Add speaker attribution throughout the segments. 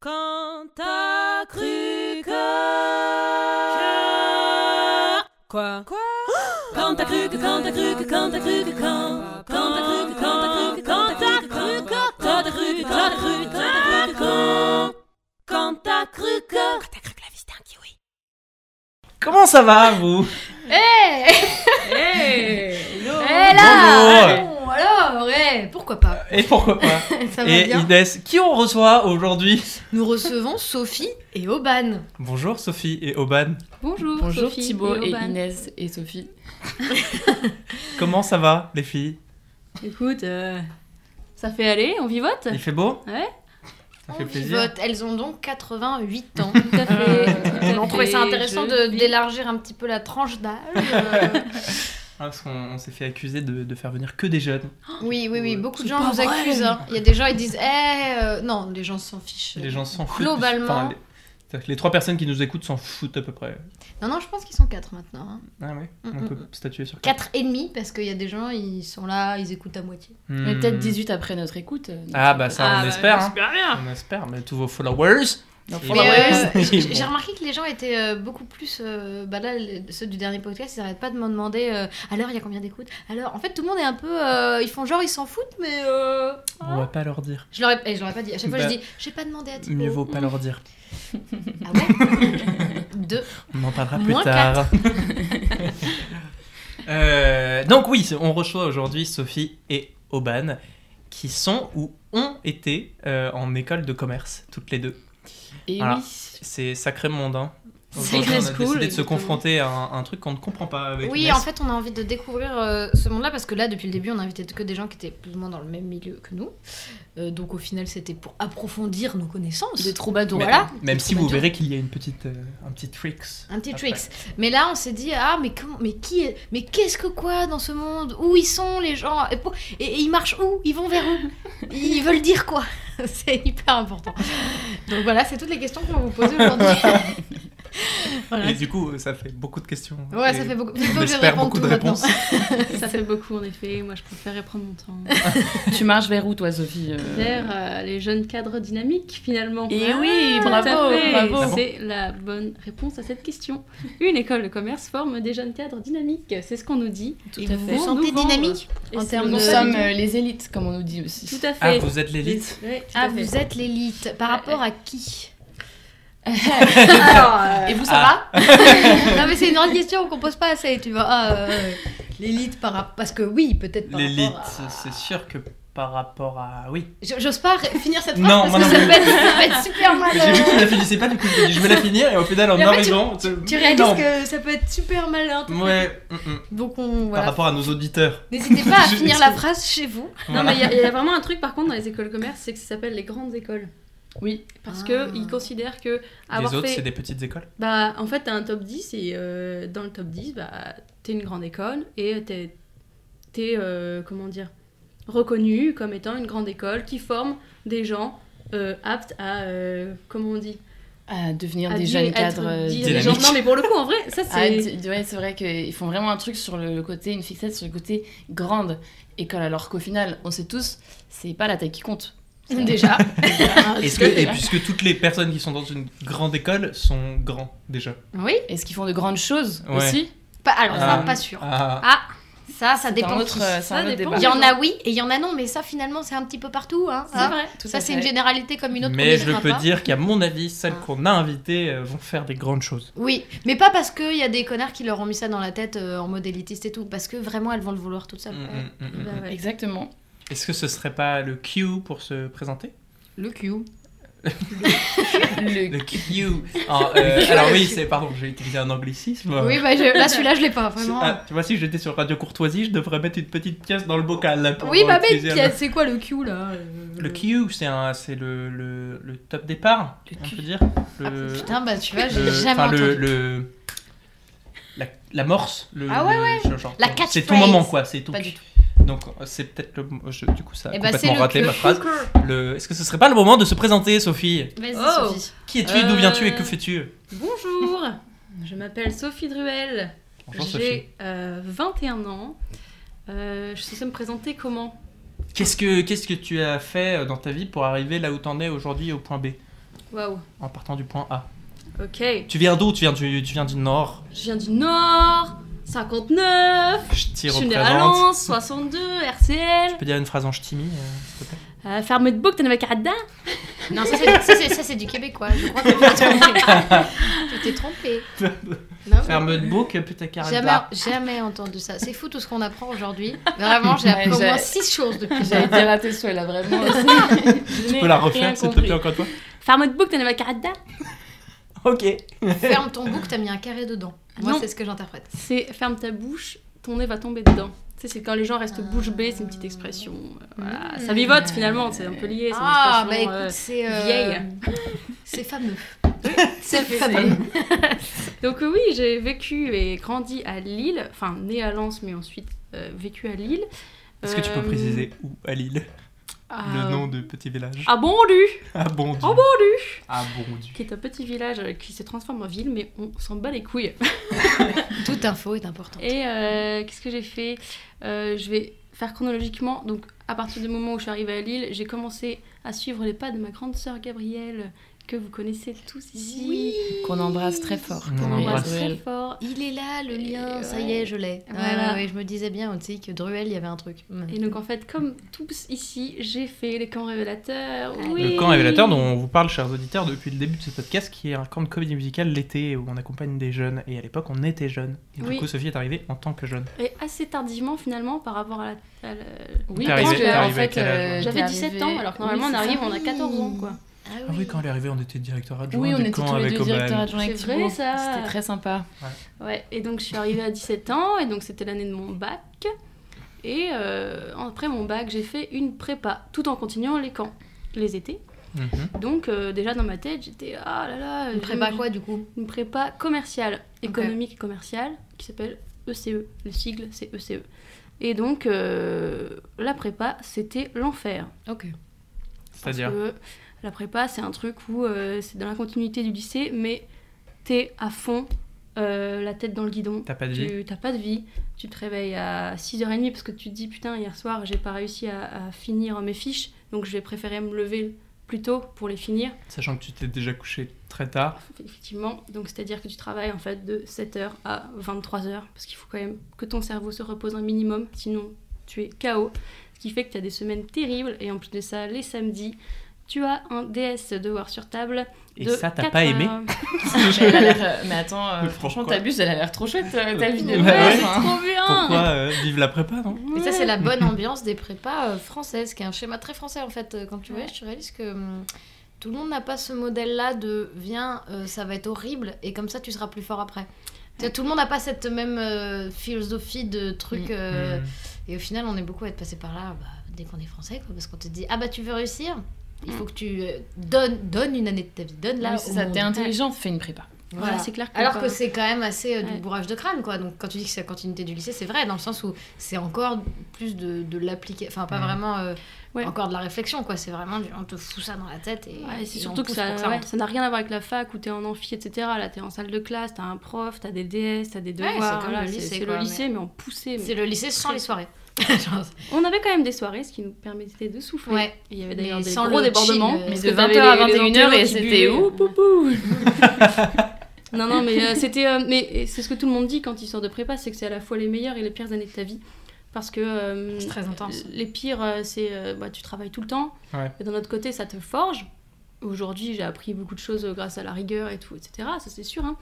Speaker 1: Quand t'as cru que... Quoi Quand t'as cru que, quand t'as cru que, quand t'as cru que, quand... Quand t'as cru que, quand t'as cru que, quand t'as cru que... Quand t'as cru que, quand t'as cru que, quand t'as cru que, quand... Quand t'as cru que... Quand t'as cru que la vie c'était un kiwi.
Speaker 2: Comment ça va, vous
Speaker 3: Eh là
Speaker 2: Bonjour.
Speaker 3: Bon, Alors, ouais, pourquoi pas
Speaker 2: Et pourquoi pas
Speaker 3: Ça va
Speaker 2: Et
Speaker 3: bien.
Speaker 2: Inès, qui on reçoit aujourd'hui
Speaker 3: Nous recevons Sophie et Oban.
Speaker 2: Bonjour Sophie et Oban,
Speaker 3: Bonjour,
Speaker 4: Bonjour
Speaker 3: Sophie
Speaker 4: Thibaut et,
Speaker 3: Oban.
Speaker 4: Inès et Sophie.
Speaker 2: comment ça va les filles
Speaker 4: Écoute, ça fait aller, on vivote
Speaker 2: Il fait beau
Speaker 4: Ouais.
Speaker 2: Ça
Speaker 4: Oh,
Speaker 2: fait
Speaker 3: On
Speaker 2: plaisir
Speaker 3: pivote. Elles ont donc 88 ans.
Speaker 4: Tout à fait.
Speaker 3: Elles ont trouvé ça intéressant de- d'élargir un petit peu la tranche d'âge. euh.
Speaker 2: Ah, Parce qu'on on s'est fait accuser de, de faire venir que des jeunes.
Speaker 3: oui, oui, oui,
Speaker 2: Ouais.
Speaker 3: beaucoup de
Speaker 4: Oh, C'est
Speaker 3: gens
Speaker 4: pas
Speaker 3: nous
Speaker 4: vrai.
Speaker 3: accusent. hein. Il y a des gens, ils disent, eh, euh, non, les gens s'en fichent.
Speaker 2: Les gens s'en foutent.
Speaker 3: Globalement.
Speaker 2: Enfin, les- c'est-à-dire que les trois personnes qui nous écoutent s'en foutent à peu près.
Speaker 3: Non, non, je pense qu'ils sont 4 maintenant. hein.
Speaker 2: Ah ouais,
Speaker 3: Mm,
Speaker 2: on
Speaker 3: mm,
Speaker 2: peut
Speaker 3: mm.
Speaker 2: statuer sur
Speaker 3: Quatre et demi, parce qu'il y a des gens, ils sont là, ils écoutent à moitié.
Speaker 2: Hmm.
Speaker 4: Mais peut-être 18 après notre écoute. euh, donc
Speaker 2: Ah
Speaker 4: c'est
Speaker 2: bah
Speaker 4: pas-
Speaker 2: ça on espère. hein. On espère, mais tous vos followers.
Speaker 4: Donc,
Speaker 2: Mais,
Speaker 3: Mais
Speaker 4: voilà,
Speaker 3: euh,
Speaker 4: ouais.
Speaker 2: bah ouais.
Speaker 3: j'ai j'ai remarqué que les gens étaient euh, beaucoup plus. euh, bah là, les- ceux du dernier podcast, ils arrêtent pas de me demander euh, alors il y a combien d'écoutes Alors, en fait, tout le monde est un peu. euh, ils font genre, ils s'en foutent, mais. euh,
Speaker 2: On va pas leur dire.
Speaker 3: Je leur ai, et je leur ai pas dit. À chaque fois,
Speaker 2: Bah,
Speaker 3: je dis j'ai pas demandé à Thibaut.
Speaker 2: Mieux vaut pas leur dire.
Speaker 3: Ah ouais Deux.
Speaker 2: On en parlera plus
Speaker 3: Moins
Speaker 2: tard. Euh, donc oui, on reçoit aujourd'hui Sophie et Oban, qui sont ou ont été euh, en école de commerce, toutes les deux.
Speaker 4: Et
Speaker 2: Voilà.
Speaker 4: oui.
Speaker 2: C'est sacré monde, hein.
Speaker 4: Sacré
Speaker 2: Aujourd'hui, on a
Speaker 4: school,
Speaker 2: décidé de se
Speaker 4: exactement.
Speaker 2: confronter à un, un truc qu'on ne comprend pas avec
Speaker 3: Oui,
Speaker 2: Inès.
Speaker 3: en fait, on a envie de découvrir euh, ce monde-là parce que là, depuis le début, on a invité que des gens qui étaient plus ou moins dans le même milieu que nous. Euh, donc, au final, c'était pour approfondir nos connaissances.
Speaker 4: Des troubadours.
Speaker 2: Mais-
Speaker 3: voilà.
Speaker 2: Même si vous
Speaker 3: Troubadour.
Speaker 2: verrez qu'il y a une petite, euh, un petit tricks.
Speaker 3: Un petit
Speaker 2: Après.
Speaker 3: tricks. Mais là, on s'est dit ah mais comment, mais qui, est- mais qu'est-ce que quoi dans ce monde Où ils sont les gens et, pour- et- et ils marchent où Ils vont vers où Ils veulent dire quoi C'est hyper important. Donc voilà, c'est toutes les questions qu'on va vous poser aujourd'hui. voilà.
Speaker 2: Et du coup, ça fait beaucoup de questions.
Speaker 3: Ouais,
Speaker 2: Et
Speaker 3: ça fait beaucoup.
Speaker 2: On espère beaucoup de réponses.
Speaker 5: Ça fait beaucoup en effet, moi je préférais prendre mon temps.
Speaker 4: Tu marches vers où toi Sophie euh
Speaker 5: Vers euh, les jeunes cadres dynamiques finalement.
Speaker 4: Eh
Speaker 5: Ah,
Speaker 4: oui,
Speaker 5: tout à
Speaker 4: bravo,
Speaker 5: fait.
Speaker 4: bravo.
Speaker 5: C'est la bonne réponse à cette question. Une école de commerce forme des jeunes cadres dynamiques, c'est ce qu'on nous dit.
Speaker 4: Tout
Speaker 5: Et
Speaker 4: à
Speaker 5: vous
Speaker 4: fait.
Speaker 5: nous
Speaker 3: Santé
Speaker 5: vendre.
Speaker 3: dynamique
Speaker 5: Et
Speaker 3: en
Speaker 5: c'est
Speaker 3: termes
Speaker 5: le
Speaker 4: Nous
Speaker 3: de-
Speaker 5: nom
Speaker 4: sommes
Speaker 5: du-
Speaker 4: euh, les élites, comme on nous dit aussi.
Speaker 5: Tout à
Speaker 2: Ah,
Speaker 5: fait.
Speaker 2: vous êtes l'élite
Speaker 5: Ouais, tout
Speaker 3: Ah,
Speaker 5: à fait.
Speaker 3: vous êtes l'élite. Par rapport à qui
Speaker 5: Alors,
Speaker 3: Et
Speaker 5: euh,
Speaker 3: vous, ça va Non, mais c'est une grande question qu'on pose pas assez, tu vois. Ah, euh, l'élite par rapport. Parce que oui, peut-être par
Speaker 2: L'élite,
Speaker 3: rapport à-
Speaker 2: c'est sûr que par rapport à... Oui.
Speaker 3: J- J'ose pas ré- finir cette phrase
Speaker 2: Non, moi
Speaker 3: parce
Speaker 2: non
Speaker 3: que ça
Speaker 2: plus.
Speaker 3: peut, être, ça peut être super mal.
Speaker 2: J'ai vu que
Speaker 3: euh,
Speaker 2: tu la finissais pas, du coup je me dis, je vais la finir et au final en
Speaker 3: Mais en fait,
Speaker 2: arrivant.
Speaker 3: Tu réalises
Speaker 2: non.
Speaker 3: que ça peut être super mal interprété.
Speaker 2: Ouais, mm, mm,
Speaker 3: Donc on
Speaker 2: par
Speaker 3: voilà.
Speaker 2: rapport à nos auditeurs.
Speaker 3: N'hésitez pas à
Speaker 2: Je-
Speaker 3: finir la phrase chez vous.
Speaker 5: non,
Speaker 2: Voilà.
Speaker 5: mais il y a- il y, a vraiment un truc par contre dans les écoles de commerce, c'est que ça s'appelle les grandes écoles.
Speaker 4: Oui.
Speaker 5: Parce
Speaker 3: Ah.
Speaker 5: que ils considèrent que avoir
Speaker 2: Les autres,
Speaker 5: fait-
Speaker 2: c'est des petites écoles.
Speaker 5: Bah, en fait, t'as un top 10 et euh, dans le top 10, bah, t'es une grande école et euh, t'es, t'es euh, comment dire, reconnu comme étant une grande école qui forme des gens euh, aptes à, euh, comment on dit,
Speaker 4: À devenir
Speaker 5: à
Speaker 4: des
Speaker 5: di-
Speaker 4: jeunes
Speaker 5: être
Speaker 4: cadres. euh,
Speaker 5: dirigeants.
Speaker 2: dynamiques.
Speaker 5: Non, mais pour le coup, en vrai, ça
Speaker 4: Ah,
Speaker 5: c'est.
Speaker 4: t- ouais, c'est vrai qu'ils font vraiment un truc sur le, le côté, une fixette sur le côté grande école, alors qu'au final, on sait tous, c'est pas la taille qui compte. C'est-
Speaker 3: Déjà.
Speaker 4: Ah,
Speaker 2: Est-ce
Speaker 4: tout
Speaker 2: que,
Speaker 4: à fait.
Speaker 2: et puisque toutes les personnes qui sont dans une grande école sont grands déjà.
Speaker 3: Oui.
Speaker 4: Est-ce qu'ils font de grandes choses
Speaker 2: Ouais.
Speaker 4: aussi
Speaker 3: Pas, alors ça,
Speaker 2: Ah.
Speaker 3: pas sûr.
Speaker 2: Ah,
Speaker 3: Ça, ça
Speaker 4: C'est un
Speaker 3: dépend.
Speaker 4: autre,
Speaker 3: qui.
Speaker 4: euh, c'est un
Speaker 5: Ça
Speaker 4: autre
Speaker 5: dépend.
Speaker 4: débat.
Speaker 3: Il y en a oui et il y en a non, mais ça finalement c'est un petit peu partout. Hein,
Speaker 5: c'est
Speaker 3: hein.
Speaker 5: vrai.
Speaker 4: Tout à
Speaker 3: Ça c'est
Speaker 4: fait.
Speaker 3: une généralité comme une autre. qu'on
Speaker 2: mais je
Speaker 3: connaîtra
Speaker 2: peux
Speaker 3: pas.
Speaker 2: dire qu'à mon avis, celles
Speaker 3: Ah.
Speaker 2: qu'on a invitées euh, vont faire des grandes choses.
Speaker 3: Oui, mais pas parce qu'il y a des connards qui leur ont mis ça dans la tête euh, en mode élitiste et tout, parce que vraiment elles vont le vouloir toutes
Speaker 2: Mm,
Speaker 3: seules.
Speaker 2: mm, mm, mm,
Speaker 5: Bah
Speaker 2: mm.
Speaker 5: ouais.
Speaker 4: Exactement.
Speaker 2: Est-ce que ce serait pas le Q pour se présenter
Speaker 3: Le Q.
Speaker 4: Le-
Speaker 2: Le Q. Ah, euh, alors oui, c'est pardon, j'ai utilisé un anglicisme.
Speaker 3: Oui, bah je- là celui-là je l'ai pas vraiment.
Speaker 2: Ah, tu vois, si j'étais sur Radio Courtoisie, je devrais mettre une petite pièce dans le bocal. là, pour
Speaker 3: oui, bah mais
Speaker 2: utiliser un-
Speaker 3: c'est quoi le Q là
Speaker 2: Le
Speaker 3: Mhm.
Speaker 2: Q, c'est un, c'est le, le, le top départ, on peut dire. Le,
Speaker 3: Putain, bah tu vois, j'ai
Speaker 2: euh, le-
Speaker 3: jamais
Speaker 2: enfin,
Speaker 3: entendu.
Speaker 2: le, le- la, la morse. Le,
Speaker 3: Ah ouais,
Speaker 2: le- ce genre.
Speaker 3: La
Speaker 2: C'est
Speaker 3: catchphrase.
Speaker 2: ton moment, quoi. C'est tout.
Speaker 3: Pas du tout.
Speaker 2: Donc c'est peut-être le, je- du coup ça a
Speaker 3: Eh bah,
Speaker 2: complètement
Speaker 3: c'est le
Speaker 2: raté
Speaker 3: Q.
Speaker 2: ma phrase. Le, est-ce que ce serait pas le moment de se présenter, Sophie
Speaker 3: Vas-y,
Speaker 5: Oh.
Speaker 3: Sophie.
Speaker 2: Qui es-tu D'où viens-tu et que
Speaker 5: Euh,
Speaker 2: fais-tu
Speaker 5: Bonjour, je m'appelle Sophie Druel,
Speaker 2: Bonjour Sophie.
Speaker 5: j'ai euh, 21 ans. Euh, je sais me présenter comment
Speaker 2: euh, Qu'est-ce que qu'est-ce que tu as fait dans ta vie pour arriver là où t'en es aujourd'hui au point B
Speaker 5: Waouh.
Speaker 2: en partant du point A.
Speaker 5: Ok.
Speaker 2: Tu viens d'où tu viens, du, tu viens du Nord.
Speaker 5: Je viens du Nord, 59,
Speaker 2: Je t'y
Speaker 5: je suis né à
Speaker 2: représente.
Speaker 5: Lens, 62, RCL.
Speaker 2: Tu peux dire une phrase en ch'timi, euh, s'il te plaît
Speaker 5: Euh, ferme de bouc, t'en avais qu'à dedans.
Speaker 3: Non, ça c'est- ça, c'est ça, c'est du québécois. Je crois que tu t'es trompé. Tu t'es trompé. Non, mais
Speaker 2: Ferme de bouc, putain carré
Speaker 3: Jamais, jamais entendu ça. C'est fou tout ce qu'on apprend aujourd'hui. Vraiment, j'ai
Speaker 4: Ouais,
Speaker 3: appris au
Speaker 4: j'ai-
Speaker 3: moins six choses depuis ça.
Speaker 4: J'avais déjà raté le souhait là, vraiment.
Speaker 2: Tu peux la refaire, s'il te plaît, encore une fois
Speaker 5: Ferme de bouc, t'en avais qu'à dedans.
Speaker 2: Ok.
Speaker 3: Ferme ton bouc, t'as mis un carré dedans. Moi,
Speaker 5: Ah Non.
Speaker 3: c'est ce que j'interprète.
Speaker 5: C'est ferme ta bouche, ton nez va tomber dedans. Tu sais, c'est quand les gens restent
Speaker 3: Ah.
Speaker 5: bouche bée, c'est une petite expression. euh, voilà. Ça vivote finalement, c'est un peu lié. c'est une
Speaker 3: Mmh. Ah, bah
Speaker 5: expression,
Speaker 3: écoute, c'est. euh,
Speaker 5: vieille.
Speaker 3: C'est fameux. C'est fameux.
Speaker 5: euh, Donc euh, oui, j'ai vécu et grandi à Lille, enfin né à Lens, mais ensuite euh, vécu à Lille.
Speaker 2: Est-ce que tu peux
Speaker 5: Euh,
Speaker 2: préciser où à Lille
Speaker 5: à-
Speaker 2: Le nom du petit village
Speaker 5: À Bondu,
Speaker 2: Ah bon Dieu.
Speaker 5: Oh, Bondu,
Speaker 2: Ah bon Dieu.
Speaker 5: qui est un petit village euh, qui se transforme en ville, mais on s'en bat les couilles.
Speaker 3: Toute info est importante.
Speaker 5: Et euh, qu'est-ce que j'ai fait Euh, Je vais faire chronologiquement. Donc, à partir du moment où je suis arrivée à Lille, j'ai commencé à suivre les pas de ma grande sœur Gabrielle, que vous connaissez tous ici.
Speaker 4: Qu'on embrasse très fort.
Speaker 2: Mmh, On
Speaker 5: On
Speaker 4: Qu'on
Speaker 5: l'embrasse
Speaker 4: embrasse
Speaker 5: très
Speaker 4: Ruel.
Speaker 5: fort.
Speaker 3: Il est là, le lien,
Speaker 5: Et
Speaker 3: ça
Speaker 5: ouais.
Speaker 3: y est, je l'ai. Ah,
Speaker 5: Voilà.
Speaker 3: ouais, ouais, je me disais bien aussi que Druel, il y avait un truc. Mm.
Speaker 5: Et donc, en fait, comme tous ici, j'ai fait les camps révélateurs.
Speaker 4: Ah,
Speaker 5: Oui.
Speaker 2: Le camp révélateur dont on vous parle, chers auditeurs, depuis le début de ce podcast, qui est un camp de comédie musicale l'été où on accompagne des jeunes. Et à l'époque, on était jeunes. Et du
Speaker 5: Oui.
Speaker 2: coup, Sophie est arrivée en tant que jeune.
Speaker 5: Et assez tardivement, finalement, par rapport à la. à la-
Speaker 4: Oui,
Speaker 2: T'es
Speaker 4: parce
Speaker 2: arrivé-
Speaker 4: que,
Speaker 2: t'es
Speaker 4: en
Speaker 2: arrivé à
Speaker 4: fait,
Speaker 2: quel âge,
Speaker 4: euh,
Speaker 2: ouais
Speaker 4: t'es
Speaker 5: J'avais 17
Speaker 4: arrivé-
Speaker 5: ans, alors que normalement,
Speaker 4: Oui,
Speaker 5: on
Speaker 4: c'est
Speaker 5: arrive,
Speaker 4: ça.
Speaker 5: on a 14 ans, quoi.
Speaker 3: Ah
Speaker 2: Ah oui, quand elle est arrivée, on était directeur adjoint
Speaker 4: Oui, on
Speaker 2: du
Speaker 4: était
Speaker 2: camp
Speaker 4: tous les
Speaker 2: avec
Speaker 4: deux directeurs
Speaker 2: Oban.
Speaker 4: adjoints avec
Speaker 5: C'est vrai,
Speaker 4: Thibaut.
Speaker 5: ça.
Speaker 4: C'était très sympa.
Speaker 5: Ouais, et donc je suis arrivée à 17 ans, et donc c'était l'année de mon bac. Et euh, après mon bac, j'ai fait une prépa, tout en continuant les camps, les étés.
Speaker 2: Mhm.
Speaker 5: Donc euh, déjà dans ma tête, j'étais ah là là,
Speaker 3: Une
Speaker 5: je-
Speaker 3: prépa quoi, du coup
Speaker 5: Une prépa commerciale, économique et commerciale, qui s'appelle E ECE. Le sigle, c'est ECE. Et donc euh, la prépa, c'était l'enfer.
Speaker 3: Ok.
Speaker 5: Parce
Speaker 2: C'est-à-dire
Speaker 5: que la prépa, c'est un truc où euh, c'est dans la continuité du lycée, mais t'es à fond, euh, la tête dans le guidon.
Speaker 2: T'as pas de vie
Speaker 5: Tu t'as pas de vie, tu te réveilles à 6h30 parce que tu te dis putain hier soir j'ai pas réussi à, à finir mes fiches donc je vais préférer me lever plus tôt pour les finir.
Speaker 2: Sachant que tu t'es déjà couché très tard.
Speaker 5: Effectivement, donc c'est-à-dire que tu travailles en fait de 7h à 23h parce qu'il faut quand même que ton cerveau se repose un minimum sinon tu es KO. Ce qui fait que tu as des semaines terribles et en plus de ça les samedis tu as un DS devoir sur table.
Speaker 2: Et
Speaker 5: de
Speaker 2: ça, t'as
Speaker 5: 4
Speaker 2: pas aimé
Speaker 5: heures.
Speaker 4: Elle a l'air, euh, Mais attends, euh,
Speaker 2: Mais
Speaker 4: franchement,
Speaker 2: pourquoi
Speaker 4: t'abuses, elle a l'air trop chouette, euh, ta vie de
Speaker 2: Ouais,
Speaker 4: rêve,
Speaker 2: ouais.
Speaker 4: hein.
Speaker 5: Trop bien
Speaker 2: Pourquoi euh, vive la prépa, non
Speaker 3: Et ça, c'est la bonne ambiance des prépas euh, françaises, qui est un schéma très français en fait. Euh, Quand tu
Speaker 5: Ouais.
Speaker 3: voyages, tu réalises que hum, tout le monde n'a pas ce modèle-là de viens, euh, ça va être horrible, et comme ça, tu seras plus fort après. Tu vois, Tout le monde n'a pas cette même euh, philosophie de truc.
Speaker 4: Mm.
Speaker 3: euh,
Speaker 2: Hmm.
Speaker 3: Et au final, on est beaucoup à être passé par là bah, dès qu'on est français, quoi, parce qu'on te dit ah bah tu veux réussir, il faut que tu euh, donnes, donnes une année de ta vie, donne là.
Speaker 4: Mm. Oui, c'est
Speaker 3: au
Speaker 4: ça,
Speaker 3: monde.
Speaker 4: t'es intelligente, fais une prépa.
Speaker 5: Voilà,
Speaker 3: Voilà.
Speaker 5: c'est clair que
Speaker 3: Alors
Speaker 5: par-
Speaker 3: que c'est quand même assez euh, du
Speaker 5: Ouais.
Speaker 3: bourrage de crâne, quoi. Donc quand tu dis que c'est la continuité du lycée, c'est vrai, dans le sens où c'est encore plus de, de l'appliquer, enfin pas
Speaker 2: Mhm.
Speaker 3: vraiment euh,
Speaker 5: Ouais.
Speaker 3: encore de la réflexion, quoi. C'est vraiment du- on te fout ça dans la tête et,
Speaker 5: Ouais, c'est
Speaker 3: et on
Speaker 5: surtout que
Speaker 3: pousse
Speaker 5: ça
Speaker 3: pour hein.
Speaker 5: ouais,
Speaker 3: que
Speaker 5: ça n'a
Speaker 3: rentre.
Speaker 5: rien à voir avec la fac où t'es en amphi, etc. Là, t'es en salle de classe, t'as un prof, t'as des DS, t'as des
Speaker 3: Ouais,
Speaker 5: devoirs.
Speaker 3: c'est comme
Speaker 5: voilà,
Speaker 3: le
Speaker 5: c'est
Speaker 3: lycée,
Speaker 5: c'est
Speaker 3: quoi,
Speaker 5: le
Speaker 3: mais-
Speaker 5: lycée, mais en poussée. mais-
Speaker 3: C'est le lycée sans les soirées. Genre,
Speaker 5: On avait quand même des soirées, ce qui nous permettait de souffler.
Speaker 3: Ouais.
Speaker 5: Il y avait d'ailleurs
Speaker 3: Mais
Speaker 5: des
Speaker 3: sans
Speaker 5: gros
Speaker 3: le
Speaker 5: débordements.
Speaker 3: chill, euh,
Speaker 4: Mais
Speaker 5: parce
Speaker 4: de
Speaker 5: que t'avais
Speaker 4: 20h à
Speaker 5: les- les
Speaker 4: 21h, et
Speaker 5: entelos qui
Speaker 4: c'était
Speaker 5: buvaient.
Speaker 4: ouh, poupou
Speaker 5: Non, non, mais euh, c'était. euh, mais et c'est ce que tout le monde dit quand il sort de prépa, c'est que c'est à la fois les meilleures et les pires années de ta vie. Parce que. euh,
Speaker 3: c'est très intense.
Speaker 5: Les pires, euh, c'est euh, bah, tu travailles tout le temps.
Speaker 2: Ouais.
Speaker 5: Et d'un autre côté, ça te forge. Aujourd'hui, j'ai appris beaucoup de choses euh, grâce à la rigueur et tout, etc. Ça, c'est sûr. hein.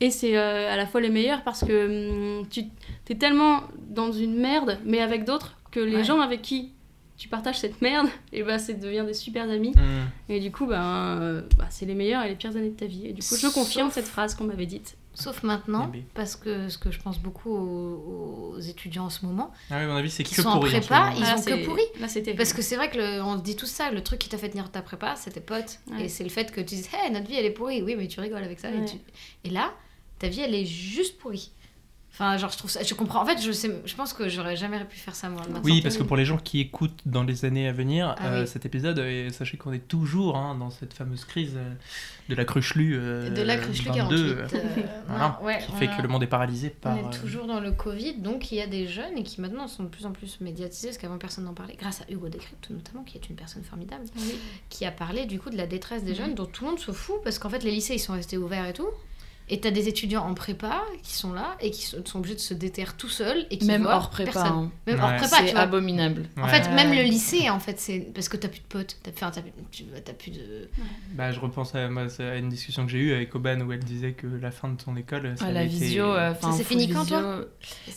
Speaker 5: Et c'est euh, à la fois les meilleurs parce que hum, tu es tellement dans une merde, mais avec d'autres, que les
Speaker 3: Ouais.
Speaker 5: gens avec qui tu partages cette merde, et bah, ça devient des super amis.
Speaker 2: Hmm.
Speaker 5: Et du coup, ben, euh, bah, c'est les meilleures et les pires années de ta vie. Et du coup, je
Speaker 3: Sauf-
Speaker 5: confirme cette phrase qu'on m'avait dite.
Speaker 3: Sauf maintenant,
Speaker 2: Bébé.
Speaker 3: parce que ce que je pense beaucoup aux, aux étudiants en ce moment,
Speaker 2: Ah oui, à mon avis, c'est
Speaker 3: Qui
Speaker 2: que
Speaker 3: sont en
Speaker 2: pourri. ce
Speaker 3: prépa,
Speaker 2: moment.
Speaker 3: Ils
Speaker 5: Ah,
Speaker 3: ont que
Speaker 5: c'est-
Speaker 3: pourri.
Speaker 5: Là, c'était.
Speaker 3: parce que c'est vrai que le- on se dit tout ça, le truc qui t'a fait tenir ta prépa, c'est tes potes,
Speaker 5: Ouais.
Speaker 3: et c'est le fait que tu dises hey notre vie elle est pourrie, oui mais tu rigoles avec ça, et,
Speaker 5: Ouais.
Speaker 3: tu- et là ta vie elle est juste pourrie. Enfin, genre, je trouve ça. Je comprends. En fait, je, sais, je pense que j'aurais jamais pu faire ça moi. maintenant.
Speaker 2: Oui, parce que pour les gens qui écoutent dans les années à venir
Speaker 3: Ah
Speaker 2: euh,
Speaker 3: oui.
Speaker 2: cet épisode, euh, sachez qu'on est toujours hein, dans cette fameuse crise euh, de la cruchelue euh,
Speaker 3: De la cruche, le
Speaker 2: 22, euh,
Speaker 3: 48. euh,
Speaker 2: voilà,
Speaker 3: non, ouais,
Speaker 2: qui
Speaker 3: on
Speaker 2: fait
Speaker 3: a-
Speaker 2: que le monde est paralysé par.
Speaker 3: On
Speaker 2: euh,
Speaker 3: est toujours dans le Covid, donc il y a des jeunes et qui maintenant sont de plus en plus médiatisés, parce qu'avant personne n'en parlait, grâce à Hugo Décrypte notamment, qui est une personne formidable,
Speaker 4: Ah
Speaker 5: Oui.
Speaker 3: qui a parlé du coup de la détresse
Speaker 4: Mhm.
Speaker 3: des jeunes, dont tout le monde se fout, parce qu'en fait les lycées ils sont restés ouverts et tout. Et t'as des étudiants en prépa qui sont là et qui sont, sont obligés de se déterrer tout seuls et qui
Speaker 4: Même
Speaker 3: voient
Speaker 4: hors prépa,
Speaker 3: personne.
Speaker 4: hein.
Speaker 3: Même hors
Speaker 2: Ouais.
Speaker 3: prépa, tu
Speaker 4: c'est
Speaker 3: vois.
Speaker 4: abominable.
Speaker 3: En
Speaker 2: ouais.
Speaker 3: fait, même le lycée, en fait, c'est parce que t'as plus de potes, t'as enfin, t'as plus, tu- t'as plus de.
Speaker 2: Bah, je repense à, moi, à une discussion que j'ai eue avec Oban où elle disait que la fin de son école, ça
Speaker 4: Ah,
Speaker 2: avait
Speaker 4: la
Speaker 2: été-
Speaker 4: visio, euh, 'fin,
Speaker 3: Ça, c'est
Speaker 4: full
Speaker 3: fini quand,
Speaker 4: visio.
Speaker 3: toi
Speaker 4: Là,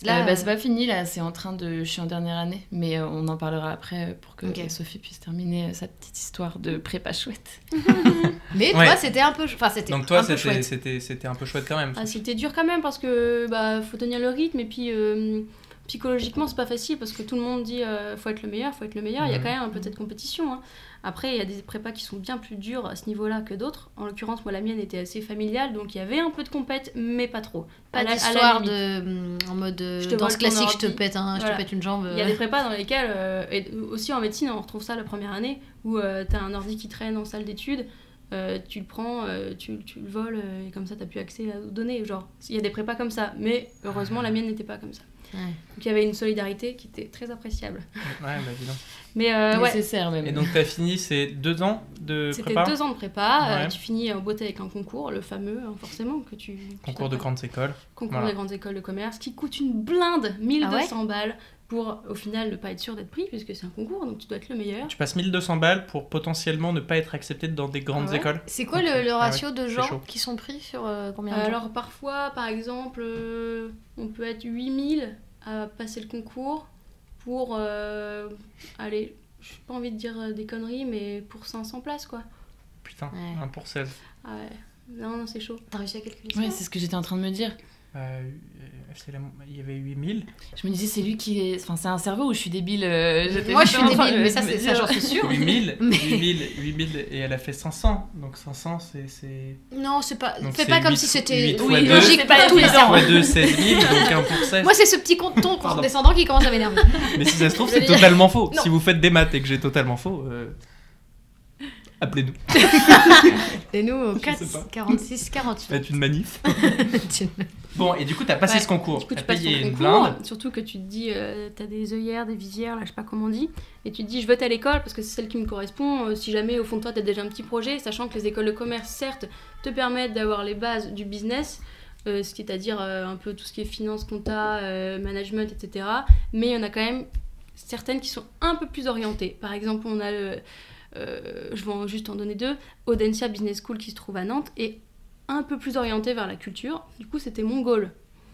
Speaker 3: Là, euh,
Speaker 4: bah, c'est pas fini, là, c'est en train de. Je suis en dernière année, mais euh, on en parlera après euh, pour que
Speaker 3: Ok.
Speaker 4: Sophie puisse terminer euh, sa petite histoire de prépa chouette.
Speaker 3: Mais toi,
Speaker 2: Ouais.
Speaker 3: c'était un peu, enfin, c'était
Speaker 2: Donc toi,
Speaker 3: un peu
Speaker 2: c'était-
Speaker 3: chouette.
Speaker 2: c'était c'était un peu chouette quand même.
Speaker 5: Ah, c'était dur quand même parce que bah faut tenir le rythme et puis euh, psychologiquement c'est pas facile parce que tout le monde dit euh, faut être le meilleur, faut être le meilleur. Il y a
Speaker 2: Mhm.
Speaker 5: quand même un peu cette compétition. hein. Après il y a des prépas qui sont bien plus durs à ce niveau-là que d'autres. En l'occurrence moi la mienne était assez familiale donc il y avait un peu de compète mais pas trop. À
Speaker 3: Pas
Speaker 5: la- à la
Speaker 3: d'histoire
Speaker 5: limite.
Speaker 3: de hum, en mode euh,
Speaker 5: Je te
Speaker 3: danse
Speaker 5: vole ton
Speaker 3: classique, je te
Speaker 5: ordi.
Speaker 3: pète, hein, je
Speaker 5: Voilà.
Speaker 3: te pète une jambe.
Speaker 5: Il y a des
Speaker 2: Euh.
Speaker 5: prépas dans lesquels, euh, et aussi en médecine, on retrouve ça la première année, où euh, t'as un ordi qui traîne en salle d'études, euh, tu le prends, euh, tu, tu le voles, euh, et comme ça t'as plus accès aux données. Genre, il y a des prépas comme ça, mais heureusement
Speaker 2: Ah.
Speaker 5: la mienne n'était pas comme ça.
Speaker 3: Ouais.
Speaker 5: Donc il y avait une solidarité qui était très appréciable.
Speaker 2: Ouais, bah, dis donc.
Speaker 5: Mais euh, ouais,
Speaker 4: Nécessaire, même.
Speaker 2: Et donc t'as fini ces deux ans de
Speaker 5: c'était
Speaker 2: prépa
Speaker 5: deux ans de prépa, euh,
Speaker 2: Ouais.
Speaker 5: tu finis en beauté avec un concours, le fameux, hein, forcément, que tu. tu
Speaker 2: Concours de
Speaker 5: t'appelles.
Speaker 2: grandes écoles.
Speaker 5: Concours
Speaker 2: Voilà. Ah
Speaker 5: des grandes écoles de commerce, qui coûte une blinde, 1200 balles, pour au final ne pas être sûr d'être pris, puisque c'est un concours, donc tu dois être le meilleur.
Speaker 2: Tu passes 1200 balles pour potentiellement ne pas être accepté dans des grandes
Speaker 5: Ah ouais
Speaker 2: écoles.
Speaker 3: C'est quoi
Speaker 2: Ok.
Speaker 3: le, le
Speaker 2: Ah
Speaker 3: ratio de
Speaker 2: chaud.
Speaker 3: gens qui sont pris sur euh, combien de gens
Speaker 5: Alors parfois, par exemple, euh, on peut être 8000 à passer le concours pour, euh, allez, je pas envie de dire euh, des conneries, mais pour 500 places quoi.
Speaker 2: Putain,
Speaker 3: Ouais.
Speaker 2: 1 pour 16.
Speaker 5: Ah ouais. Non, non, c'est chaud.
Speaker 3: T'as réussi à calculer ça
Speaker 4: Ouais, c'est ce que j'étais en train de me dire.
Speaker 2: Euh, c'est la- il y avait 8000.
Speaker 4: Je me disais, c'est lui qui est. Enfin, c'est un cerveau où je suis débile. euh, j'étais
Speaker 3: Moi, je suis
Speaker 4: vraiment en train
Speaker 3: débile,
Speaker 4: de
Speaker 3: mais ça,
Speaker 4: me
Speaker 3: c'est- ça,
Speaker 4: dire.
Speaker 3: j'en suis sûre.
Speaker 2: 8000,
Speaker 3: Mais-
Speaker 2: 8000, 8000, et elle a fait 500. Donc 500, c'est. c'est-
Speaker 3: Non, c'est pas.
Speaker 2: Donc
Speaker 3: Fais
Speaker 2: c'est
Speaker 3: pas comme
Speaker 2: huit
Speaker 3: si
Speaker 2: fois-
Speaker 3: c'était
Speaker 2: huit fois
Speaker 3: oui,
Speaker 2: deux.
Speaker 3: logique
Speaker 4: C'est pas
Speaker 5: Ah,
Speaker 3: pour tous les
Speaker 4: évident.
Speaker 3: cerveaux.
Speaker 2: Fois 2, 16000, donc 1 pour 16.
Speaker 3: Moi, c'est ce petit compte ton
Speaker 2: Pardon.
Speaker 3: condescendant qui commence à m'énerver.
Speaker 2: Mais si ça se trouve,
Speaker 3: Je veux
Speaker 2: c'est
Speaker 3: dire-
Speaker 2: totalement faux.
Speaker 3: Non.
Speaker 2: Si vous faites des maths et que j'ai totalement faux, euh, appelez-nous.
Speaker 3: Et nous, au
Speaker 2: Je
Speaker 3: 4,
Speaker 2: sais pas.
Speaker 3: 46, 48.
Speaker 2: Faites une manif.
Speaker 3: Tu-
Speaker 2: Bon, et du coup, t'as passé
Speaker 5: Ouais.
Speaker 2: ce concours.
Speaker 5: Du coup,
Speaker 2: t'as
Speaker 5: tu passes
Speaker 2: payé
Speaker 5: ton
Speaker 2: une
Speaker 5: concours,
Speaker 2: blinde.
Speaker 5: surtout que tu te dis, euh, t'as des œillères, des visières, là, je sais pas comment on dit, et tu te dis, je veux telle école parce que c'est celle qui me correspond. euh, si jamais, au fond de toi, t'as déjà un petit projet, sachant que les écoles de commerce, certes, te permettent d'avoir les bases du business, euh, ce qui est à dire euh, un peu tout ce qui est finance, compta, euh, management, etc. Mais il y en a quand même certaines qui sont un peu plus orientées. Par exemple, on a le. euh, je vais en- juste en donner deux. Audencia Business School qui se trouve à Nantes et un peu plus orientée vers la culture. Du coup, c'était mon goal.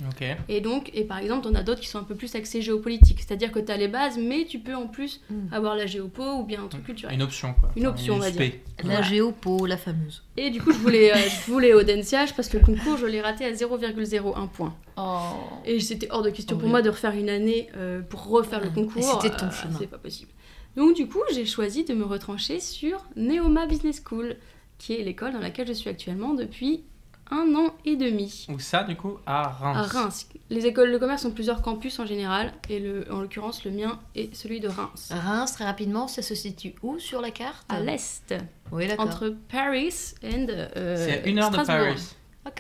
Speaker 2: Ok.
Speaker 5: Et donc, et par exemple, on a d'autres qui sont un peu plus axés géopolitique, c'est-à-dire que tu as les bases, mais tu peux en plus
Speaker 3: Mm.
Speaker 5: avoir la géopo ou bien un truc culturel.
Speaker 2: Une option, quoi.
Speaker 5: Une option, on va dire.
Speaker 2: USP.
Speaker 3: La géopo, la fameuse.
Speaker 5: Et du coup, je voulais, euh, je voulais Audencia, je- parce que le concours, je l'ai raté à 0,01 point.
Speaker 4: Oh.
Speaker 5: Et c'était hors de question pour
Speaker 4: Horrible.
Speaker 5: moi de refaire une année euh, pour refaire le
Speaker 3: Ah,
Speaker 5: concours.
Speaker 3: et c'était ton
Speaker 5: euh,
Speaker 3: chemin.
Speaker 5: C'est pas possible. Donc du coup, j'ai choisi de me retrancher sur Neoma Business School, qui est l'école dans laquelle je suis actuellement depuis un an et demi.
Speaker 2: Ou ça, du coup, à Reims.
Speaker 5: À Reims. Les écoles de commerce ont plusieurs campus en général, et le, en l'occurrence, le mien est celui de Reims.
Speaker 3: Reims, très rapidement, ça se situe où sur la carte
Speaker 5: à l'est,
Speaker 3: Oui, d'accord.
Speaker 5: entre Paris and euh,
Speaker 2: C'est à une heure de
Speaker 5: Strasbourg.
Speaker 2: Paris.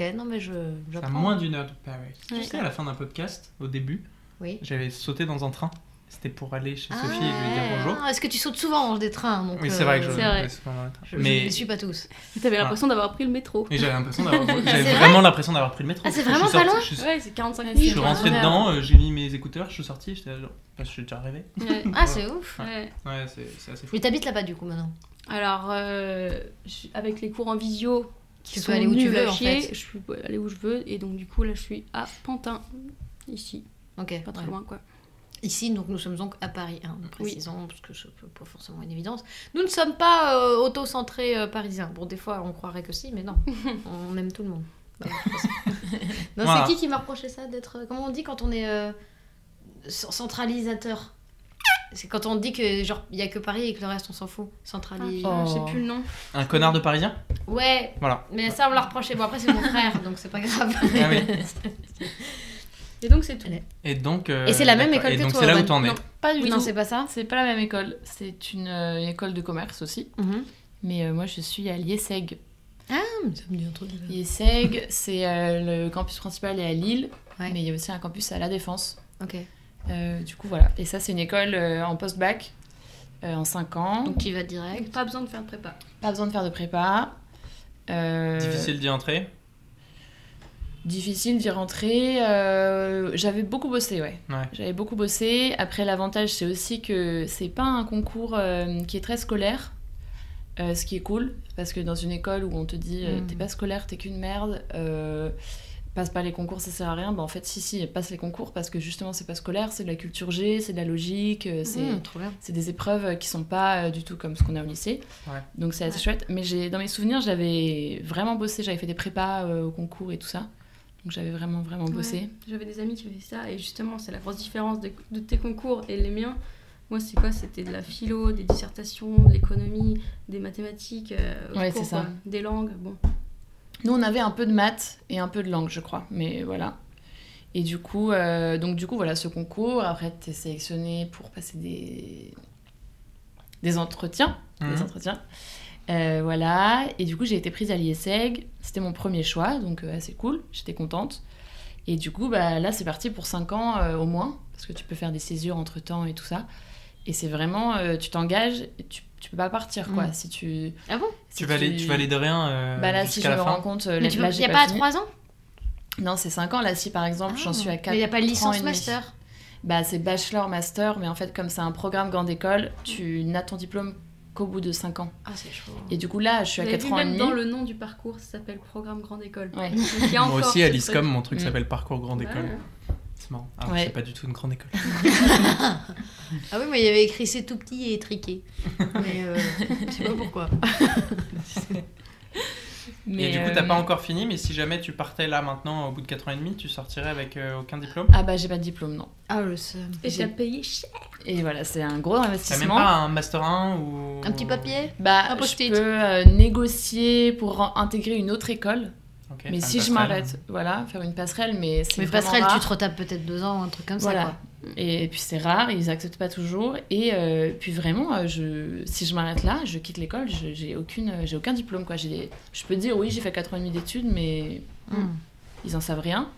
Speaker 3: Ok, non, mais je.
Speaker 2: C'est à
Speaker 3: j'apprends.
Speaker 2: moins d'une heure de Paris.
Speaker 5: Ouais.
Speaker 2: Tu sais, à la fin d'un podcast, au début,
Speaker 3: Oui.
Speaker 2: j'avais sauté dans un train. C'était pour aller chez Sophie et lui dire bonjour.
Speaker 3: Ah, Est-ce que tu sautes souvent des trains donc,
Speaker 2: Oui, c'est vrai que je
Speaker 3: euh,
Speaker 5: C'est vrai.
Speaker 2: mais c'est pas dans le train.
Speaker 3: Je, je
Speaker 2: Mais,
Speaker 3: les suis pas tous.
Speaker 5: T'avais
Speaker 2: Ah.
Speaker 5: l'impression d'avoir pris le métro.
Speaker 2: mais j'avais l'impression d'avoir. J'avais
Speaker 3: vrai
Speaker 2: vraiment l'impression d'avoir pris le métro.
Speaker 3: Ah, c'est
Speaker 2: Je suis
Speaker 3: vraiment pas
Speaker 2: sorti-
Speaker 3: loin
Speaker 2: Je suis,
Speaker 5: Ouais, c'est 45
Speaker 2: je suis
Speaker 5: minutes.
Speaker 2: rentrée
Speaker 4: Ouais.
Speaker 2: dedans, euh, j'ai mis mes écouteurs, je suis sorti, j'étais là, genre, bah, je suis déjà arrivé.
Speaker 5: Ouais.
Speaker 3: Ah, c'est ouf.
Speaker 5: Ouais.
Speaker 2: Ouais, c'est c'est assez fou.
Speaker 3: Mais t'habites là-bas du coup maintenant.
Speaker 5: Alors, euh, je- avec les cours en visio qui
Speaker 3: Tu peux
Speaker 5: sont
Speaker 3: aller où tu
Speaker 5: nuls à
Speaker 3: veux, en
Speaker 5: chier,
Speaker 3: fait.
Speaker 5: je suis allée où je veux et donc du coup là je suis à Pantin, ici,
Speaker 3: Ok.
Speaker 5: pas très
Speaker 3: ouais.
Speaker 5: loin quoi.
Speaker 3: Ici, donc nous sommes donc à Paris, hein, précisons, parce que ce n'est pas forcément une évidence. Nous ne sommes pas euh, auto-centrés euh, parisiens. Bon, des fois, on croirait que si, mais non. on aime tout le monde. Bah, je pense. non,
Speaker 2: Voilà.
Speaker 3: c'est qui qui m'a reproché ça d'être. euh, Comment on dit quand on est euh, c- centralisateur C'est quand on dit que genre il y a que Paris et que le reste on s'en fout. Centralise.
Speaker 4: Ah.
Speaker 5: Je sais plus le nom.
Speaker 2: Un connard de parisien
Speaker 3: Ouais,
Speaker 2: Voilà.
Speaker 3: Ah mais ça on me l'a reproché. Bon après c'est mon frère, donc c'est pas grave.
Speaker 2: Ah oui.
Speaker 5: Et donc c'est tout.
Speaker 3: Allez.
Speaker 2: Et donc. euh,
Speaker 3: Et c'est la même
Speaker 2: d'accord.
Speaker 3: école
Speaker 2: Et
Speaker 3: que
Speaker 2: donc
Speaker 3: toi,
Speaker 2: c'est là où
Speaker 3: Owen.
Speaker 2: t'en es.
Speaker 4: Non, pas du
Speaker 5: Oui,
Speaker 4: tout.
Speaker 3: non, c'est pas ça
Speaker 4: C'est pas la même école. C'est une euh, école de commerce aussi.
Speaker 3: Mhm.
Speaker 4: Mais euh, moi, je suis à l'IESEG.
Speaker 3: Hum, Ça me dit un truc.
Speaker 4: IESEG, c'est euh, le campus principal est à Lille,
Speaker 3: Ouais.
Speaker 4: mais il y a aussi un campus à La Défense.
Speaker 3: Ok.
Speaker 4: Euh, du coup, voilà. Et ça, c'est une école euh, en post-bac, euh, en 5 ans.
Speaker 3: Donc tu y vas direct.
Speaker 5: Donc, pas besoin de faire de prépa.
Speaker 4: pas besoin de faire de prépa. Euh,
Speaker 2: Difficile d'y entrer.
Speaker 4: difficile d'y rentrer. Euh, J'avais beaucoup bossé, ouais.
Speaker 2: Ouais.
Speaker 4: J'avais beaucoup bossé. Après, l'avantage, c'est aussi que c'est pas un concours euh, qui est très scolaire. euh, ce qui est cool, parce que dans une école où on te dit euh,
Speaker 3: Mm.
Speaker 4: t'es pas scolaire, t'es qu'une merde, euh, passe pas les concours, ça sert à rien, bah en fait, si, si, passe les concours parce que justement c'est pas scolaire, c'est de la culture G, c'est de la logique, euh, c'est
Speaker 3: Hum, trop bien.
Speaker 4: c'est des épreuves qui sont pas euh, du tout comme ce qu'on a au lycée.
Speaker 2: Ouais.
Speaker 4: Donc c'est assez
Speaker 3: Ouais.
Speaker 4: chouette. Mais j'ai, dans mes souvenirs, j'avais vraiment bossé. J'avais fait des prépas euh, au concours et tout ça. Donc j'avais vraiment, vraiment bossé.
Speaker 5: Ouais, J'avais des amis qui faisaient ça et justement c'est la grosse différence de, de tes concours et les miens. Moi c'est quoi C'était de la philo, des dissertations, de l'économie, des mathématiques, euh, au
Speaker 4: Ouais,
Speaker 5: cours,
Speaker 4: c'est ça.
Speaker 5: quoi. des langues. Bon,
Speaker 4: Nous, on avait un peu de maths et un peu de langue, je crois. Mais voilà. Et du coup, euh, donc du coup, voilà ce concours. Après, t'es sélectionné pour passer des, des entretiens. des
Speaker 3: Hein.
Speaker 2: Mhm.
Speaker 4: entretiens. Euh, voilà, et du coup j'ai été prise à l'IESEG, c'était mon premier choix, donc euh, assez cool, j'étais contente. Et du coup bah, là c'est parti pour 5 ans euh, au moins, parce que tu peux faire des césures entre temps et tout ça. Et c'est vraiment, euh, tu t'engages, et tu, tu peux pas partir quoi.
Speaker 3: Mm.
Speaker 4: Si tu,
Speaker 3: Ah bon
Speaker 4: si
Speaker 2: Tu, valides, tu valides rien euh,
Speaker 4: Bah là si je
Speaker 2: jusqu'à
Speaker 4: me
Speaker 2: la fin.
Speaker 4: rends compte, euh,
Speaker 3: Mais
Speaker 4: là,
Speaker 3: tu
Speaker 4: là,
Speaker 3: peux...
Speaker 4: j'ai
Speaker 3: y a pas
Speaker 4: fini.
Speaker 3: 3 ans
Speaker 4: Non c'est 5 ans, là si par exemple j'en
Speaker 3: Ah.
Speaker 4: suis à 4
Speaker 3: Mais y a pas
Speaker 4: ans et
Speaker 3: licence
Speaker 4: demi.
Speaker 3: master.
Speaker 4: Bah c'est bachelor, master, mais en fait comme c'est un programme grande école, tu n'as ton diplôme qu'au bout de 5 ans.
Speaker 3: Ah, c'est chaud.
Speaker 4: Et du coup là je suis à
Speaker 5: Vous avez
Speaker 4: 4
Speaker 5: vu,
Speaker 4: ans et
Speaker 5: même
Speaker 4: demi.
Speaker 5: dans le nom du parcours, ça s'appelle programme grande école.
Speaker 4: Ouais.
Speaker 5: Donc, il y a
Speaker 2: Moi
Speaker 5: encore
Speaker 2: aussi,
Speaker 5: ce
Speaker 2: à l'ISCOM,
Speaker 5: truc.
Speaker 2: mon truc
Speaker 4: Mm.
Speaker 2: s'appelle Parcours Grande
Speaker 5: Ouais.
Speaker 2: École. C'est marrant. Alors,
Speaker 4: Ouais.
Speaker 2: c'est pas du tout une grande école.
Speaker 3: Ah oui, mais il y avait écrit c'est tout petit et étriqué. mais euh, je sais pas pourquoi.
Speaker 4: Mais,
Speaker 2: et du coup,
Speaker 4: euh,
Speaker 2: t'as pas encore fini, mais si jamais tu partais là maintenant, au bout de 4 ans et demi, tu sortirais avec euh, aucun diplôme
Speaker 4: Ah bah j'ai pas de diplôme, non.
Speaker 3: Ah, le seum.
Speaker 5: Et
Speaker 4: J'ai-
Speaker 5: t'as payé cher.
Speaker 4: Et voilà, c'est un gros
Speaker 2: T'as même
Speaker 4: investissement.
Speaker 2: pas un Master 1 ou.
Speaker 3: Un petit papier
Speaker 4: Bah,
Speaker 3: un
Speaker 4: je
Speaker 3: post-it.
Speaker 4: peux euh, négocier pour en- intégrer une autre école.
Speaker 2: Ok,
Speaker 4: mais
Speaker 2: faire
Speaker 4: si
Speaker 2: une passerelle.
Speaker 4: je m'arrête, voilà, faire une passerelle, mais c'est
Speaker 3: Mais
Speaker 4: vraiment
Speaker 3: passerelle, tu
Speaker 4: rare.
Speaker 3: te retapes peut-être 2 ans, un truc comme ça.
Speaker 4: Voilà.
Speaker 3: Quoi.
Speaker 4: Et puis c'est rare, ils acceptent pas toujours. Et euh, puis vraiment, euh, je, si je m'arrête là, je quitte l'école, je- j'ai aucune, euh, j'ai aucun diplôme quoi. J'ai, je peux dire oui, j'ai fait 4 ans et demi d'études, mais
Speaker 3: Hum.
Speaker 4: ils en savent rien.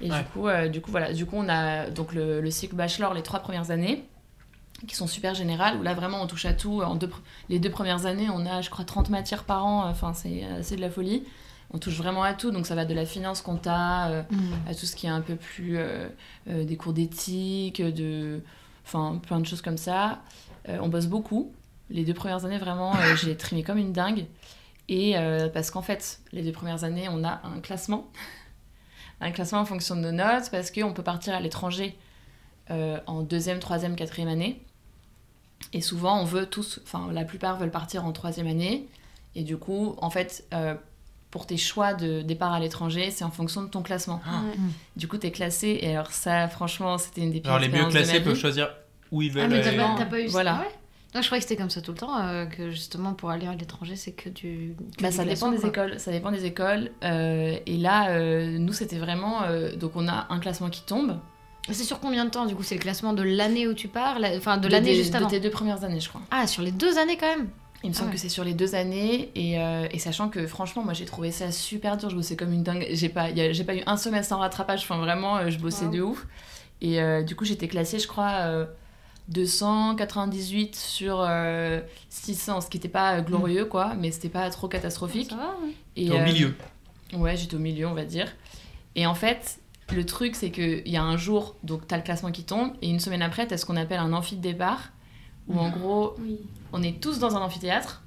Speaker 4: Et
Speaker 2: Ouais.
Speaker 4: du coup, euh, du coup voilà, du coup on a donc le, le cycle bachelor les trois premières années qui sont super générales où là vraiment on touche à tout. En deux, pr- les deux premières années, on a je crois 30 matières par an. Enfin c'est assez de la folie. On touche vraiment à tout, donc ça va de la finance, compta, euh,
Speaker 3: Hum.
Speaker 4: à tout ce qui est un peu plus euh, euh, des cours d'éthique, de, enfin plein de choses comme ça. Euh, on bosse beaucoup. Les deux premières années vraiment, euh, j'ai trimé comme une dingue. Et euh, parce qu'en fait, les deux premières années, on a un classement, un classement en fonction de nos notes, parce qu'on peut partir à l'étranger euh, en deuxième, troisième, quatrième année. Et souvent, on veut tous, enfin la plupart veulent partir en troisième année. Et du coup, en fait, euh, pour tes choix de départ à l'étranger, c'est en fonction de ton classement.
Speaker 2: Ah.
Speaker 5: Ouais.
Speaker 4: Du coup, t'es classé. Et alors ça, franchement, c'était une des pires
Speaker 2: Genre, les mieux
Speaker 4: expériences de ma
Speaker 2: classés
Speaker 4: vie.
Speaker 2: peuvent choisir où ils veulent. euh,
Speaker 3: Ah, mais t'as
Speaker 2: aller.
Speaker 3: pas, t'as pas eu ça
Speaker 4: Voilà.
Speaker 3: Ouais. Non, je croyais que c'était comme ça tout le temps, euh, que justement pour aller à l'étranger, c'est que du. que
Speaker 4: Bah,
Speaker 3: du
Speaker 4: ça
Speaker 3: classement,
Speaker 4: dépend des
Speaker 3: quoi.
Speaker 4: écoles. Ça dépend des écoles. Euh, et là, euh, nous, c'était vraiment. euh, donc, on a un classement qui tombe.
Speaker 3: C'est sur combien de temps du coup C'est le classement de l'année où tu pars la- Enfin, de
Speaker 4: De
Speaker 3: l'année
Speaker 4: tes-
Speaker 3: juste avant
Speaker 4: De tes deux premières années, je crois.
Speaker 3: Ah, sur les deux années quand même
Speaker 4: Il me
Speaker 3: Ah
Speaker 4: semble
Speaker 3: ouais.
Speaker 4: que c'est sur les deux années. Et, euh, et sachant que, franchement, moi, j'ai trouvé ça super dur. Je bossais comme une dingue. J'ai pas, y a- j'ai pas eu un semestre en rattrapage. Enfin, vraiment, euh, je bossais
Speaker 5: Wow.
Speaker 4: de ouf. Et euh, du coup, j'étais classée, je crois. euh, 298 sur euh, 600, ce qui n'était pas euh, glorieux quoi, mais c'était pas trop catastrophique.
Speaker 5: Ça va, hein. ouais.
Speaker 4: Et,
Speaker 2: Au
Speaker 4: euh,
Speaker 2: milieu.
Speaker 4: Ouais, j'étais au milieu, on va dire. Et en fait, le truc, c'est qu'il y a un jour, donc t'as le classement qui tombe, et une semaine après, t'as ce qu'on appelle un amphi de départ, où en
Speaker 3: Mmh.
Speaker 4: gros,
Speaker 5: Oui.
Speaker 4: on est tous dans un amphithéâtre,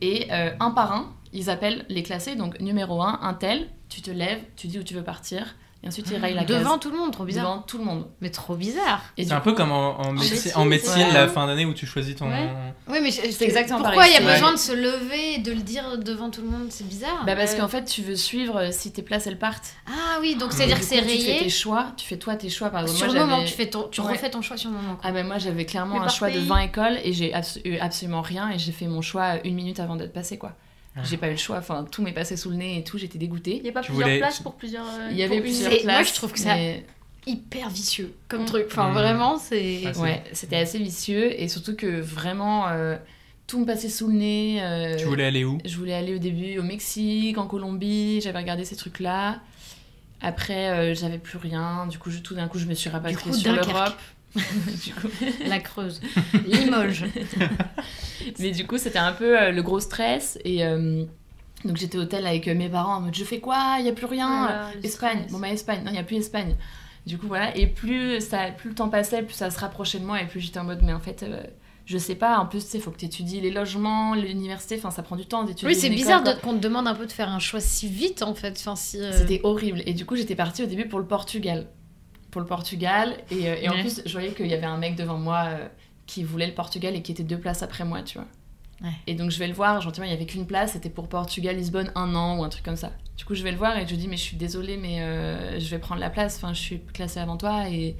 Speaker 4: et euh, un par un, ils appellent les classés, donc numéro un, un tel, tu te lèves, tu dis où tu veux partir, et ensuite ils rayent la case.
Speaker 3: Devant tout le monde, trop bizarre.
Speaker 4: Devant tout le monde.
Speaker 3: Mais trop bizarre
Speaker 4: Et
Speaker 2: C'est
Speaker 4: du
Speaker 2: un peu
Speaker 4: coup,
Speaker 2: comme en, en médecine, en
Speaker 5: médecine,
Speaker 2: médecine
Speaker 5: ouais.
Speaker 2: la fin d'année où tu choisis ton.
Speaker 5: Ouais.
Speaker 3: Oui, mais je- je-
Speaker 4: C'est exactement
Speaker 3: pourquoi
Speaker 4: pareil,
Speaker 3: il y a
Speaker 2: c'est-
Speaker 3: besoin de se lever et de le dire devant tout le monde C'est bizarre.
Speaker 4: Bah parce
Speaker 5: Ouais.
Speaker 4: qu'en fait, tu veux suivre euh, si tes places elles partent.
Speaker 3: Ah oui, donc
Speaker 2: Mais
Speaker 3: c'est-à-dire
Speaker 4: Du
Speaker 3: que
Speaker 4: coup,
Speaker 3: c'est
Speaker 4: Tu fais tes
Speaker 3: rayé
Speaker 4: choix, tu fais toi tes choix par exemple.
Speaker 3: sur
Speaker 4: Moi,
Speaker 3: le moment,
Speaker 4: j'avais-
Speaker 3: tu, fais ton, tu
Speaker 4: Ouais.
Speaker 3: refais ton choix sur le moment. quoi.
Speaker 4: Ah ben moi j'avais clairement
Speaker 5: Mais
Speaker 4: un
Speaker 5: par
Speaker 4: choix de
Speaker 5: pays.
Speaker 4: 20 écoles et j'ai abs- eu absolument rien et j'ai fait mon choix une minute avant d'être passée quoi.
Speaker 2: Ah.
Speaker 4: J'ai pas eu le choix, enfin tout m'est passé sous le nez et tout, j'étais
Speaker 5: Il
Speaker 4: dégoûtée.
Speaker 5: n'y a pas
Speaker 2: Tu
Speaker 5: plusieurs
Speaker 2: voulais-
Speaker 5: places pour plusieurs. euh,
Speaker 4: Il y avait
Speaker 5: pour une-
Speaker 4: plusieurs
Speaker 3: C'est-
Speaker 4: places.
Speaker 3: moi, je trouve que ça-
Speaker 4: mais-
Speaker 3: hyper vicieux comme
Speaker 5: Mm.
Speaker 3: truc. Enfin,
Speaker 2: Mm.
Speaker 3: vraiment, c'est.
Speaker 2: Ah, c'est-
Speaker 4: Ouais, c'était assez vicieux et surtout que vraiment euh, tout me passait sous le nez. euh,
Speaker 2: Tu voulais aller où
Speaker 4: Je voulais aller au début au Mexique, en Colombie, j'avais regardé ces trucs-là. Après, euh, j'avais plus rien. Du coup, je, tout d'un coup, je me suis rapatriée
Speaker 3: coup,
Speaker 4: sur
Speaker 3: Dunkerque.
Speaker 4: l'Europe. Du coup-
Speaker 3: La Creuse, Limoges.
Speaker 4: Mais du coup, c'était un peu euh, le gros stress. Et euh, donc, j'étais au hôtel avec euh, mes parents en mode je fais quoi Il n'y a plus rien. Ah, Espagne, bon bah Espagne, non, il n'y a plus Espagne. Du coup, voilà, et plus, ça, plus le temps passait, plus ça se rapprochait de moi, et plus j'étais en mode, mais en fait, euh, je sais pas, en plus, tu sais, faut que tu étudies les logements, l'université, enfin, ça prend du temps d'étudier.
Speaker 3: Oui, c'est
Speaker 4: une
Speaker 3: bizarre
Speaker 4: école,
Speaker 3: de- qu'on te demande un peu de faire un choix si vite en fait. Enfin, si, euh,
Speaker 4: quoi. C'était horrible, et du coup, j'étais partie au début pour le Portugal. Pour le Portugal, et, euh, et en
Speaker 3: Ouais.
Speaker 4: plus, je voyais qu'il y avait un mec devant moi euh, qui voulait le Portugal et qui était deux places après moi, tu vois.
Speaker 3: Ouais.
Speaker 4: Et donc, je vais le voir, gentiment, il y avait qu'une place, c'était pour Portugal, Lisbonne, un an ou un truc comme ça. Du coup, je vais le voir et je lui dis, mais je suis désolée, mais euh, je vais prendre la place. Enfin, je suis classée avant toi et,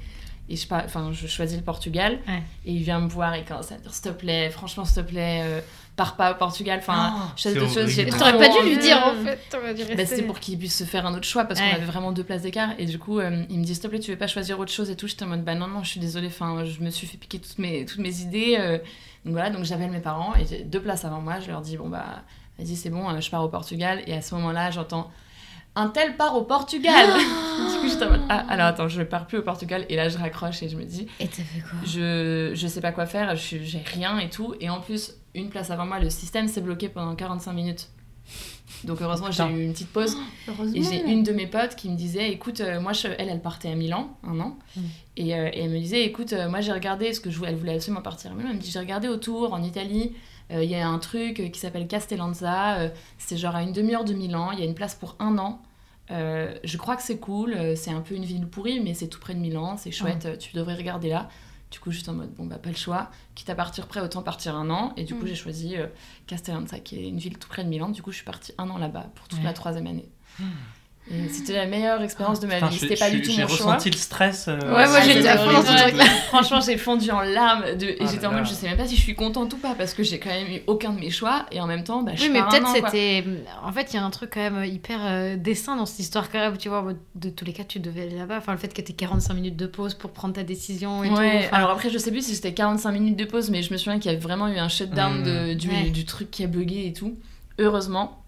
Speaker 4: et je, par- enfin, je choisis le Portugal.
Speaker 3: Ouais.
Speaker 4: Et il vient me voir et commence à me dire, s'il te plaît, franchement, s'il te plaît, euh, pars pas au Portugal. Enfin,
Speaker 3: Ah.
Speaker 2: Oh,
Speaker 4: je choisis
Speaker 2: c'est
Speaker 4: d'autres choses.
Speaker 2: horrible.
Speaker 4: j'ai
Speaker 3: T'aurais
Speaker 4: trop
Speaker 3: pas dû
Speaker 4: envie.
Speaker 3: lui dire en
Speaker 5: Mm.
Speaker 3: fait. T'aurais dû rester.
Speaker 4: Bah, c'est pour qu'il puisse se faire un autre choix parce
Speaker 3: Ouais.
Speaker 4: qu'on avait vraiment deux places d'écart et du coup euh, il me dit s'il te plaît tu veux pas choisir autre chose et tout j'étais en mode bah non non je suis désolée enfin je me suis fait piquer toutes mes toutes mes idées euh. donc voilà donc j'appelle mes parents et j'ai deux places avant moi je leur dis bon bah vas-y c'est bon euh, je pars au Portugal et à ce moment là j'entends un tel part au Portugal du coup j'étais en mode ah alors attends je pars plus au Portugal et là je raccroche et je me dis
Speaker 3: Et t'as fait quoi
Speaker 4: je, je sais pas quoi faire, je suis- j'ai rien et tout. Et en plus, une place avant moi, le système s'est bloqué pendant 45 minutes. Donc heureusement, j'ai
Speaker 2: Putain.
Speaker 4: eu une petite pause. Et j'ai une de mes potes qui me disait, écoute, euh, moi, je- elle, elle partait à Milan, un an.
Speaker 3: Mm.
Speaker 4: Et, euh, et elle me disait, écoute, euh, moi, j'ai regardé, ce que je voulais, elle voulait absolument partir à Milan. Elle me dit, j'ai regardé autour, en Italie, euh, il y a un truc euh, qui s'appelle Castellanza. euh, c'est genre à une demi-heure de Milan, il y a une place pour un an. Euh, je crois que c'est cool, euh, c'est un peu une ville pourrie, mais c'est tout près de Milan, c'est chouette, euh, tu devrais regarder là. Du coup, j'étais en mode, bon, bah, pas le choix. Quitte à partir près, autant partir un an. Et du coup,
Speaker 5: Mm.
Speaker 4: j'ai choisi euh, Castellanza, qui est une ville tout près de Milan. Du coup, je suis partie un an là-bas pour toute
Speaker 2: Ouais.
Speaker 4: la troisième année. Et C'était la meilleure expérience de ma
Speaker 2: Putain,
Speaker 4: vie.
Speaker 2: je-
Speaker 4: C'était pas
Speaker 2: je-
Speaker 4: du tout
Speaker 2: J'ai
Speaker 4: mon choix. Ah,
Speaker 2: ressenti le stress. euh,
Speaker 4: Ouais, moi,
Speaker 2: c'est
Speaker 4: j'étais à fond dans ce
Speaker 2: horrible.
Speaker 4: Franchement, j'ai fondu en larmes. De... Et
Speaker 2: Ah là
Speaker 4: j'étais en mode,
Speaker 2: là.
Speaker 4: je sais même pas si je suis contente ou pas, parce que j'ai quand même eu aucun de mes choix. Et en même temps, bah, je
Speaker 3: Oui, mais
Speaker 4: pars un
Speaker 3: peut-être
Speaker 4: an, quoi.
Speaker 3: c'était. En fait, il y a un truc quand même hyper euh, dessin dans cette histoire quand même. Tu vois, de tous les cas, tu devais aller là-bas. Enfin, le fait que t'aies 45 minutes de pause pour prendre ta décision et
Speaker 4: Ouais,
Speaker 3: tout. Enfin,
Speaker 4: alors après, je sais plus si c'était 45 minutes de pause, mais je me souviens qu'il y a vraiment eu un shutdown
Speaker 2: Mm.
Speaker 4: de- du,
Speaker 3: Ouais.
Speaker 4: du truc qui a bugué et tout. Heureusement.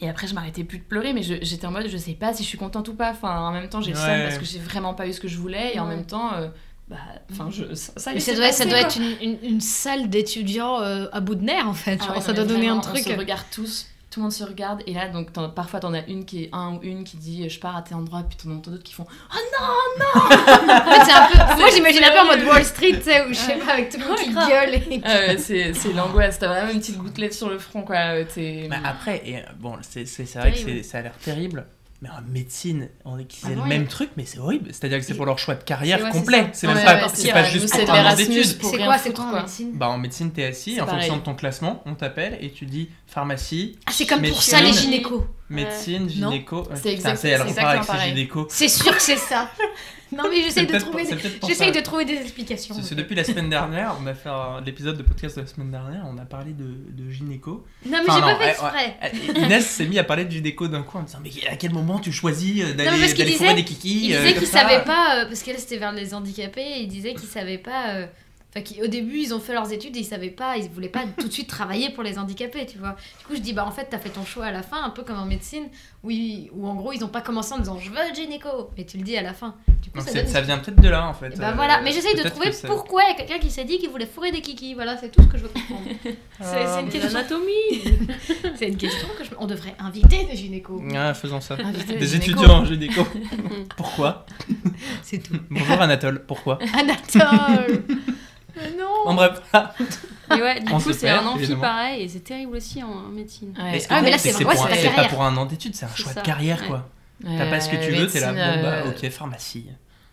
Speaker 4: Et après, je m'arrêtais plus de pleurer, mais je- j'étais en mode, je sais pas si je suis contente ou pas. Enfin, en même temps, j'ai le seum
Speaker 2: Ouais.
Speaker 4: parce que j'ai vraiment pas eu ce que je voulais. Et en
Speaker 3: Ouais.
Speaker 4: même temps, euh, bah, enfin, je. Ça, ça y est,
Speaker 3: Mais ça
Speaker 4: c'est
Speaker 3: doit,
Speaker 4: passé,
Speaker 3: ça doit
Speaker 4: quoi.
Speaker 3: être une, une- une salle d'étudiants euh, à bout de nerfs en fait.
Speaker 4: Ah
Speaker 3: Genre,
Speaker 4: ouais,
Speaker 3: ça
Speaker 4: non,
Speaker 3: doit
Speaker 4: mais
Speaker 3: donner
Speaker 4: vraiment,
Speaker 3: un truc.
Speaker 4: On se regarde tous, tout le monde se regarde, et là, donc, t'en- parfois, t'en as une qui est un ou une qui dit euh, je pars à tel endroit, puis t'en entends d'autres qui font
Speaker 3: En fait, c'est un peu- Moi,
Speaker 4: C'est-
Speaker 3: j'imagine
Speaker 4: c'est
Speaker 3: un peu en mode
Speaker 4: horrible.
Speaker 3: Wall Street, tu sais, où je sais pas, avec tout le monde qui
Speaker 4: grave.
Speaker 3: gueule. et-
Speaker 4: Ah ouais, c'est c'est l'angoisse, t'as vraiment une petite gouttelette sur le front, quoi. euh, t'es-
Speaker 2: Bah, après, et, euh, bon, c'est c'est- c'est vrai que
Speaker 3: Terrible.
Speaker 2: c'est- ça a l'air terrible. Mais en médecine, on est qu'ils
Speaker 3: Ah
Speaker 2: aient
Speaker 3: non,
Speaker 2: le
Speaker 3: il y a-
Speaker 2: même truc, mais c'est horrible. C'est-à-dire que c'est
Speaker 4: Il-
Speaker 2: pour leur choix de
Speaker 4: C'est-
Speaker 2: carrière
Speaker 4: ouais,
Speaker 2: complet.
Speaker 4: c'est
Speaker 2: C'est
Speaker 4: ça.
Speaker 2: même
Speaker 4: Ouais,
Speaker 2: pas,
Speaker 4: ouais,
Speaker 2: c'est
Speaker 4: c'est
Speaker 2: pas
Speaker 4: ça. Nous,
Speaker 2: juste
Speaker 4: c'est
Speaker 2: pour un an
Speaker 4: Erasmus.
Speaker 2: d'études.
Speaker 4: Pour
Speaker 3: C'est
Speaker 4: rien
Speaker 3: quoi, c'est
Speaker 4: foutre,
Speaker 3: quoi en
Speaker 4: quoi.
Speaker 3: médecine
Speaker 2: Bah, en médecine, t'es assis,
Speaker 4: C'est
Speaker 2: en fonction
Speaker 4: pareil.
Speaker 2: de ton classement, on t'appelle et tu dis pharmacie,
Speaker 3: Ah, c'est comme pour
Speaker 2: Médecine.
Speaker 3: ça les gynécos.
Speaker 2: médecine,
Speaker 3: Non.
Speaker 2: gynéco. Ah,
Speaker 4: C'est
Speaker 2: putain,
Speaker 4: exact-
Speaker 2: elle
Speaker 4: c'est
Speaker 2: repart
Speaker 4: exactement
Speaker 2: avec ses
Speaker 4: pareil.
Speaker 2: gynéco.
Speaker 3: C'est sûr que c'est ça. Non, mais
Speaker 2: C'est
Speaker 3: j'essaye de
Speaker 2: peut-être pour-
Speaker 3: trouver.
Speaker 2: c'est
Speaker 3: des-
Speaker 2: peut-être pour
Speaker 3: J'essaye
Speaker 2: ça.
Speaker 3: de trouver des explications.
Speaker 2: C'est c'est depuis la semaine dernière, on a fait un- l'épisode de podcast de la semaine dernière, on a parlé de, de gynéco.
Speaker 3: Non, mais
Speaker 2: Enfin,
Speaker 3: j'ai
Speaker 2: non,
Speaker 3: pas fait
Speaker 2: ouais,
Speaker 3: exprès.
Speaker 2: Euh, Inès s'est mise à parler de gynéco d'un coup en me disant Mais à quel moment tu choisis euh,
Speaker 3: Non, mais
Speaker 2: d'aller
Speaker 3: parce qu'il
Speaker 2: d'aller
Speaker 3: disait-
Speaker 2: fourrer des kikis
Speaker 3: Il
Speaker 2: euh,
Speaker 3: disait
Speaker 2: comme
Speaker 3: qu'il
Speaker 2: ça
Speaker 3: savait pas, euh, parce qu'elle c'était vers les handicapés, et il disait qu'il savait pas. euh, Enfin, qu'au début, ils ont fait leurs études et ils savaient pas, ils voulaient pas tout de suite travailler pour les handicapés, tu vois. Du coup, je dis, bah en fait, t'as fait ton choix à la fin, un peu comme en médecine, où, ils- où en gros, ils ont pas commencé en disant je veux être gynéco, mais tu le dis à la fin. Du coup,
Speaker 2: Donc
Speaker 3: ça
Speaker 2: c'est-
Speaker 3: donne.
Speaker 2: ça vient peut-être de là en fait.
Speaker 3: Et bah
Speaker 2: Euh,
Speaker 3: voilà, mais j'essaye de
Speaker 2: peut-être
Speaker 3: trouver
Speaker 2: que ça-
Speaker 3: pourquoi il y a quelqu'un qui s'est dit qu'il voulait fourrer des kikis. Voilà, c'est tout ce que je veux comprendre.
Speaker 2: Euh,
Speaker 3: c'est c'est
Speaker 4: Ah.
Speaker 3: une, question-
Speaker 5: L'anatomie
Speaker 3: c'est une question que je. On devrait inviter des gynécos.
Speaker 2: Ah, faisons ça.
Speaker 4: Inviter les
Speaker 2: Des
Speaker 4: gynécos.
Speaker 2: étudiants en gynéco. Pourquoi
Speaker 3: C'est tout.
Speaker 2: Bonjour Anatole, pourquoi
Speaker 3: Anatole Mais
Speaker 2: En
Speaker 3: Non
Speaker 2: bref.
Speaker 5: Mais ouais, du
Speaker 2: On
Speaker 5: coup,
Speaker 2: se
Speaker 5: c'est
Speaker 2: perd,
Speaker 5: un amphi
Speaker 2: évidemment.
Speaker 5: pareil et c'est terrible aussi en en médecine.
Speaker 4: Ouais.
Speaker 2: Est-ce que
Speaker 3: Ah, mais
Speaker 2: t'es-
Speaker 3: là, c'est
Speaker 2: c'est
Speaker 3: vrai,
Speaker 2: pour
Speaker 3: c'est
Speaker 2: un-
Speaker 3: ta
Speaker 2: c'est pas
Speaker 3: carrière.
Speaker 2: pour un an d'études, c'est un
Speaker 5: C'est
Speaker 2: choix
Speaker 5: ça,
Speaker 2: de carrière
Speaker 5: ouais.
Speaker 2: quoi.
Speaker 4: Ouais,
Speaker 2: T'as pas ce que tu veux, t'es là, bon
Speaker 4: Euh, médecine,
Speaker 2: bah
Speaker 4: euh,
Speaker 2: ok, pharmacie.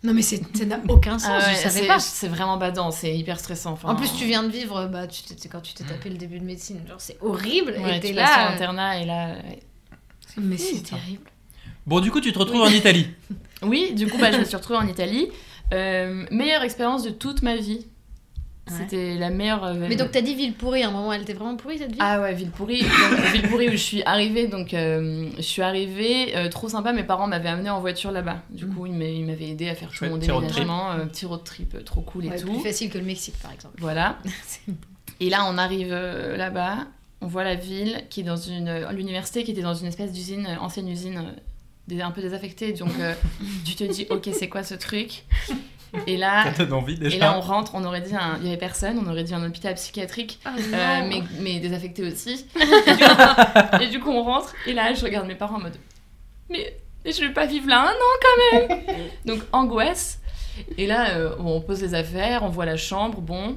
Speaker 3: Non, mais c'est- ça n'a aucun sens,
Speaker 4: Ah ouais,
Speaker 3: je savais
Speaker 4: c'est-
Speaker 3: pas.
Speaker 4: C'est vraiment badant, c'est hyper stressant. enfin.
Speaker 3: En plus,
Speaker 2: Oh.
Speaker 3: tu viens de vivre, bah, tu t'es- c'est quand tu t'es tapé le début de médecine. Genre, c'est horrible.
Speaker 4: Ouais,
Speaker 3: et t'es
Speaker 4: tu passes en
Speaker 3: là. euh,
Speaker 4: internat et là. ouais.
Speaker 3: Mais c'est
Speaker 2: putain.
Speaker 3: terrible.
Speaker 2: Bon, du coup, tu te retrouves en Italie.
Speaker 4: Oui, du coup, bah, je me suis retrouvée en Italie. Euh, meilleure expérience de toute ma vie. C'était la meilleure. euh,
Speaker 3: Mais donc t'as dit ville pourrie, à un moment elle était vraiment pourrie cette ville
Speaker 4: Ah ouais, Villepourri, donc, Villepourri où je suis arrivée, donc euh, je suis arrivée, euh, trop sympa, mes parents m'avaient amenée en voiture là-bas. Du coup, ils m'a- ils m'avaient aidé à faire tout
Speaker 2: Mm. Chouette,
Speaker 4: mon
Speaker 2: petit road trip.
Speaker 4: déménagement, euh, petit road trip, euh, trop cool et
Speaker 3: Ouais,
Speaker 4: tout.
Speaker 3: Plus facile que le Mexique par exemple.
Speaker 4: Voilà.
Speaker 3: C'est-
Speaker 4: Et là, on arrive euh, là-bas, on voit la ville qui est dans une euh, l'université qui était dans une espèce d'usine, euh, ancienne usine, euh, dé- un peu désaffectée. Donc, euh, tu te dis, ok, c'est quoi ce truc Et là,
Speaker 2: Ça donne envie déjà.
Speaker 4: Ah. et là, on rentre. On aurait dit, un- il y avait personne. On aurait dit un hôpital psychiatrique, euh, mais, mais désaffecté aussi. Et du, coup, et du coup, on rentre. Et là, je regarde mes parents en mode, mais je vais pas vivre là un an quand même. Donc, angoisse. Et là, euh, on pose les affaires, on voit la chambre. Bon,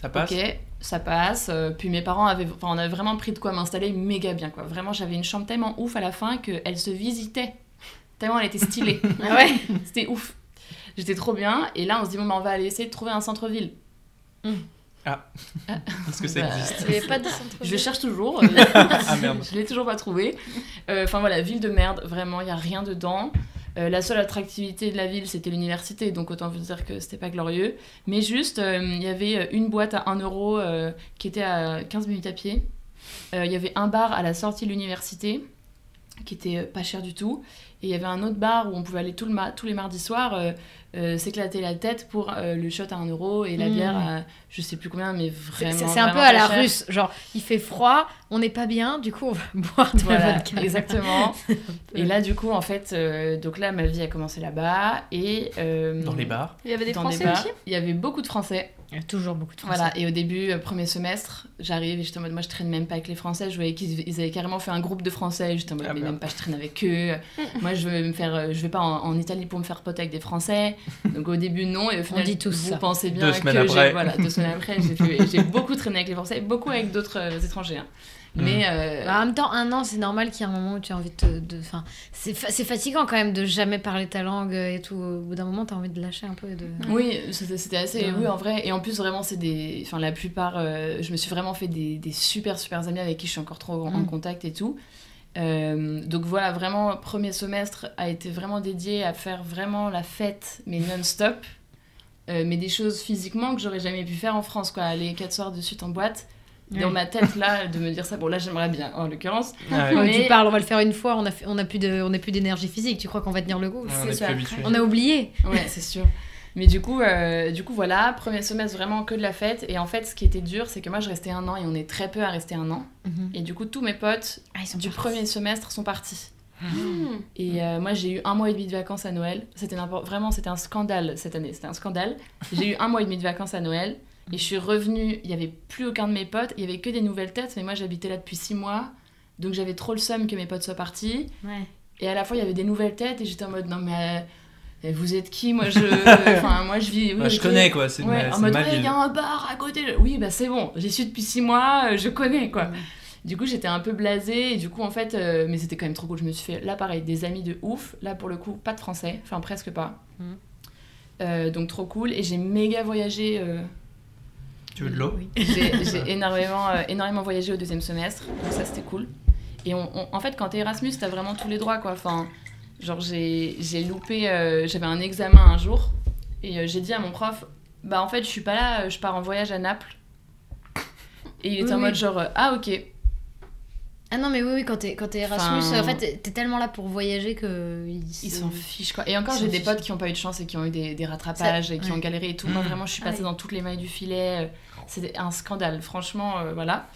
Speaker 2: Ça passe.
Speaker 4: Ok, ça passe. Euh, Puis mes parents avaient, enfin, on avait vraiment pris de quoi m'installer méga bien quoi. Vraiment, j'avais une chambre tellement ouf à la fin que elle se visitait. Tellement elle était stylée.
Speaker 3: Ah ouais
Speaker 4: C'était ouf. J'étais trop bien. Et là, on se dit bon, bah, on va aller essayer de trouver un centre-ville.
Speaker 2: Parce que ça
Speaker 4: Bah,
Speaker 2: existe.
Speaker 3: Il y avait pas de centre
Speaker 4: Je cherche toujours.
Speaker 2: Ah, merde.
Speaker 4: Je l'ai toujours pas trouvé. Euh, Enfin voilà, ville de merde. Vraiment, il y a rien dedans. Euh, la seule attractivité de la ville, c'était l'université, donc autant vous dire que c'était pas glorieux. Mais juste, euh, il y avait une boîte à 1 euro euh, qui était à 15 minutes à pied. Euh, Il y avait un bar à la sortie de l'université qui était euh, pas cher du tout. Et il y avait un autre bar où on pouvait aller tout le ma- tous les mardis soirs euh, euh, s'éclater la tête pour euh, le shot à 1 euro et la
Speaker 3: Mm.
Speaker 4: bière à je sais plus combien, mais vraiment.
Speaker 3: C'est c'est un peu
Speaker 4: vraiment
Speaker 3: à la
Speaker 4: pas cher.
Speaker 3: russe, genre il fait froid, on n'est pas bien, du coup on va boire de la
Speaker 4: Voilà,
Speaker 3: vodka.
Speaker 4: exactement. et là, du coup, en fait, euh, donc là, ma vie a commencé là-bas et euh,
Speaker 2: Dans les bars.
Speaker 5: Il y avait des
Speaker 4: dans
Speaker 5: Français
Speaker 4: les bars,
Speaker 5: aussi
Speaker 4: Il y avait beaucoup de Français.
Speaker 3: Il y a toujours beaucoup de
Speaker 4: Voilà. Et au début, euh, premier semestre, j'arrive et j'étais en mode, moi, je traîne même pas avec les Français. Je voyais qu'ils ils avaient carrément fait un groupe de Français. J'étais en mode,
Speaker 2: Ah,
Speaker 4: mais
Speaker 2: merde.
Speaker 4: même pas, je traîne avec eux. moi, je vais me faire, euh, je vais pas en, en Italie pour me faire pote avec des Français. Donc au début, non. Et au final,
Speaker 3: dit tous
Speaker 4: vous
Speaker 3: ça.
Speaker 4: pensez bien
Speaker 2: Deux
Speaker 4: que
Speaker 2: semaines
Speaker 4: j'ai-
Speaker 2: après.
Speaker 4: voilà, deux semaines après, j'ai fait- j'ai beaucoup traîné avec les Français, et beaucoup avec d'autres euh, étrangers. hein.
Speaker 2: Mm.
Speaker 4: Mais euh,
Speaker 3: Bah, en même temps, un an, c'est normal qu'il y ait un moment où tu as envie de. te- de enfin, c'est fa- c'est fatigant quand même de jamais parler ta langue et tout. Au bout d'un moment, tu as envie de lâcher un peu et de.
Speaker 4: Oui, c'était c'était assez.
Speaker 3: Mm. Ouais.
Speaker 4: Oui, en vrai. Et en plus, vraiment, c'est des. Enfin, la plupart. euh, je me suis vraiment fait des, des super, super amis avec qui je suis encore trop en- en
Speaker 3: Mm.
Speaker 4: contact et tout. Euh, donc voilà, vraiment, premier semestre a été vraiment dédié à faire vraiment la fête, mais non-stop. Euh, mais des choses physiquement que j'aurais jamais pu faire en France, quoi. Aller quatre soirs de suite en boîte. Dans
Speaker 3: Ouais.
Speaker 4: ma tête, là, de me dire ça, bon, là, j'aimerais bien, en l'occurrence.
Speaker 2: Ah,
Speaker 3: Oh,
Speaker 2: ouais.
Speaker 4: Mais-
Speaker 3: Tu parles, on va le faire une fois, on a, fait- on a plus de- on a plus d'énergie physique, tu crois qu'on va tenir le coup
Speaker 2: Ouais,
Speaker 4: c'est
Speaker 2: on est plus
Speaker 4: ça.
Speaker 2: habitué. Bah,
Speaker 3: On a oublié.
Speaker 4: Ouais, c'est sûr. Mais du coup, euh, du coup, voilà, premier semestre vraiment que de la fête. Et en fait, ce qui était dur, c'est que moi, je restais un an et on est très peu à rester un an. Et du coup, tous mes potes
Speaker 3: Ah, ils sont
Speaker 4: du
Speaker 3: partis.
Speaker 4: premier semestre sont partis.
Speaker 5: Hmm.
Speaker 4: Et euh, moi, j'ai eu un mois et demi de vacances à Noël. C'était n'importe- vraiment, c'était un scandale cette année. C'était un scandale. J'ai eu un mois et demi de vacances à Noël. Et je suis revenue. Il n'y avait plus aucun de mes potes. Il y avait que des nouvelles têtes. Mais moi, j'habitais là depuis six mois. Donc, j'avais trop le seum que mes potes soient partis.
Speaker 3: Ouais.
Speaker 4: Et à la fois, il y avait des nouvelles têtes et j'étais en mode non mais euh, vous êtes qui Moi je, enfin moi je vis. oui,
Speaker 2: Bah, je
Speaker 4: ok.
Speaker 2: connais quoi, c'est de ma,
Speaker 4: Ouais, en
Speaker 2: c'est de
Speaker 4: mode
Speaker 2: ma
Speaker 4: ouais, il
Speaker 2: ville.
Speaker 4: y a un bar à côté. Oui bah c'est bon, j'y suis depuis six mois, euh, je connais quoi.
Speaker 3: Ouais.
Speaker 4: Du coup j'étais un peu blasée et du coup en fait, euh, mais c'était quand même trop cool. Je me suis fait là pareil des amis de ouf. Là pour le coup pas de français, enfin presque pas.
Speaker 3: Mhm.
Speaker 4: Euh, donc trop cool et j'ai méga voyagé. euh,
Speaker 2: Tu veux de l'eau
Speaker 4: j'ai j'ai énormément, euh, énormément voyagé au deuxième semestre, donc ça c'était cool. Et on, on- en fait, quand t'es Erasmus, t'as vraiment tous les droits quoi. Enfin, genre j'ai j'ai loupé, euh, j'avais un examen un jour et euh, j'ai dit à mon prof, bah en fait je suis pas là, euh, je pars en voyage à Naples. Et il était
Speaker 3: Oui,
Speaker 4: en
Speaker 3: oui.
Speaker 4: mode genre euh, ah ok.
Speaker 3: Ah non, mais oui, oui quand t'es quand t'es Erasmus,
Speaker 4: Enfin-
Speaker 3: en fait, t'es- t'es tellement là pour voyager que.
Speaker 4: Ils s'en fichent quoi. Et encore
Speaker 3: Ils
Speaker 4: j'ai
Speaker 3: s'en
Speaker 4: des
Speaker 3: fichent.
Speaker 4: potes qui ont pas eu de chance et qui ont eu des, des rattrapages et qui
Speaker 3: ouais.
Speaker 4: ont galéré et tout. Moi
Speaker 3: Mm.
Speaker 2: Mmh.
Speaker 4: vraiment je suis passée
Speaker 5: Ah oui.
Speaker 4: dans toutes les mailles du filet. euh, C'est un scandale franchement euh, voilà.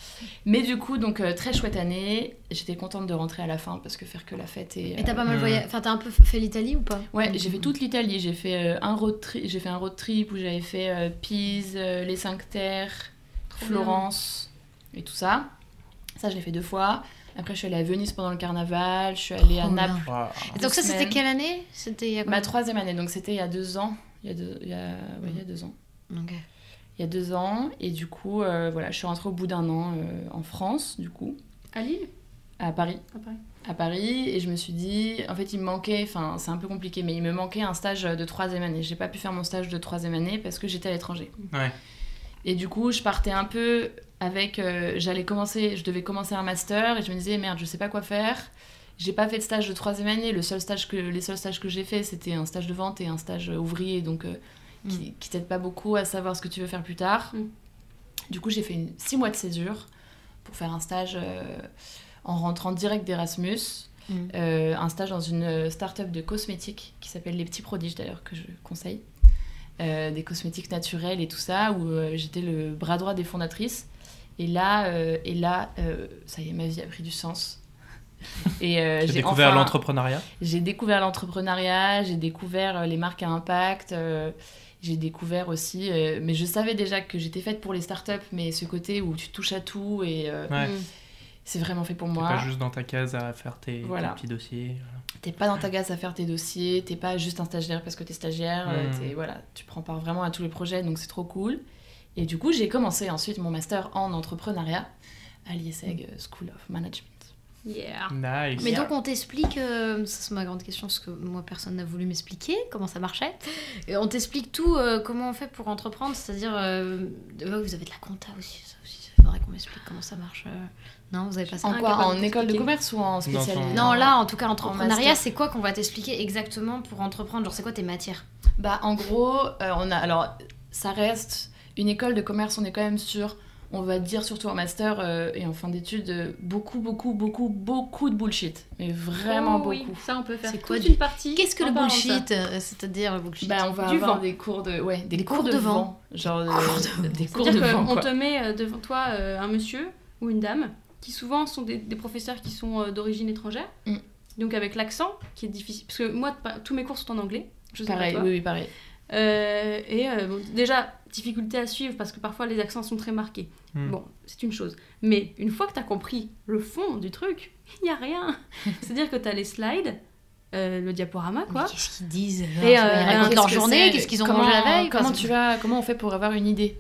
Speaker 4: Mais du coup donc euh, très chouette année. J'étais contente de rentrer à la fin parce que faire que la fête et.
Speaker 3: Et t'as pas mal
Speaker 2: Euh.
Speaker 3: voyagé. Enfin, t'as un peu fait l'Italie ou pas
Speaker 4: Ouais, j'ai fait toute l'Italie. J'ai fait euh, un road trip. J'ai fait un road trip où j'avais fait euh, Pise, euh, les Cinq Terres,
Speaker 5: bien.
Speaker 4: Florence et tout ça. Ça je l'ai fait deux fois. Après je suis allée à Venise pendant le carnaval. Je suis allée à
Speaker 3: Trop bien.
Speaker 4: Naples.
Speaker 2: Waouh.
Speaker 3: Et donc,
Speaker 4: deux
Speaker 3: ça, c'était
Speaker 4: semaines.
Speaker 3: quelle année C'était il y a combien
Speaker 4: Ma troisième année, donc c'était il y a deux ans. Il y a deux, il y a, ouais, il y a deux ans.
Speaker 3: Ok.
Speaker 4: Il y a deux ans, et du coup, euh, voilà, je suis rentrée au bout d'un an euh, en France, du coup,
Speaker 5: À Lille
Speaker 4: à Paris.
Speaker 5: À Paris.
Speaker 4: À Paris, et je me suis dit, en fait, il me manquait, enfin, c'est un peu compliqué, mais il me manquait un stage de troisième année. J'ai pas pu faire mon stage de troisième année parce que j'étais à l'étranger.
Speaker 2: Ouais.
Speaker 4: Et du coup, je partais un peu avec, euh, j'allais commencer, je devais commencer un master, et je me disais, merde, je sais pas quoi faire. J'ai pas fait de stage de troisième année. Le seul stage que, les seuls stages que j'ai fait, c'était un stage de vente et un stage euh, ouvrier, donc euh, qui, qui t'aident pas beaucoup à savoir ce que tu veux faire plus tard.
Speaker 5: Mm.
Speaker 4: Du coup, j'ai fait une, six mois de césure pour faire un stage euh, en rentrant direct d'Erasmus.
Speaker 3: Mm.
Speaker 4: Euh, un stage dans une euh, start-up de cosmétiques qui s'appelle Les Petits Prodiges, d'ailleurs, que je conseille. Euh, des cosmétiques naturels et tout ça, où euh, j'étais le bras droit des fondatrices. Et là, euh, et là euh, ça y est, ma vie a pris du sens. Et euh,
Speaker 2: J'ai
Speaker 4: j'ai
Speaker 2: découvert
Speaker 4: enfin-
Speaker 2: l'entrepreneuriat.
Speaker 4: j'ai découvert l'entrepreneuriat, j'ai découvert euh, les marques à impact, euh, j'ai découvert aussi, euh, mais je savais déjà que j'étais faite pour les startups, mais ce côté où tu touches à tout et euh,
Speaker 2: Ouais.
Speaker 5: Mm.
Speaker 4: c'est vraiment fait pour
Speaker 2: T'es
Speaker 4: moi.
Speaker 2: pas juste dans ta case à faire tes, tes
Speaker 4: Voilà.
Speaker 2: petits dossiers.
Speaker 4: T'es pas dans ta gasse à faire tes dossiers, t'es pas juste un stagiaire parce que t'es stagiaire, euh,
Speaker 2: Mm.
Speaker 4: t'es- voilà, tu prends part vraiment à tous les projets, donc c'est trop cool. Et du coup, j'ai commencé ensuite mon master en entrepreneuriat à l'ISEG euh, School of Management.
Speaker 5: Yeah.
Speaker 2: Nice. Ah
Speaker 3: Mais donc on t'explique, euh, ça c'est ma grande question, parce que moi personne n'a voulu m'expliquer comment ça marchait. Et on t'explique tout, euh, comment on fait pour entreprendre, c'est-à-dire, euh, euh, vous avez de la compta aussi, ça aussi, il faudrait qu'on m'explique comment ça marche. euh. Non, vous avez pas ça.
Speaker 4: En quoi
Speaker 5: incapable
Speaker 4: En école
Speaker 5: de
Speaker 4: de
Speaker 5: t'expliquer.
Speaker 4: commerce ou en spécialité
Speaker 2: ton-
Speaker 3: Non, là en tout cas, entrepreneuriat,
Speaker 4: master.
Speaker 3: c'est quoi qu'on va t'expliquer exactement pour entreprendre Genre, c'est quoi tes matières
Speaker 4: Bah, en gros, euh, on a. Alors, ça reste une école de commerce, on est quand même sur. On va dire, surtout en master euh, et en fin d'études, euh, beaucoup, beaucoup, beaucoup, beaucoup de bullshit. Mais vraiment
Speaker 5: Oh
Speaker 4: beaucoup.
Speaker 5: oui, Ça, on peut faire
Speaker 3: C'est
Speaker 5: toute
Speaker 3: quoi du-
Speaker 5: une partie.
Speaker 3: Qu'est-ce que
Speaker 5: en
Speaker 3: le
Speaker 5: parlant de ça.
Speaker 3: bullshit euh, C'est-à-dire le bullshit
Speaker 4: Bah, on va
Speaker 5: Du
Speaker 4: avoir
Speaker 5: vent.
Speaker 4: des cours de. Ouais, des,
Speaker 3: Des
Speaker 4: cours,
Speaker 3: cours
Speaker 4: de,
Speaker 3: de
Speaker 4: vent.
Speaker 3: vent.
Speaker 4: Genre, euh,
Speaker 3: cours de
Speaker 4: des cours de
Speaker 5: C'est-à-dire
Speaker 4: vent.
Speaker 5: qu'on
Speaker 4: quoi.
Speaker 5: te met euh, devant toi euh, un monsieur ou une dame, qui souvent sont des, des professeurs qui sont euh, d'origine étrangère,
Speaker 4: Mm.
Speaker 5: donc avec l'accent qui est difficile. Parce que moi, pa- tous mes cours sont en anglais, je sais pas
Speaker 4: Pareil,
Speaker 5: toi.
Speaker 4: oui, oui, pareil.
Speaker 5: Euh, et euh, bon, déjà, difficulté à suivre parce que parfois les accents sont très marqués.
Speaker 2: Mm.
Speaker 5: Bon, c'est une chose. Mais une fois que t'as compris le fond du truc, il n'y a rien. C'est-à-dire que t'as les slides, euh, le diaporama,
Speaker 3: Mais
Speaker 5: quoi.
Speaker 3: Qu'est-ce qu'ils disent
Speaker 5: Et,
Speaker 3: Ils
Speaker 5: euh,
Speaker 3: racontent
Speaker 5: qu'est-ce
Speaker 3: leur
Speaker 5: que
Speaker 3: journée,
Speaker 4: c'est
Speaker 3: qu'est-ce qu'ils ont
Speaker 4: comment,
Speaker 3: mangé la veille
Speaker 4: Comment,
Speaker 3: quoi,
Speaker 4: tu vas, comment on fait pour avoir une idée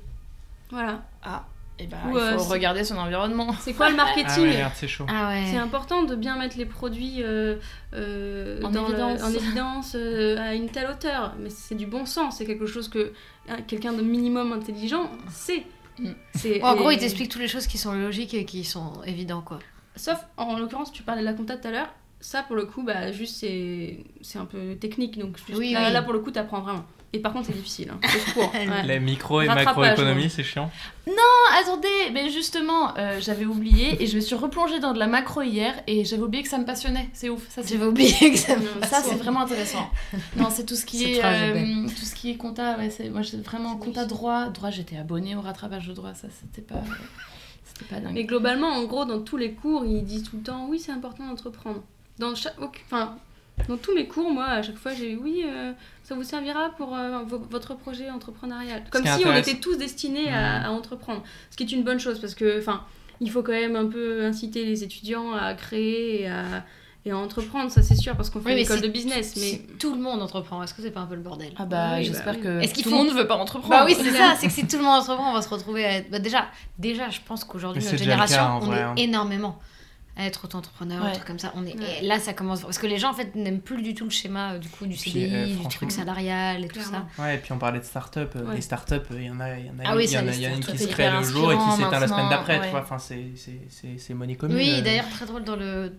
Speaker 5: Voilà.
Speaker 4: Ah, et bah,
Speaker 5: Ou,
Speaker 4: il faut
Speaker 5: euh, c'est-
Speaker 4: regarder son environnement.
Speaker 5: C'est quoi le marketing
Speaker 2: Ah ouais, merde, c'est chaud.
Speaker 3: Ah ouais.
Speaker 5: C'est important de bien mettre les produits euh, euh,
Speaker 4: En
Speaker 5: dans le-
Speaker 4: évidence.
Speaker 5: en évidence, euh, à une telle hauteur. Mais c'est du bon sens, c'est quelque chose que hein, quelqu'un de minimum intelligent sait.
Speaker 4: Mm.
Speaker 5: C'est-
Speaker 3: En gros,
Speaker 5: et-
Speaker 3: ils t'expliquent toutes les choses qui sont logiques et qui sont évidentes, quoi.
Speaker 5: Sauf, en l'occurrence, tu parlais de la compta tout à l'heure. Ça, pour le coup, bah, juste, c'est c'est un peu technique. Donc, juste-
Speaker 3: Oui,
Speaker 5: là,
Speaker 3: oui.
Speaker 5: là, pour le coup, t'apprends vraiment. Et par contre, c'est difficile. hein. C'est court. ouais.
Speaker 2: La micro et
Speaker 5: Rattrapage,
Speaker 2: macroéconomie,
Speaker 5: ouais.
Speaker 2: c'est chiant.
Speaker 4: Ah, attendez, mais justement, euh, j'avais oublié et je me suis replongée dans de la macro hier et j'avais oublié que ça me passionnait. C'est ouf. Ça, c'est Euh,
Speaker 3: J'avais oublié que ça.
Speaker 5: Non,
Speaker 4: ça, c'est
Speaker 5: court.
Speaker 4: vraiment intéressant. Non, c'est tout ce qui
Speaker 3: Cette
Speaker 4: est,
Speaker 3: phrase est
Speaker 4: euh,
Speaker 3: belle.
Speaker 4: tout ce qui est compta. Ouais, c'est moi, j'ai vraiment
Speaker 5: C'est
Speaker 4: compta
Speaker 5: juste.
Speaker 4: droit. Droit, j'étais abonnée au rattrapage de droit. Ça, c'était pas, c'était pas dingue.
Speaker 5: Mais globalement, en gros, dans tous les cours, ils disent tout le temps oui, c'est important d'entreprendre. Dans chaque, auc- enfin, dans tous mes cours, moi, à chaque fois, j'ai eu oui, euh, ça vous servira pour euh, vo- votre projet entrepreneurial. Comme
Speaker 2: qui est
Speaker 5: si on
Speaker 2: intéressant-
Speaker 5: était tous destinés à,
Speaker 2: Mhm.
Speaker 5: à entreprendre, ce qui est une bonne chose parce que, enfin, il faut quand même un peu inciter les étudiants à créer et à, et à entreprendre, ça c'est sûr, parce qu'on fait
Speaker 3: Oui, mais
Speaker 5: une école
Speaker 3: si-
Speaker 5: de business, mais
Speaker 3: Si tout le monde entreprend, est-ce que c'est pas un peu le bordel
Speaker 4: Ah bah,
Speaker 5: Oui, bah
Speaker 4: j'espère
Speaker 5: oui.
Speaker 4: que
Speaker 3: Est-ce qu'il
Speaker 4: tout
Speaker 3: faut-
Speaker 4: le monde veut pas entreprendre.
Speaker 3: Bah oui, c'est
Speaker 5: Ouais.
Speaker 3: ça, c'est que si tout le monde entreprend, on va se retrouver à être... bah déjà, déjà, je pense qu'aujourd'hui,
Speaker 2: Mais
Speaker 3: notre
Speaker 2: c'est déjà le
Speaker 3: génération,
Speaker 2: cas, en
Speaker 3: on
Speaker 2: vrai,
Speaker 3: est
Speaker 2: hein.
Speaker 3: énormément à être auto-entrepreneur, un
Speaker 4: Ouais.
Speaker 3: truc comme ça. On est...
Speaker 5: Ouais.
Speaker 3: Et là, ça commence... Parce que les gens, en fait, n'aiment plus du tout le schéma euh, du coup du
Speaker 2: Puis,
Speaker 3: CDI,
Speaker 2: euh,
Speaker 3: du
Speaker 2: franchement-
Speaker 3: truc salarial et tout ça.
Speaker 5: Clairement.
Speaker 2: Ouais, et puis on parlait de start-up. euh,
Speaker 5: Ouais.
Speaker 2: Les start-up, euh, il y en a, il y en a,
Speaker 3: Ah
Speaker 2: une-
Speaker 3: oui,
Speaker 2: il y
Speaker 3: ça,
Speaker 2: en a,
Speaker 3: les
Speaker 2: il y en a une
Speaker 3: start-up,
Speaker 2: qui
Speaker 4: c'est
Speaker 2: se crée le
Speaker 4: hyper
Speaker 2: jour et qui
Speaker 4: inspirant
Speaker 2: s'éteint la semaine
Speaker 4: maintenant,
Speaker 2: d'après.
Speaker 4: ouais.
Speaker 2: Tu vois, enfin, c'est- c'est- c'est c'est monnaie commune.
Speaker 3: Oui,
Speaker 2: euh.
Speaker 3: d'ailleurs, très drôle dans le,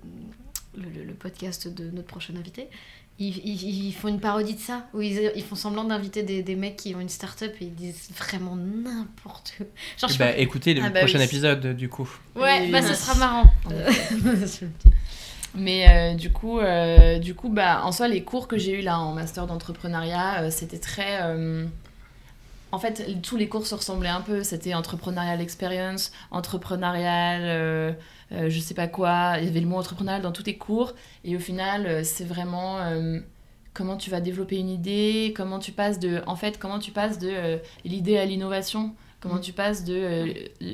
Speaker 3: le, le- le podcast de notre prochain invité. Ils, ils- ils font une parodie de ça, où ils, ils font semblant d'inviter des, des mecs qui ont une start-up et ils disent vraiment n'importe quoi. Genre,
Speaker 2: Eh
Speaker 3: je
Speaker 2: Bah, écoutez le
Speaker 4: Ah bah
Speaker 2: prochain
Speaker 4: oui.
Speaker 2: épisode, du coup.
Speaker 3: pense- Ouais,
Speaker 4: oui,
Speaker 3: bah
Speaker 4: oui.
Speaker 3: ça sera marrant.
Speaker 4: En Mais euh, du coup, euh, du coup, bah en soi, les cours que j'ai eu là en master d'entrepreneuriat, euh, c'était très. euh, en fait, l- tous les cours se ressemblaient un peu. C'était entrepreneurial experience, entrepreneurial, euh, euh, je sais pas quoi. Il y avait le mot entrepreneurial dans tous les cours. Et au final, euh, c'est vraiment euh, comment tu vas développer une idée, comment tu passes de, en fait, comment tu passes de euh, l'idée à l'innovation, comment
Speaker 3: Mm.
Speaker 4: tu passes de euh,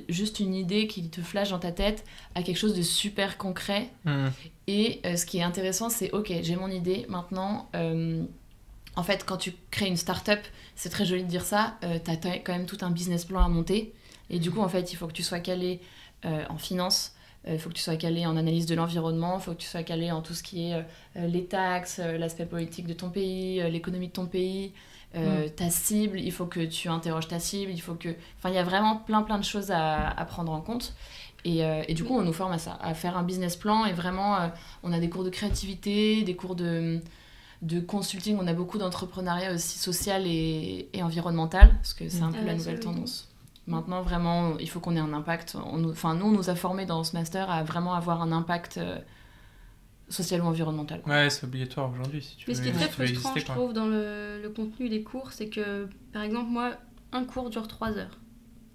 Speaker 4: juste une idée qui te flash dans ta tête à quelque chose de super concret.
Speaker 2: Hmm.
Speaker 4: Et euh, ce qui est intéressant, c'est ok, j'ai mon idée. Maintenant, euh, en fait, quand tu crées une start-up, c'est très joli de dire ça, euh, t'as t- quand même tout un business plan à monter. Et du coup, en fait, il faut que tu sois calé euh, en finance, euh, il faut que tu sois calé en analyse de l'environnement, il faut que tu sois calé en tout ce qui est euh, les taxes, euh, l'aspect politique de ton pays, euh, l'économie de ton pays, euh, ta cible, il faut que tu interroges ta cible, il faut que... Enfin, il y a vraiment plein plein de choses à, à prendre en compte. Et, euh, et du coup, on nous forme à ça, à faire un business plan. Et vraiment, euh, on a des cours de créativité, des cours de de consulting. On a beaucoup d'entrepreneuriat aussi social et, et environnemental, parce que c'est un
Speaker 5: Ah
Speaker 4: peu la
Speaker 5: ouais,
Speaker 4: nouvelle
Speaker 5: ça, oui.
Speaker 4: tendance.
Speaker 5: Mm.
Speaker 4: Maintenant, vraiment, il faut qu'on ait un impact. On nous- Enfin, nous, on nous a formés dans ce master à vraiment avoir un impact euh, social ou environnemental.
Speaker 2: Ouais, c'est obligatoire aujourd'hui si tu
Speaker 5: Mais
Speaker 2: veux.
Speaker 5: ce qui est
Speaker 2: si
Speaker 5: très
Speaker 2: tu veux
Speaker 5: frustrant,
Speaker 2: exister,
Speaker 5: je
Speaker 2: quoi.
Speaker 5: trouve, dans le, le contenu des cours, c'est que, par exemple, moi, un cours dure 3 heures.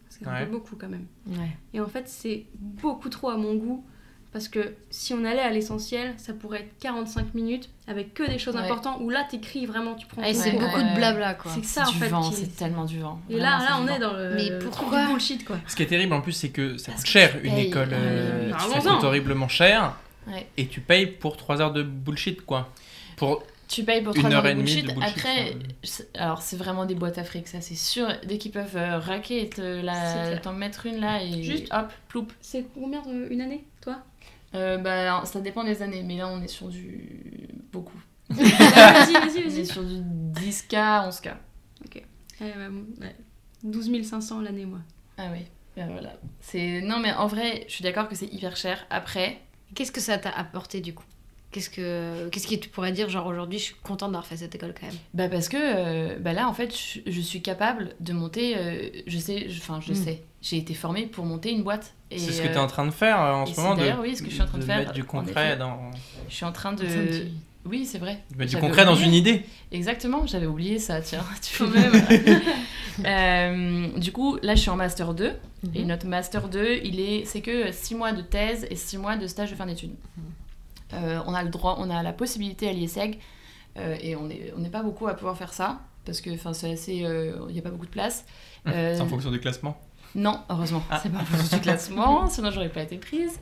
Speaker 5: C'est un
Speaker 2: Ouais.
Speaker 5: peu beaucoup quand même.
Speaker 3: Ouais.
Speaker 5: Et en fait, c'est beaucoup trop à mon goût. Parce que si on allait à l'essentiel, ça pourrait être 45 minutes avec que des choses
Speaker 4: Ouais.
Speaker 5: importantes où là, t'écris vraiment, tu prends
Speaker 3: Ah, et
Speaker 5: ton
Speaker 3: c'est
Speaker 5: temps.
Speaker 4: Ouais.
Speaker 3: beaucoup de blabla quoi.
Speaker 5: C'est ça, en
Speaker 4: du
Speaker 5: fait.
Speaker 4: vent,
Speaker 5: qui est-
Speaker 4: c'est tellement du vent.
Speaker 5: Et là,
Speaker 4: Vraiment,
Speaker 5: là,
Speaker 4: c'est
Speaker 5: on
Speaker 4: du
Speaker 5: est
Speaker 4: vent.
Speaker 5: dans le.
Speaker 3: Mais
Speaker 5: le truc
Speaker 3: pourquoi
Speaker 5: du bullshit, quoi.
Speaker 2: Ce qui est terrible en plus, c'est que ça
Speaker 3: Parce
Speaker 2: coûte
Speaker 3: que
Speaker 2: cher
Speaker 3: tu
Speaker 2: une
Speaker 3: payes,
Speaker 4: Ah
Speaker 2: école. euh,
Speaker 5: euh,
Speaker 2: ça
Speaker 5: parlons-en.
Speaker 2: coûte horriblement cher.
Speaker 4: Ouais.
Speaker 2: Et tu payes pour 3 heures de bullshit, quoi. Pour...
Speaker 4: Tu payes pour
Speaker 2: Une
Speaker 4: 3 heures
Speaker 2: heure
Speaker 4: de
Speaker 2: et demie de
Speaker 4: bullshit.
Speaker 2: bullshit,
Speaker 4: Après,
Speaker 2: ouais.
Speaker 4: c'est- alors c'est vraiment des boîtes à fric, ça c'est sûr. Dès qu'ils peuvent euh, raquer et te
Speaker 5: C'est
Speaker 4: la-
Speaker 5: clair.
Speaker 4: t'en mettre une là et
Speaker 5: Juste-
Speaker 4: hop, ploup.
Speaker 5: C'est combien euh, une année, toi
Speaker 4: Euh, bah, alors, ça dépend des années, mais là on est sur du. beaucoup.
Speaker 5: Vas-y, vas-y,
Speaker 4: On est
Speaker 5: vas-y.
Speaker 4: sur du 10K, 11K.
Speaker 5: Ouais, ouais, bon, ouais. 12 500 l'année, moi.
Speaker 4: Ah oui, ben voilà. C'est... Non mais en vrai, je suis d'accord que c'est hyper cher. Après,
Speaker 3: Qu'est-ce que ça t'a apporté du coup Qu'est-ce que qu'est-ce que tu pourrais dire genre aujourd'hui je suis contente d'avoir fait cette école quand même.
Speaker 4: Bah parce que euh, bah là en fait je, je suis capable de monter euh, je sais je- enfin je,
Speaker 3: Mm.
Speaker 4: sais j'ai été formée pour monter une boîte et
Speaker 2: Hmm. C'est ce que tu es
Speaker 4: euh,
Speaker 2: en train de faire euh, en
Speaker 4: et
Speaker 2: ce
Speaker 4: c'est
Speaker 2: moment.
Speaker 4: d'ailleurs,
Speaker 2: De,
Speaker 4: oui, ce que je suis en train de faire,
Speaker 2: mettre du
Speaker 4: en
Speaker 2: concret
Speaker 4: effet.
Speaker 2: dans,
Speaker 4: je suis en train de
Speaker 3: C'est un petit-
Speaker 4: oui c'est vrai
Speaker 2: de mettre du
Speaker 4: J'avais
Speaker 2: concret dans
Speaker 4: oublié.
Speaker 2: une idée.
Speaker 4: exactement j'avais oublié ça tiens tu vois même Euh, du coup là je suis en master 2 et
Speaker 3: Mhm.
Speaker 4: notre master 2 il est c'est que 6 mois de thèse et 6 mois de stage de fin d'études
Speaker 2: Mhm.
Speaker 4: Euh, on a le droit on a la possibilité à l'ISEG euh, et on est on n'est pas beaucoup à pouvoir faire ça parce que enfin c'est assez euh, il n'y a pas beaucoup de place Euh,
Speaker 2: C'est en fonction du classement.
Speaker 4: Non, heureusement,
Speaker 2: Ah.
Speaker 4: c'est pas pour du classement, sinon j'aurais pas été prise.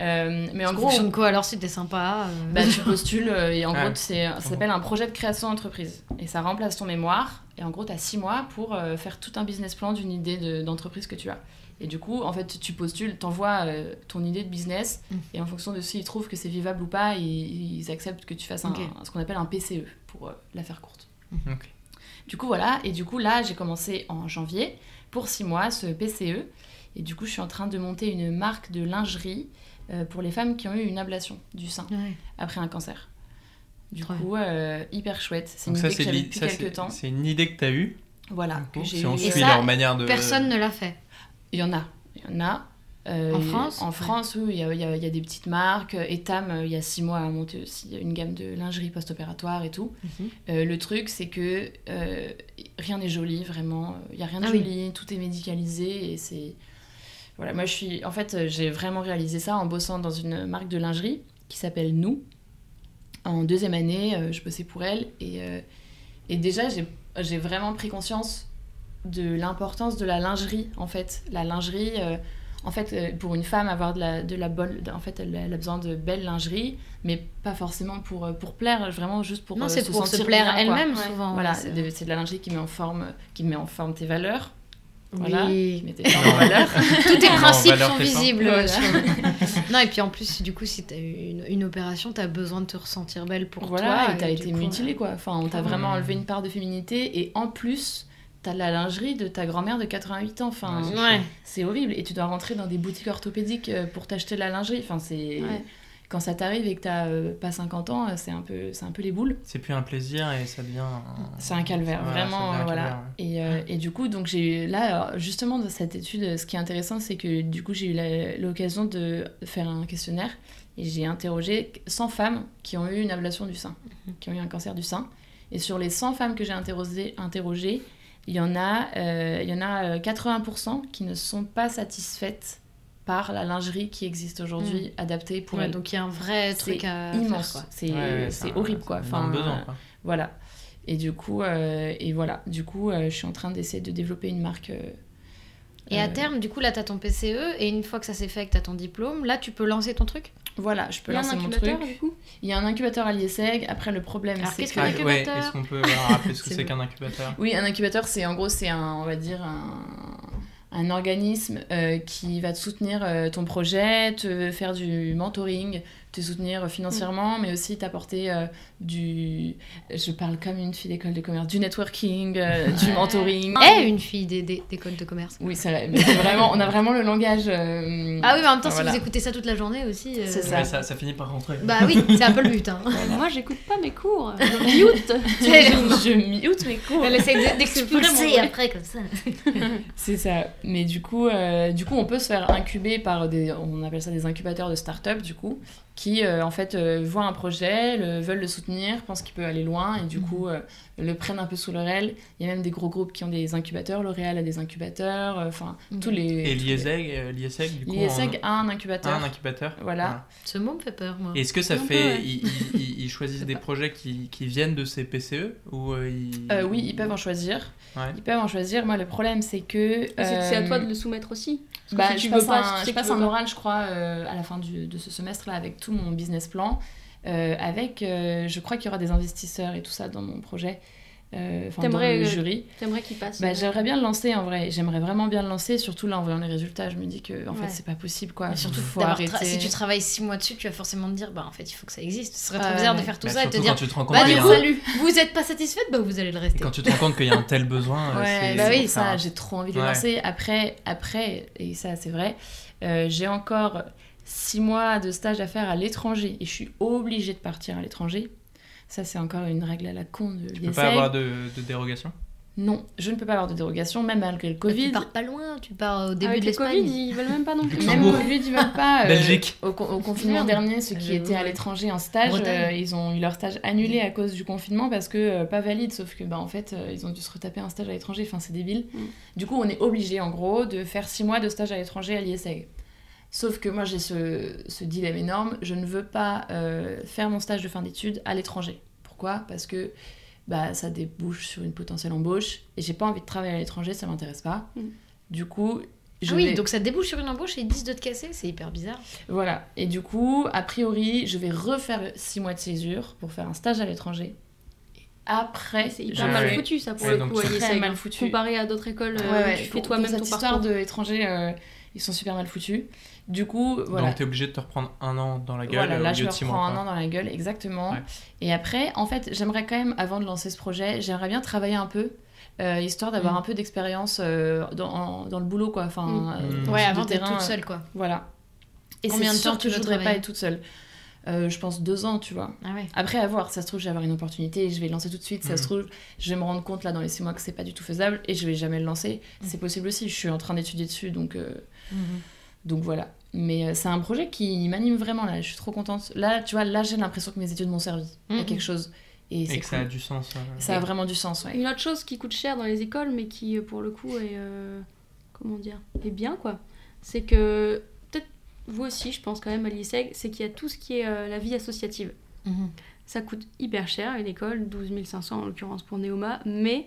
Speaker 4: Euh, mais en
Speaker 3: En
Speaker 4: gros,
Speaker 3: fonction de quoi alors si t'es sympa euh,
Speaker 4: bah, tu postules euh, et en
Speaker 2: Ouais.
Speaker 4: gros, c'est, ça s'appelle un projet de création d'entreprise. Et ça remplace ton mémoire. Et en gros, tu as six mois pour euh, faire tout un business plan d'une idée de- d'entreprise que tu as. Et du coup, en fait, tu postules, t'envoies euh, ton idée de business.
Speaker 3: Mm.
Speaker 4: Et en fonction de s'ils trouvent que c'est vivable ou pas, ils, ils acceptent que tu fasses un,
Speaker 3: Ok.
Speaker 4: ce qu'on appelle un PCE pour euh, la faire courte.
Speaker 2: Ok.
Speaker 4: Du coup, voilà. Et du coup, là, j'ai commencé en janvier pour six mois ce PCE. Et du coup, je suis en train de monter une marque de lingerie euh, pour les femmes qui ont eu une ablation du sein
Speaker 3: ouais.
Speaker 4: après un cancer. Du
Speaker 3: Trop
Speaker 4: coup, euh, hyper chouette. C'est une
Speaker 2: Donc ça,
Speaker 4: idée que
Speaker 2: c'est
Speaker 4: j'avais
Speaker 2: l'i-
Speaker 4: depuis
Speaker 2: ça,
Speaker 4: quelques temps.
Speaker 2: c'est c'est une idée que tu as eue.
Speaker 4: Voilà.
Speaker 2: du coup,
Speaker 4: que j'ai
Speaker 2: si on
Speaker 4: eu.
Speaker 2: suit
Speaker 3: Et ça,
Speaker 2: leur manière de.
Speaker 3: Personne ne l'a fait.
Speaker 4: Il y en a. Il y en a. Euh,
Speaker 3: En
Speaker 4: il-
Speaker 3: France
Speaker 4: En
Speaker 3: Ouais.
Speaker 4: France, oui, il y, a, il y a- il y a des petites marques. Etam, euh, il y a six mois, a monté aussi une gamme de lingerie post-opératoire et tout.
Speaker 3: Mhm.
Speaker 4: Euh, le truc, c'est que euh, rien n'est joli, vraiment. Il n'y a rien de
Speaker 3: Ah oui.
Speaker 4: joli, tout est médicalisé et c'est. Voilà, moi je suis. En fait, euh, j'ai vraiment réalisé ça en bossant dans une marque de lingerie qui s'appelle Nous. En deuxième année, euh, je bossais pour elle et, euh, et déjà, j'ai- j'ai vraiment pris conscience de l'importance de la lingerie, en fait. La lingerie. euh, en fait, euh, pour une femme, avoir de la, de la bonne. En fait, elle, elle a besoin de belle lingerie, mais pas forcément pour, euh, pour plaire, vraiment juste pour. euh,
Speaker 3: non, c'est
Speaker 4: se
Speaker 3: pour se
Speaker 4: sentir
Speaker 3: plaire
Speaker 4: bien, quoi.
Speaker 3: elle-même
Speaker 5: Ouais.
Speaker 3: souvent.
Speaker 4: Voilà,
Speaker 3: ouais, c'est-
Speaker 4: de- c'est de la lingerie qui met en forme, qui met en forme tes valeurs, voilà.
Speaker 3: Oui.
Speaker 4: qui met tes formes en valeur.
Speaker 3: Tous tes
Speaker 2: Non,
Speaker 3: principes
Speaker 2: valeur
Speaker 3: sont
Speaker 2: fait ça.
Speaker 3: visibles.
Speaker 4: Voilà.
Speaker 3: sur- non, et puis en plus, du coup, si t'as eu une, une opération, t'as besoin de te ressentir belle pour
Speaker 4: voilà,
Speaker 3: toi.
Speaker 4: et t'as
Speaker 3: du
Speaker 4: été
Speaker 3: coup,
Speaker 4: mutilée quoi. Enfin, on t'a
Speaker 2: Clairement.
Speaker 4: vraiment enlevé une part de féminité et en plus, t'as de la lingerie de ta grand-mère de 88 ans. Enfin,
Speaker 2: Ouais,
Speaker 3: Ouais.
Speaker 4: c'est horrible. Et tu dois rentrer dans des boutiques orthopédiques euh, pour t'acheter de la lingerie. Enfin, c'est
Speaker 5: Ouais.
Speaker 4: quand ça t'arrive et que t'as euh, pas 50 ans, euh, c'est un peu, c'est un peu les boules.
Speaker 2: C'est plus un plaisir et ça devient. un-
Speaker 4: C'est un calvaire,
Speaker 2: Ouais,
Speaker 4: vraiment,
Speaker 2: ça devient un
Speaker 4: euh, voilà.
Speaker 2: calvaire, ouais.
Speaker 4: Et, euh, et du coup, donc j'ai eu là, alors, justement, dans cette étude, euh, ce qui est intéressant, c'est que du coup, j'ai eu la- l'occasion de faire un questionnaire et j'ai interrogé 100 femmes qui ont eu une ablation du sein,
Speaker 3: Mm-hmm.
Speaker 4: qui ont eu un cancer du sein. Et sur les 100 femmes que j'ai interrogées, interrogées, il y en a, euh, il y en a euh, 80% qui ne sont pas satisfaites par la lingerie qui existe aujourd'hui, adaptée pour
Speaker 3: Mm. Ouais,
Speaker 4: elles.
Speaker 3: donc il y a un vrai
Speaker 4: C'est
Speaker 3: truc à
Speaker 4: immense,
Speaker 3: faire.
Speaker 4: c'est
Speaker 2: Ouais, ouais,
Speaker 4: c'est
Speaker 2: un-
Speaker 4: horrible quoi.
Speaker 2: c'est un énorme besoin, quoi.
Speaker 4: Voilà. Et du coup, euh, et voilà. Du coup, euh, je suis en train d'essayer de développer une marque. euh,
Speaker 3: Quoi. Et à
Speaker 4: euh,
Speaker 3: terme, du coup, là, t'as ton PCE, et une fois que ça s'est fait, et que t'as ton diplôme, là, tu peux lancer ton truc.
Speaker 4: Voilà, je peux
Speaker 5: Il y a un
Speaker 4: lancer mon
Speaker 5: incubateur,
Speaker 4: truc.
Speaker 5: du coup
Speaker 4: Il y a un incubateur à l'ISEG. Après, le problème,
Speaker 3: Alors,
Speaker 4: c'est
Speaker 3: qu'est-ce
Speaker 4: que...
Speaker 3: que-
Speaker 2: Ah, ouais,
Speaker 3: incubateur.
Speaker 2: est-ce qu'on peut voilà, rappeler ce que
Speaker 4: C'est
Speaker 2: c'est
Speaker 4: bon.
Speaker 2: qu'un incubateur
Speaker 4: Oui, un incubateur, c'est en gros, c'est un, on va dire, un, un organisme euh, qui va te soutenir euh, ton projet, te faire du mentoring, te soutenir financièrement, mais aussi t'apporter euh, du. Je parle comme une fille d'école de commerce, du networking, euh, du mentoring.
Speaker 3: Eh, une fille des- des- d'école de commerce.
Speaker 4: Oui, c'est vrai. mais c'est vraiment, on a vraiment le langage. euh,
Speaker 3: Ah oui, mais en même temps,
Speaker 4: Voilà.
Speaker 3: si vous écoutez ça toute la journée aussi. euh,
Speaker 4: C'est
Speaker 2: Ouais,
Speaker 4: ça.
Speaker 2: ça, ça finit par rentrer.
Speaker 3: Bah oui, c'est un peu le but. Hein.
Speaker 5: Moi, j'écoute pas mes cours. Mute
Speaker 4: je, je mute mes cours.
Speaker 3: Elle essaie de-
Speaker 5: C'est
Speaker 3: d'expulser
Speaker 5: vraiment
Speaker 3: après comme ça.
Speaker 4: C'est ça. Mais du coup, euh, du coup, on peut se faire incuber par des, on appelle ça des incubateurs de start-up, du coup, qui euh, en fait euh, voient un projet, le- veulent le soutenir, pensent qu'il peut aller loin et du
Speaker 5: Mhm.
Speaker 4: coup euh, le prennent un peu sous leur aile. Il y a même des gros groupes qui ont des incubateurs. L'Oréal a des incubateurs. euh, Enfin,
Speaker 3: Mhm.
Speaker 4: tous les.
Speaker 2: Et
Speaker 4: tous les-
Speaker 2: l'IESEG, euh, l'IESEG, du coup,
Speaker 4: L'ISEG a un
Speaker 2: en- a
Speaker 4: incubateur.
Speaker 2: un incubateur.
Speaker 4: Voilà.
Speaker 3: Ce mot me fait peur, moi.
Speaker 2: Et Est-ce que ça
Speaker 5: Un peu,
Speaker 2: fait.
Speaker 5: ouais.
Speaker 2: Ils, ils- ils- ils choisissent
Speaker 4: C'est
Speaker 2: des
Speaker 4: pas-
Speaker 2: projets qui, qui viennent de ces PCE ou euh, ils...
Speaker 4: Euh, oui, ils peuvent en choisir.
Speaker 2: Ouais.
Speaker 4: Ils peuvent en choisir. Moi, le problème, c'est que.
Speaker 5: c'est à
Speaker 4: euh,
Speaker 5: toi de le soumettre aussi. Parce que
Speaker 4: Bah,
Speaker 5: si
Speaker 4: je
Speaker 5: tu
Speaker 4: passe,
Speaker 5: veux pas,
Speaker 4: un,
Speaker 5: si tu
Speaker 4: je
Speaker 5: sais que
Speaker 4: passe
Speaker 5: tu veux
Speaker 4: un
Speaker 5: pas.
Speaker 4: oral, je crois, euh, à la fin du- de ce semestre-là, avec tout mon business plan, euh, avec, euh, je crois qu'il y aura des investisseurs et tout ça dans mon projet, euh, enfin dans
Speaker 5: T'aimerais,
Speaker 4: le
Speaker 5: euh,
Speaker 4: jury.
Speaker 5: T'aimerais qu'il passe.
Speaker 4: Bah, j'aimerais bien le lancer en vrai, j'aimerais vraiment bien le lancer, surtout là en voyant les résultats, je me dis que en
Speaker 5: Ouais.
Speaker 4: fait c'est pas possible quoi.
Speaker 3: Mais surtout,
Speaker 4: faut
Speaker 3: d'avoir
Speaker 4: arrêter.
Speaker 3: tra- si tu travailles six mois dessus, tu vas forcément te dire, bah en fait, il faut que ça existe. Ce serait trop
Speaker 4: Ouais.
Speaker 3: bizarre de faire tout
Speaker 2: Bah,
Speaker 3: ça et te
Speaker 2: surtout
Speaker 3: dire,
Speaker 2: quand tu te rends compte
Speaker 3: bah
Speaker 2: qu'il y
Speaker 3: du
Speaker 2: a
Speaker 3: coup,
Speaker 2: un-
Speaker 3: vous êtes pas satisfaite, bah vous allez le rester.
Speaker 2: quand tu te rends compte qu'il y a un tel besoin. euh,
Speaker 4: Ouais,
Speaker 2: c'est-
Speaker 4: bah oui,
Speaker 2: enfin,
Speaker 4: ça, j'ai trop envie de
Speaker 2: Ouais.
Speaker 4: le lancer. Après, après, et ça c'est vrai, euh, j'ai encore six mois de stage à faire à l'étranger et je suis obligée de partir à l'étranger. Ça c'est encore une règle à la con de
Speaker 2: Tu peux
Speaker 4: l'ISEG.
Speaker 2: pas avoir de, de dérogation
Speaker 4: Non, je ne peux pas avoir de dérogation, même malgré le
Speaker 3: Bah,
Speaker 4: Covid.
Speaker 3: Tu pars pas loin, tu pars au début
Speaker 5: Avec
Speaker 3: de
Speaker 5: le Covid,
Speaker 3: l'Espagne. Ah
Speaker 5: ils veulent même pas non plus.
Speaker 4: Même
Speaker 2: Luxembourg.
Speaker 4: au Covid, ils veulent pas. euh,
Speaker 2: Belgique.
Speaker 4: Au, con- au confinement
Speaker 3: Merde.
Speaker 4: dernier, ceux qui
Speaker 3: Euh,
Speaker 4: étaient à
Speaker 3: ouais.
Speaker 4: l'étranger en stage,
Speaker 3: Bretagne.
Speaker 4: euh, ils ont eu leur stage annulé à cause du confinement parce que euh, pas valide, sauf que bah, en fait, euh, ils ont dû se retaper un stage à l'étranger. Enfin, c'est débile.
Speaker 5: Mm.
Speaker 4: Du coup, on est obligé en gros de faire six mois de stage à l'étranger à l'ISEG. Sauf que moi, j'ai ce, ce dilemme énorme. Je ne veux pas euh, faire mon stage de fin d'études à l'étranger. Pourquoi Parce que bah, ça débouche sur une potentielle embauche et j'ai pas envie de travailler à l'étranger, ça m'intéresse pas.
Speaker 5: Mm.
Speaker 4: Du coup, je
Speaker 3: Ah oui,
Speaker 4: vais-
Speaker 3: donc ça débouche sur une embauche et ils disent de te casser, c'est hyper bizarre.
Speaker 4: voilà. Et du coup, a priori, je vais refaire 6 mois de césure pour faire un stage à l'étranger. Et après,
Speaker 5: C'est
Speaker 4: je
Speaker 5: hyper mal
Speaker 4: fais-
Speaker 5: foutu, ça, pour
Speaker 2: Ouais,
Speaker 5: le
Speaker 2: donc
Speaker 5: coup,
Speaker 2: tu
Speaker 5: à
Speaker 4: très
Speaker 5: l'ISEG.
Speaker 4: mal foutu.
Speaker 5: Comparé à d'autres écoles,
Speaker 4: Ouais,
Speaker 5: euh,
Speaker 4: ouais,
Speaker 5: tu
Speaker 4: pour-
Speaker 5: fais toi-même
Speaker 4: pour
Speaker 5: ton
Speaker 4: cette histoire
Speaker 5: parcours.
Speaker 4: de étranger, euh, ils sont super mal foutus. Du coup, voilà.
Speaker 2: Donc t'es obligé de te reprendre un an dans la gueule
Speaker 4: Voilà,
Speaker 2: euh,
Speaker 4: là
Speaker 2: au
Speaker 4: je
Speaker 2: lieu
Speaker 4: me
Speaker 2: de six
Speaker 4: reprends
Speaker 2: mois.
Speaker 4: un
Speaker 2: quoi.
Speaker 4: an dans la gueule, exactement.
Speaker 2: Ouais.
Speaker 4: Et après, en fait, j'aimerais quand même, avant de lancer ce projet, j'aimerais bien travailler un peu, euh, histoire d'avoir
Speaker 3: Mm.
Speaker 4: un peu d'expérience euh, dans, en- dans le boulot, quoi. Enfin, euh,
Speaker 5: Mm.
Speaker 2: Mm.
Speaker 4: sur
Speaker 3: Ouais,
Speaker 4: du
Speaker 3: avant d'être
Speaker 4: terrain, euh,
Speaker 3: toute seule, quoi.
Speaker 4: Voilà. Et
Speaker 3: Combien
Speaker 4: c'est
Speaker 3: de temps
Speaker 4: sûr
Speaker 3: tu
Speaker 4: que je
Speaker 3: veux
Speaker 4: voudrais pas
Speaker 3: travailler
Speaker 4: être toute seule. Euh, je pense deux ans, tu vois.
Speaker 3: Ah ouais.
Speaker 4: Après, à voir, ça se trouve, je vais avoir une opportunité et je vais le lancer tout de suite. Ça
Speaker 2: Mhm.
Speaker 4: se trouve, je vais me rendre compte là dans les six mois que c'est pas du tout faisable et je vais jamais le lancer.
Speaker 3: Mhm.
Speaker 4: C'est possible aussi, je suis en train d'étudier dessus donc, euh,
Speaker 3: Mmh,
Speaker 4: donc voilà. Mais euh, c'est un projet qui m'anime vraiment là, je suis trop contente. Là, tu vois, là j'ai l'impression que mes études m'ont servi à
Speaker 3: Mhm.
Speaker 4: quelque chose et
Speaker 2: Et
Speaker 4: c'est
Speaker 2: que ça a
Speaker 4: cool.
Speaker 2: du sens. euh,
Speaker 4: Ça a vraiment du sens, ouais.
Speaker 5: Une autre chose qui coûte cher dans les écoles, mais qui euh, pour le coup est. euh, comment dire Est bien quoi. C'est que. Peut-être vous aussi, je pense quand même à l'ISEG, c'est qu'il y a tout ce qui est euh, la vie associative.
Speaker 3: Mhm.
Speaker 5: Ça coûte hyper cher, une école, 12 500 en l'occurrence pour Neoma, mais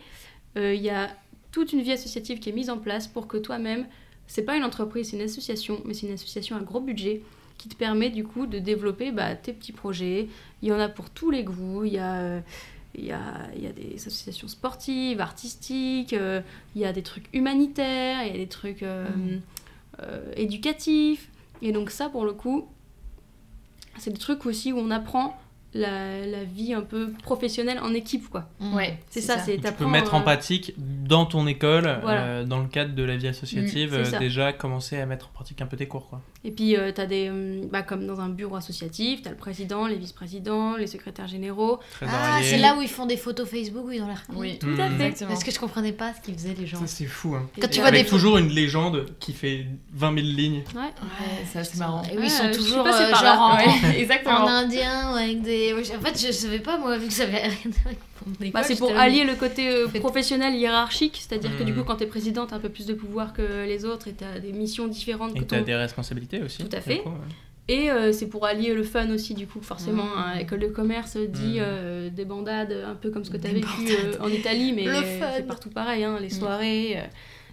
Speaker 5: euh, il y a toute une vie associative qui est mise en place pour que toi-même, c'est pas une entreprise, c'est une association, mais c'est une association à gros budget qui te permet du coup de développer bah, tes petits projets. Il y en a pour tous les goûts, il y a, euh, il y a, il y a des associations sportives, artistiques, euh, il y a des trucs humanitaires, il y a des trucs euh,
Speaker 2: Mm.
Speaker 3: Mhm.
Speaker 5: euh, éducatifs. Et donc ça, pour le coup, c'est des trucs aussi où on apprend la, la vie un peu professionnelle en équipe, quoi.
Speaker 3: Mhm.
Speaker 4: Ouais,
Speaker 5: C'est ça, c'est
Speaker 2: Tu peux
Speaker 5: t'apprends,
Speaker 2: mettre
Speaker 5: euh,
Speaker 2: en pratique dans ton école,
Speaker 5: Voilà.
Speaker 2: euh, dans le cadre de la vie associative,
Speaker 5: c'est
Speaker 2: euh,
Speaker 5: ça.
Speaker 2: déjà commencer à mettre en pratique un peu tes cours. Quoi.
Speaker 5: Et puis, tu t'as des. hum, bah, comme dans un bureau associatif, t'as le président, les vice-présidents, les secrétaires généraux.
Speaker 2: Très
Speaker 3: Ah,
Speaker 2: varié.
Speaker 3: c'est là où ils font des photos Facebook où ils ont l'air cool.
Speaker 4: Oui,
Speaker 2: Tout à fait.
Speaker 4: Exactement.
Speaker 3: Parce que je comprenais pas ce qu'ils faisaient les gens.
Speaker 2: Ça, c'est fou. hein.
Speaker 3: Quand tu vois
Speaker 2: Avec
Speaker 3: des
Speaker 2: toujours une légende qui fait 20 000 lignes.
Speaker 5: Ouais.
Speaker 4: Ouais, ça, c'est marrant.
Speaker 3: Et oui, ils
Speaker 5: Ouais,
Speaker 3: sont
Speaker 5: je suis
Speaker 3: toujours
Speaker 5: passée
Speaker 3: euh,
Speaker 5: par là.
Speaker 3: genre en,
Speaker 4: Ouais,
Speaker 3: en
Speaker 4: exactement.
Speaker 3: indien ou avec des. En fait, je savais pas moi, vu que ça avait rien avec mon école.
Speaker 5: Bah, c'est
Speaker 3: j'étais
Speaker 5: pour
Speaker 3: là, mais-
Speaker 5: allier le côté euh,
Speaker 3: Faites-
Speaker 5: professionnel hiérarchique, c'est-à-dire que du
Speaker 2: Mhm.
Speaker 5: coup, quand t'es président, t'as un peu plus de pouvoir que les autres et t'as des missions différentes que
Speaker 2: Et t'as
Speaker 5: ton-
Speaker 2: des responsabilités aussi.
Speaker 5: Tout à
Speaker 2: du
Speaker 5: fait.
Speaker 2: coup, ouais.
Speaker 5: Et euh, c'est pour allier le fun aussi, du coup, forcément.
Speaker 3: Mhm.
Speaker 5: hein, école de commerce euh, dit
Speaker 2: Mhm.
Speaker 5: euh, des bandades, un peu comme ce que t'as
Speaker 3: Des
Speaker 5: vécu euh, en Italie, mais
Speaker 3: Le
Speaker 5: euh, c'est
Speaker 3: fun.
Speaker 5: partout pareil, hein, les
Speaker 3: Mhm.
Speaker 5: soirées, euh,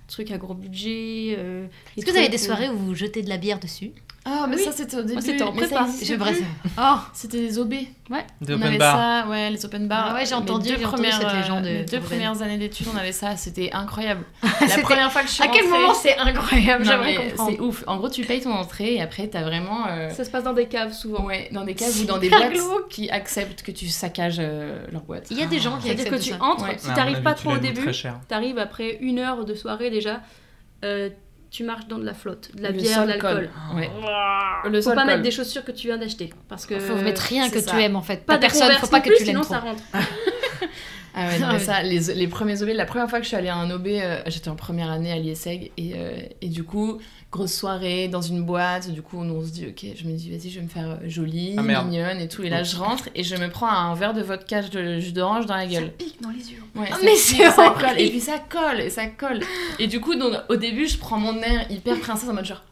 Speaker 5: trucs à gros budget. euh, les
Speaker 3: Est-ce que vous avez
Speaker 5: trucs euh,
Speaker 3: des
Speaker 5: où-
Speaker 3: soirées où vous jetez de la bière dessus
Speaker 4: Ah, mais
Speaker 5: Oui.
Speaker 4: ça, c'était au début.
Speaker 5: c'était en
Speaker 4: mais ça
Speaker 5: prépa.
Speaker 4: existait
Speaker 5: Je
Speaker 4: plus.
Speaker 3: ça. Oh,
Speaker 4: C'était les OB.
Speaker 2: de
Speaker 4: on
Speaker 2: open
Speaker 4: avait
Speaker 2: bar.
Speaker 4: ça, ouais, les open bars.
Speaker 3: Ah ouais, j'ai
Speaker 4: Mes
Speaker 3: entendu,
Speaker 4: deux
Speaker 3: j'ai entendu
Speaker 4: premières,
Speaker 3: cette
Speaker 4: euh,
Speaker 3: légende,
Speaker 4: mes deux
Speaker 3: Corinne.
Speaker 4: premières années d'études, on avait ça. C'était incroyable. La
Speaker 3: C'était-
Speaker 4: première fois que je suis
Speaker 3: à quel
Speaker 4: rentrée-
Speaker 3: moment c'est incroyable,
Speaker 4: Non,
Speaker 3: j'aimerais
Speaker 4: mais
Speaker 3: comprendre.
Speaker 4: C'est ouf. En gros, tu payes ton entrée et après, t'as vraiment. euh,
Speaker 5: Ça se passe dans des caves souvent.
Speaker 4: Ouais, dans des caves ou
Speaker 3: C'est
Speaker 4: dans des
Speaker 3: hyper
Speaker 4: boîtes
Speaker 3: glauque.
Speaker 4: qui acceptent que tu saccages euh, leur boîte.
Speaker 3: Il y a des gens qui
Speaker 5: C'est-à-dire que
Speaker 3: acceptent
Speaker 5: tu
Speaker 3: ça.
Speaker 5: entres,
Speaker 4: Ouais.
Speaker 5: si
Speaker 2: Ouais, à mon
Speaker 5: t'arrives
Speaker 2: avis,
Speaker 5: pas
Speaker 2: tu
Speaker 5: trop
Speaker 2: la
Speaker 5: au
Speaker 2: loues
Speaker 5: début,
Speaker 2: Très cher.
Speaker 5: t'arrives après une heure de soirée déjà, euh, tu marches dans de la flotte, de la
Speaker 4: Le
Speaker 5: bière, de
Speaker 4: sol colle.
Speaker 5: l'alcool. Ah,
Speaker 4: Ouais.
Speaker 5: Faut
Speaker 4: Le sol
Speaker 5: pas
Speaker 4: colle.
Speaker 5: mettre des chaussures que tu viens d'acheter. Parce que.
Speaker 3: Faut mettre rien que
Speaker 4: c'est
Speaker 3: tu
Speaker 4: ça.
Speaker 3: aimes en fait.
Speaker 5: euh,
Speaker 3: Ta
Speaker 5: Pas de
Speaker 3: personne, faut
Speaker 5: Converse
Speaker 3: pas
Speaker 5: non
Speaker 3: que
Speaker 5: plus,
Speaker 3: tu l'aimes
Speaker 5: sinon
Speaker 3: trop.
Speaker 5: ça rentre.
Speaker 4: Ah ouais, non,
Speaker 3: Ah
Speaker 4: mais
Speaker 3: ouais.
Speaker 4: ça, les, les premiers OB, la première fois que je suis allée à un OB, euh, j'étais en première année à l'ISEG, et, euh, et du coup, grosse soirée dans une boîte, du coup, nous, on se dit, ok, je me dis, vas-y, je vais me faire euh, jolie,
Speaker 2: Ah, merde.
Speaker 4: mignonne et tout, et là, je rentre, et je me prends un verre de vodka de jus d'orange dans la gueule.
Speaker 5: pique dans les yeux.
Speaker 4: Ouais,
Speaker 3: Ah,
Speaker 4: ça
Speaker 3: mais
Speaker 4: pique,
Speaker 3: c'est
Speaker 4: ça
Speaker 3: horrible.
Speaker 4: colle, et puis ça colle, et ça colle. Et du coup, donc, au début, je prends mon air hyper princesse en mode genre,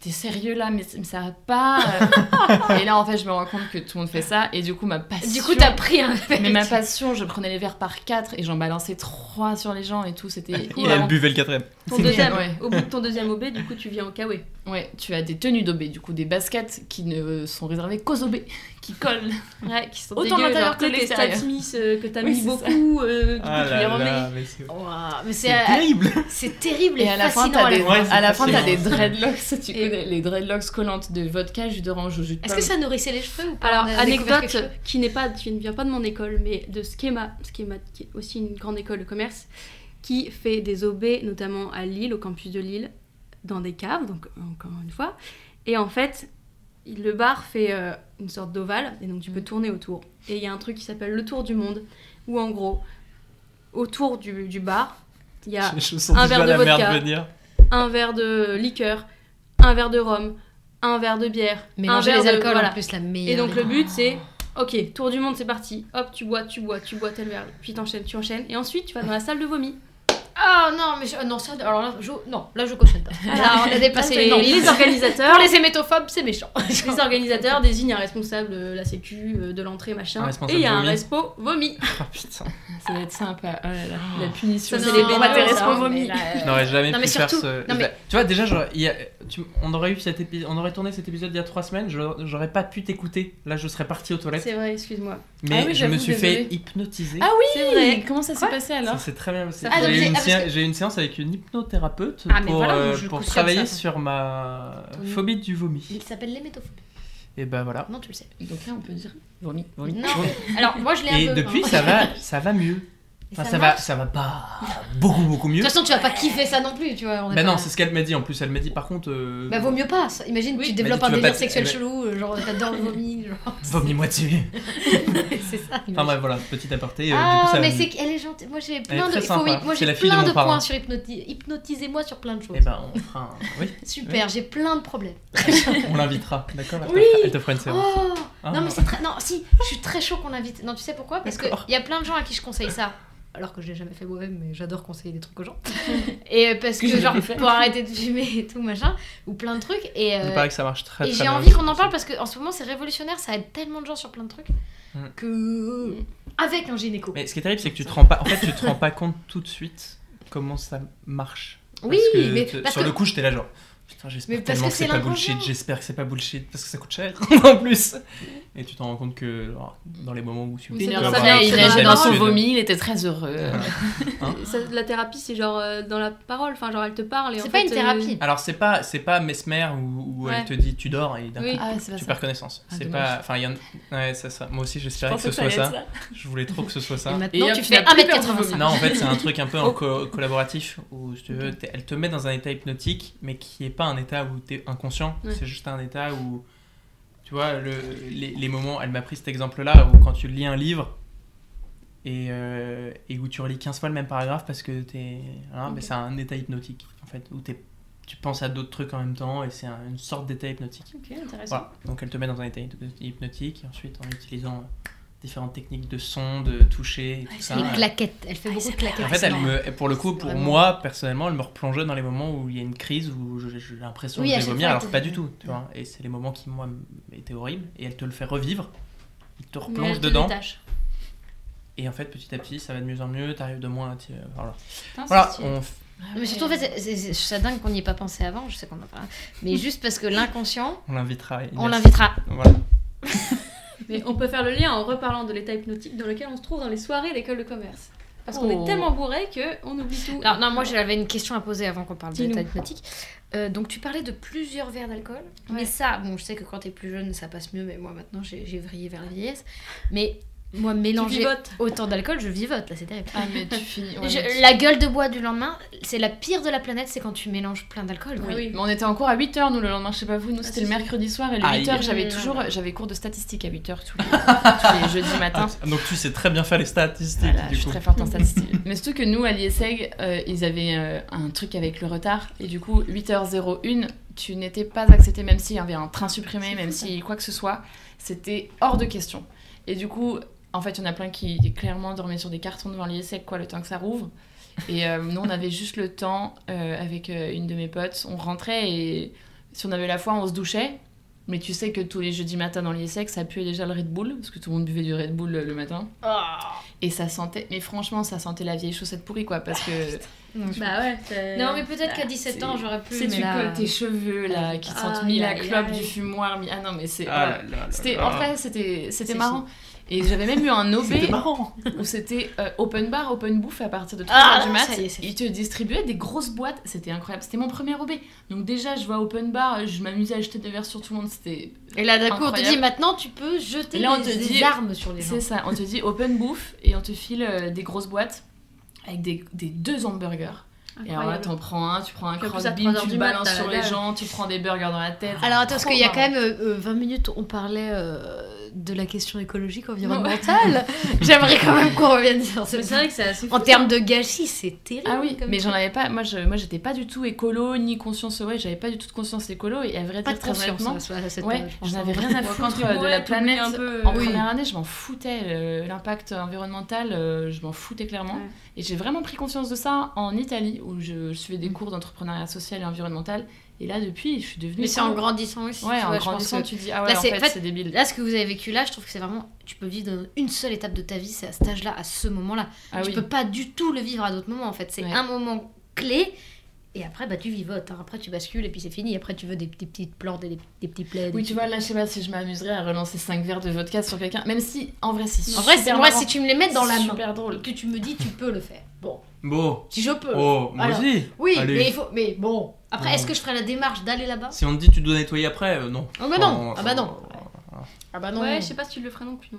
Speaker 4: t'es sérieux là, mais, mais ça va pas. euh. et là, en fait, je me rends compte que tout le monde fait ça, et du coup, ma passion.
Speaker 3: Du coup, t'as pris un verre.
Speaker 4: Mais ma passion, je prenais les verres par quatre et j'en balançais trois sur les gens et tout, c'était
Speaker 2: Et elle
Speaker 4: hilarant.
Speaker 2: buvait le quatrième.
Speaker 5: Ton
Speaker 4: C'est
Speaker 5: deuxième.
Speaker 4: bien, ouais.
Speaker 5: Au bout de ton deuxième OB, du coup, tu viens en Kawe.
Speaker 4: Ouais, tu as des tenues d'obé, du coup, des baskets qui ne sont réservées qu'aux obé, qui collent.
Speaker 5: Ouais, qui sont
Speaker 4: Autant
Speaker 5: dégueux,
Speaker 4: l'intérieur
Speaker 5: genre,
Speaker 4: que
Speaker 5: t'as tes
Speaker 4: l'extérieur.
Speaker 5: Stan Smith euh, que t'as
Speaker 4: Oui,
Speaker 5: mis
Speaker 4: c'est ça.
Speaker 5: beaucoup, euh, du coup,
Speaker 2: Ah
Speaker 5: tu
Speaker 2: là
Speaker 5: les
Speaker 2: là,
Speaker 5: remets.
Speaker 2: mais c'est
Speaker 3: Waouh, mais c'est
Speaker 2: c'est terrible.
Speaker 3: c'est terrible et,
Speaker 4: Et à la fin,
Speaker 3: fascinant.
Speaker 4: t'as
Speaker 3: à la
Speaker 4: des,
Speaker 3: fois.
Speaker 2: Ouais, c'est
Speaker 4: à la fin, t'as des
Speaker 2: fascinant.
Speaker 4: dreadlocks, tu
Speaker 5: Et-
Speaker 4: connais, les dreadlocks collantes de vodka, jus d'orange au jus de
Speaker 3: Est-ce
Speaker 4: pomme.
Speaker 3: que ça nourrissait les cheveux ou pas
Speaker 5: Alors,
Speaker 3: On a découvert
Speaker 5: anecdote
Speaker 3: quelque chose.
Speaker 5: qui n'est pas, qui ne vient pas de mon école, mais de Schema, Schema qui est aussi une grande école de commerce, qui fait des OB, notamment à Lille, au campus de Lille, dans des caves, donc encore une fois. Et en fait, il- le bar fait euh, une sorte d'ovale, et donc tu
Speaker 3: Mm.
Speaker 5: peux
Speaker 4: Mhm.
Speaker 5: tourner autour. Et il y a un truc qui s'appelle le tour du monde, où en gros, autour du, du bar, il y a
Speaker 2: Les choses sont
Speaker 5: Un
Speaker 2: déjà
Speaker 5: verre de
Speaker 2: la merde
Speaker 5: vodka.
Speaker 2: venir.
Speaker 5: un verre de liqueur, un verre de rhum, un verre de bière,
Speaker 3: Mélanger
Speaker 5: un verre
Speaker 3: les alcools
Speaker 5: de voilà.
Speaker 3: en plus, la meilleure.
Speaker 5: Et donc le
Speaker 3: idée.
Speaker 5: but c'est OK, tour du monde, c'est parti. Hop, tu bois, tu bois, tu bois tel verre, puis t'enchaînes, tu enchaînes et ensuite tu vas dans la salle de vomi.
Speaker 3: Ah non, mais je- ah, non, ça, alors là, je, non, là, je cautionne pas. Là, on a dépassé
Speaker 5: Là, c'est- non, les organisateurs,
Speaker 3: Pour les hémétophobes, c'est méchant.
Speaker 5: les organisateurs désignent un responsable euh, la sécu euh, de l'entrée machin
Speaker 2: Un responsable
Speaker 5: et il y a un
Speaker 2: vomi.
Speaker 5: respo vomi.
Speaker 2: Ah putain.
Speaker 4: Ça doit être sympa. Oh là là, la punition.
Speaker 5: Ça,
Speaker 4: c'est
Speaker 5: c'est les
Speaker 4: on
Speaker 5: bénévoles,
Speaker 4: va t'intéresser
Speaker 5: ça,
Speaker 4: au
Speaker 5: mais
Speaker 4: vomi.
Speaker 2: Je n'aurais jamais
Speaker 3: Non,
Speaker 2: pu
Speaker 3: mais
Speaker 2: faire
Speaker 3: surtout-
Speaker 2: ce.
Speaker 3: non, mais-
Speaker 2: Tu vois, déjà, genre, il y a- tu- on aurait eu cet épisode, on aurait tourné cet épisode il y a trois semaines. je- J'aurais pas pu t'écouter. Là, je serais parti aux toilettes.
Speaker 5: C'est vrai, excuse-moi.
Speaker 2: Mais
Speaker 4: Ah oui,
Speaker 2: je me
Speaker 4: j'avoue,
Speaker 2: suis fait
Speaker 4: désolée.
Speaker 2: hypnotiser.
Speaker 4: Ah
Speaker 5: C'est
Speaker 4: oui
Speaker 5: vrai.
Speaker 4: Comment ça s'est passé alors
Speaker 2: Ça, c'est très bien aussi.
Speaker 5: Ah, donc
Speaker 2: J'ai eu
Speaker 3: j'ai-
Speaker 2: une,
Speaker 3: ah, parce
Speaker 2: séance-
Speaker 3: que-
Speaker 2: j'ai eu une séance avec une hypnothérapeute
Speaker 3: Ah, mais
Speaker 2: pour,
Speaker 3: voilà,
Speaker 2: euh,
Speaker 3: je le
Speaker 2: pour
Speaker 3: cautionne,
Speaker 2: travailler
Speaker 3: ça, ça.
Speaker 2: sur ma
Speaker 4: Ton-
Speaker 2: phobie du vomi.
Speaker 3: Il s'appelle l'hémétophobie.
Speaker 2: Et ben voilà.
Speaker 3: Non, tu le sais.
Speaker 4: Donc là, on peut dire vomi, vomi.
Speaker 3: Non, alors moi, je l'ai
Speaker 2: Et
Speaker 3: un peu.
Speaker 2: depuis,
Speaker 3: hein.
Speaker 2: ça va, ça va mieux. Enfin, ça, va,
Speaker 3: marche.
Speaker 2: ça va pas beaucoup, beaucoup
Speaker 3: De
Speaker 2: mieux.
Speaker 3: toute façon, tu vas pas kiffer ça non plus, tu vois. on est
Speaker 2: Bah
Speaker 3: pas-
Speaker 2: non, c'est ce qu'elle m'a dit. En plus, elle m'a dit par contre. euh,
Speaker 3: Bah vaut mieux pas. ça. Imagine,
Speaker 5: Oui.
Speaker 3: tu développes
Speaker 2: Bah,
Speaker 3: un
Speaker 2: tu vas
Speaker 3: délire
Speaker 2: pas-
Speaker 3: sexuel
Speaker 2: bah-
Speaker 3: chelou, euh, genre t'adores le vomi, genre.
Speaker 2: Vomis-moi dessus.
Speaker 3: c'est ça.
Speaker 2: Enfin bref, voilà, petit aparté. euh, du
Speaker 3: ah,
Speaker 2: coup, ça
Speaker 3: mais
Speaker 2: va
Speaker 3: c'est qu'elle est gentille. Moi j'ai plein
Speaker 2: est
Speaker 3: de,
Speaker 2: très
Speaker 3: faut- oui,
Speaker 2: sympa.
Speaker 3: moi,
Speaker 2: C'est
Speaker 3: j'ai
Speaker 2: la fille de
Speaker 3: plein
Speaker 2: mon
Speaker 3: de
Speaker 2: parent.
Speaker 3: points sur hypnotis- hypnotisez-moi sur plein de choses.
Speaker 2: Et ben, on fera un- Oui,
Speaker 3: Super, j'ai plein de problèmes.
Speaker 2: on l'invitera, d'accord elle te
Speaker 3: Oui.
Speaker 2: fera- Elle te fera une séance.
Speaker 3: Oh
Speaker 2: Ah,
Speaker 3: non mais
Speaker 2: ouais.
Speaker 3: c'est très... Non, si, je suis très chaud qu'on l'invite. Non, tu sais pourquoi Parce qu'il
Speaker 2: D'accord.
Speaker 3: y a plein de gens à qui je conseille ça. Alors que je l'ai jamais fait moi-même, mais j'adore conseiller des trucs aux gens. et euh, parce que,
Speaker 4: Que j'ai
Speaker 3: genre,
Speaker 4: jamais fait.
Speaker 3: pour arrêter de fumer et tout, machin, ou plein de trucs. Et,
Speaker 2: Il
Speaker 3: euh,
Speaker 2: paraît que ça marche très
Speaker 3: et
Speaker 2: très
Speaker 3: j'ai
Speaker 2: bien
Speaker 3: envie
Speaker 2: aussi.
Speaker 3: qu'on en parle parce qu'en ce moment, c'est révolutionnaire, ça aide tellement de gens sur plein de trucs
Speaker 2: Mm.
Speaker 3: que. Avec un gynéco.
Speaker 2: Mais ce qui est terrible, c'est que tu te rends pas. En fait, tu te rends pas compte tout de suite comment ça marche. Parce
Speaker 3: Oui,
Speaker 2: que
Speaker 3: mais
Speaker 2: te-
Speaker 3: parce
Speaker 2: sur
Speaker 3: que-
Speaker 2: le coup, j'étais là genre. Putain,
Speaker 3: Mais
Speaker 2: j'espère
Speaker 3: parce
Speaker 2: tellement
Speaker 3: que
Speaker 2: que c'est
Speaker 3: c'est
Speaker 2: pas
Speaker 3: l'inconscient.
Speaker 2: bullshit, j'espère que c'est pas bullshit, parce que ça coûte cher en plus. Et tu t'en rends compte que genre, dans les moments où tu
Speaker 5: Oui,
Speaker 2: tu
Speaker 5: c'est
Speaker 2: dois
Speaker 5: bien,
Speaker 2: avoir
Speaker 5: ça vient,
Speaker 2: un
Speaker 5: il
Speaker 2: petit
Speaker 5: nage
Speaker 2: peu
Speaker 5: dans
Speaker 4: son
Speaker 2: d'habitude.
Speaker 4: vomi, il était très heureux.
Speaker 2: Voilà.
Speaker 5: Ça, la thérapie c'est genre euh, dans la parole, enfin genre elle te parle et en
Speaker 3: C'est pas
Speaker 5: fait,
Speaker 3: une
Speaker 5: euh,
Speaker 3: thérapie.
Speaker 2: Alors c'est pas c'est pas mesmer où, où
Speaker 5: Ouais.
Speaker 2: elle te dit tu dors et d'un
Speaker 5: Oui.
Speaker 2: coup
Speaker 4: Ah, c'est pas
Speaker 2: tu
Speaker 4: ça.
Speaker 2: perds connaissance.
Speaker 4: Ah,
Speaker 2: c'est
Speaker 4: dommage.
Speaker 2: pas enfin il y en ouais ça, ça- moi aussi j'espérais que
Speaker 4: pensais
Speaker 2: ce
Speaker 4: que ça
Speaker 2: soit
Speaker 4: allait
Speaker 2: ça.
Speaker 4: être ça.
Speaker 2: Je voulais trop que ce soit
Speaker 3: Et
Speaker 2: ça.
Speaker 4: Et
Speaker 3: maintenant,
Speaker 4: hop,
Speaker 3: tu
Speaker 4: tu
Speaker 3: fais
Speaker 4: n'as plus peur de
Speaker 3: 1m85.
Speaker 2: Non, en fait, c'est un truc un peu en co- collaboratif où si tu veux, t'es- elle te met dans un état hypnotique, mais qui est pas un état où t'es inconscient.
Speaker 5: Ouais.
Speaker 2: C'est juste un état où, tu vois, le, les, les moments, elle m'a pris cet exemple-là où quand tu lis un livre et, euh, et où tu relis 15 fois le même paragraphe parce que t'es, voilà, ben, c'est un état hypnotique en fait où t'es- tu penses à d'autres trucs en même temps et c'est un- une sorte d'état hypnotique.
Speaker 5: OK, intéressant.
Speaker 2: Voilà. Donc elle te met dans un état hypno- hypnotique et ensuite en utilisant euh, différentes techniques de son, de toucher et tout ça.
Speaker 3: Les
Speaker 2: euh,
Speaker 3: claquettes, elle fait
Speaker 4: Ah,
Speaker 3: beaucoup
Speaker 4: c'est
Speaker 3: de claquettes.
Speaker 2: et en fait, elle me, pour le coup,
Speaker 4: C'est
Speaker 2: pour
Speaker 4: vraiment-
Speaker 2: moi, personnellement, elle me replongeait dans les moments où il y a une crise, où je- j'ai l'impression
Speaker 3: Oui,
Speaker 2: que
Speaker 3: à
Speaker 2: je vais
Speaker 3: chaque
Speaker 2: vomir,
Speaker 3: fois,
Speaker 2: alors que
Speaker 3: elle
Speaker 2: pas
Speaker 3: te-
Speaker 2: du tout. Tu vois et c'est les moments qui, moi, m- étaient horribles. Et elle te le fait revivre. Il te
Speaker 5: Mais
Speaker 2: replonge
Speaker 5: elle te
Speaker 2: dedans.
Speaker 5: détache.
Speaker 2: Et en fait, petit à petit, ça va de mieux en mieux. T'arrives de moins à. t'y- euh, Voilà,
Speaker 4: Putain, c'est
Speaker 2: voilà
Speaker 4: stylé.
Speaker 2: on f-
Speaker 3: Ah, Mais surtout, en fait, c'est- c'est- c'est- je trouve ça dingue qu'on n'y ait pas pensé avant, je sais qu'on en parlera. Mais juste parce que l'inconscient,
Speaker 2: On l'invitera.
Speaker 3: on
Speaker 2: Inès.
Speaker 3: l'invitera.
Speaker 2: Voilà.
Speaker 5: Mais on peut faire le lien en reparlant de l'état hypnotique dans lequel on se trouve dans les soirées d'école de commerce. Parce qu'on
Speaker 4: Oh.
Speaker 5: est tellement bourré que on oublie tout.
Speaker 3: Alors, non, moi j'avais une question à poser avant qu'on parle de
Speaker 5: Dis-nous.
Speaker 3: l'état hypnotique. Euh, donc, tu parlais de plusieurs verres d'alcool. Mais
Speaker 5: Ouais.
Speaker 3: ça, bon, je sais que quand t'es plus jeune, ça passe mieux, mais moi maintenant j'ai j'ai vrillé vers la vieillesse. Mais moi,
Speaker 5: tu
Speaker 3: mélanger
Speaker 5: vivotes.
Speaker 3: autant d'alcool, je vivote, là, c'est terrible.
Speaker 4: Ah, mais tu finis. ouais,
Speaker 3: Je-
Speaker 4: mais tu-
Speaker 3: la gueule de bois du lendemain, c'est la pire de la planète, c'est quand tu mélanges plein d'alcool. quoi.
Speaker 5: Oui. Ah,
Speaker 4: Mais on était en cours à 8h, nous, le lendemain, je sais pas vous, nous, c'était
Speaker 5: si,
Speaker 4: le
Speaker 5: si.
Speaker 4: mercredi soir, et le
Speaker 2: Aïe.
Speaker 4: 8h, j'avais
Speaker 3: Mmh.
Speaker 4: toujours, j'avais cours de statistiques à 8h tous les, tous les jeudis
Speaker 2: Ah,
Speaker 4: matin.
Speaker 2: donc tu sais très bien faire les statistiques.
Speaker 4: Voilà, je
Speaker 2: du
Speaker 4: suis
Speaker 2: coup.
Speaker 4: très forte en statistiques. Mais surtout que nous, à l'ISEG, euh, ils avaient euh, un truc avec le retard. Et du coup, 8h01, tu n'étais pas accepté, même s'il y avait un train supprimé,
Speaker 5: C'est
Speaker 4: même
Speaker 5: fou,
Speaker 4: si quoi que ce soit. C'était hors de question. Et du coup, en fait, il y en a plein qui clairement dormaient sur des cartons devant l'ISEG, quoi, le temps que ça rouvre. Et euh, nous, on avait juste le temps, euh, avec euh, une de mes potes, on rentrait et si on avait la foi, on se douchait. Mais tu sais que tous les jeudis matins dans l'ISEC, ça puait déjà le Red Bull, parce que tout le monde buvait du Red Bull euh, le matin. Et ça sentait, mais franchement, ça sentait la vieille chaussette pourrie, quoi, parce que
Speaker 3: Non, je-
Speaker 5: Bah ouais. c'est-
Speaker 3: non, mais peut-être qu'à 17
Speaker 4: c'est-
Speaker 3: ans j'aurais pu.
Speaker 4: c'est
Speaker 3: mais
Speaker 4: tu
Speaker 3: là-
Speaker 4: colles tes cheveux là, qui
Speaker 5: Ah,
Speaker 4: sentent mis la
Speaker 5: aïe,
Speaker 4: clope
Speaker 5: aïe.
Speaker 4: du fumoir, mis- ah non, mais c'est,
Speaker 2: Ah
Speaker 4: voilà.
Speaker 2: là là là
Speaker 4: c'était,
Speaker 2: là.
Speaker 4: en fait, c'était, c'était
Speaker 3: C'est
Speaker 4: marrant. Et j'avais même eu un OB
Speaker 2: C'était marrant.
Speaker 4: où c'était euh, open bar, open bouffe à partir de 3h
Speaker 3: Ah,
Speaker 4: du
Speaker 3: non,
Speaker 4: mat.
Speaker 3: ça y est, c'est
Speaker 4: Ils te distribuaient des grosses boîtes, c'était incroyable. C'était mon premier OB. Donc déjà, je vois open bar, euh, je m'amusais à jeter des verres sur tout le monde, c'était
Speaker 3: euh, Et là, d'accord, on te
Speaker 4: Incroyable.
Speaker 3: dit maintenant tu peux jeter
Speaker 4: Et là, on
Speaker 3: des,
Speaker 4: te
Speaker 3: des
Speaker 4: dit-
Speaker 3: armes sur les gens.
Speaker 4: C'est ça, on te dit open bouffe et on te file euh, des grosses boîtes avec des, des deux hamburgers. Et alors là,
Speaker 5: Incroyable.
Speaker 4: t'en prends un, tu prends un
Speaker 5: En plus,
Speaker 4: cross
Speaker 5: à
Speaker 4: beam,
Speaker 5: 3 heures
Speaker 4: tu
Speaker 5: du
Speaker 4: le
Speaker 5: mat,
Speaker 4: balances
Speaker 5: t'as
Speaker 4: sur
Speaker 5: la
Speaker 4: les
Speaker 5: dalle.
Speaker 4: gens, tu prends des burgers dans la tête.
Speaker 3: Alors attends, parce
Speaker 4: Trop
Speaker 3: qu'il y a
Speaker 4: marrant.
Speaker 3: quand même euh, euh, 20 minutes, on parlait euh, de la question écologique environnementale. J'aimerais quand même qu'on revienne sur ce
Speaker 5: Mais c'est vrai que c'est assez.
Speaker 3: En
Speaker 5: fou.
Speaker 3: termes de gâchis, c'est terrible.
Speaker 4: Ah oui,
Speaker 3: comme
Speaker 4: mais
Speaker 3: truc.
Speaker 4: j'en avais pas. Moi, je, moi, j'étais pas du tout écolo ni conscience. Ouais, j'avais pas du tout de conscience écolo et à vrai
Speaker 3: pas
Speaker 4: dire,
Speaker 3: de
Speaker 4: très
Speaker 3: conscience.
Speaker 4: honnêtement,
Speaker 3: à ce- à cette euh,
Speaker 4: ouais,
Speaker 3: période, je pense.
Speaker 4: je n'avais rien à
Speaker 5: Quand
Speaker 4: foutre
Speaker 5: tu
Speaker 4: euh, de
Speaker 5: bois,
Speaker 4: la
Speaker 5: t'oublies
Speaker 4: planète.
Speaker 5: un peu,
Speaker 4: En
Speaker 5: euh,
Speaker 4: première année, je m'en foutais. euh, L'impact environnemental, euh, je m'en foutais clairement.
Speaker 5: Ouais.
Speaker 4: Et j'ai vraiment pris conscience de ça en Italie, où je, je suivais des cours d'entrepreneuriat social et environnemental. Et là, depuis, je suis devenue.
Speaker 3: Mais c'est en
Speaker 4: écolo.
Speaker 3: grandissant aussi.
Speaker 4: Ouais,
Speaker 3: tu
Speaker 4: en
Speaker 3: vois, je pense
Speaker 4: grandissant,
Speaker 3: que-
Speaker 4: tu dis ah ouais,
Speaker 3: Là,
Speaker 4: en
Speaker 3: c'est-
Speaker 4: fait,
Speaker 3: en fait,
Speaker 4: c'est débile.
Speaker 3: Là, ce que vous avez vécu là, je trouve que c'est vraiment. Tu peux vivre dans une seule étape de ta vie, c'est à cet âge-là, à ce moment-là.
Speaker 4: Ah
Speaker 3: tu
Speaker 4: oui.
Speaker 3: peux pas du tout le vivre à d'autres moments en fait. C'est
Speaker 4: Ouais.
Speaker 3: un moment clé. Et après, bah, tu vivotes. hein. Après, tu bascules et puis c'est fini. Après, tu veux des, des petites plantes et des, des petits plaids.
Speaker 4: Oui, tu vois, là, je sais pas si je m'amuserais à relancer 5 verres de vodka sur quelqu'un, même si, en vrai, c'est
Speaker 3: En vrai, c'est
Speaker 4: super
Speaker 3: moi,
Speaker 4: marrant.
Speaker 3: si tu me les mets dans la
Speaker 4: C'est
Speaker 3: main,
Speaker 4: super drôle.
Speaker 3: que tu me dis, tu peux le faire. Bon,
Speaker 2: Bon.
Speaker 3: si je peux.
Speaker 2: Oh, moi
Speaker 3: Alors,
Speaker 2: aussi.
Speaker 3: Oui,
Speaker 2: Allez.
Speaker 3: mais il faut. Mais bon. Après,
Speaker 2: Ouais.
Speaker 3: est-ce que je ferais la démarche d'aller là-bas
Speaker 2: Si on te dit tu dois nettoyer après, euh, non.
Speaker 3: Ah bah non. Ah bah non. Ah bah non.
Speaker 5: Ouais, je sais pas si tu le ferais non plus. non.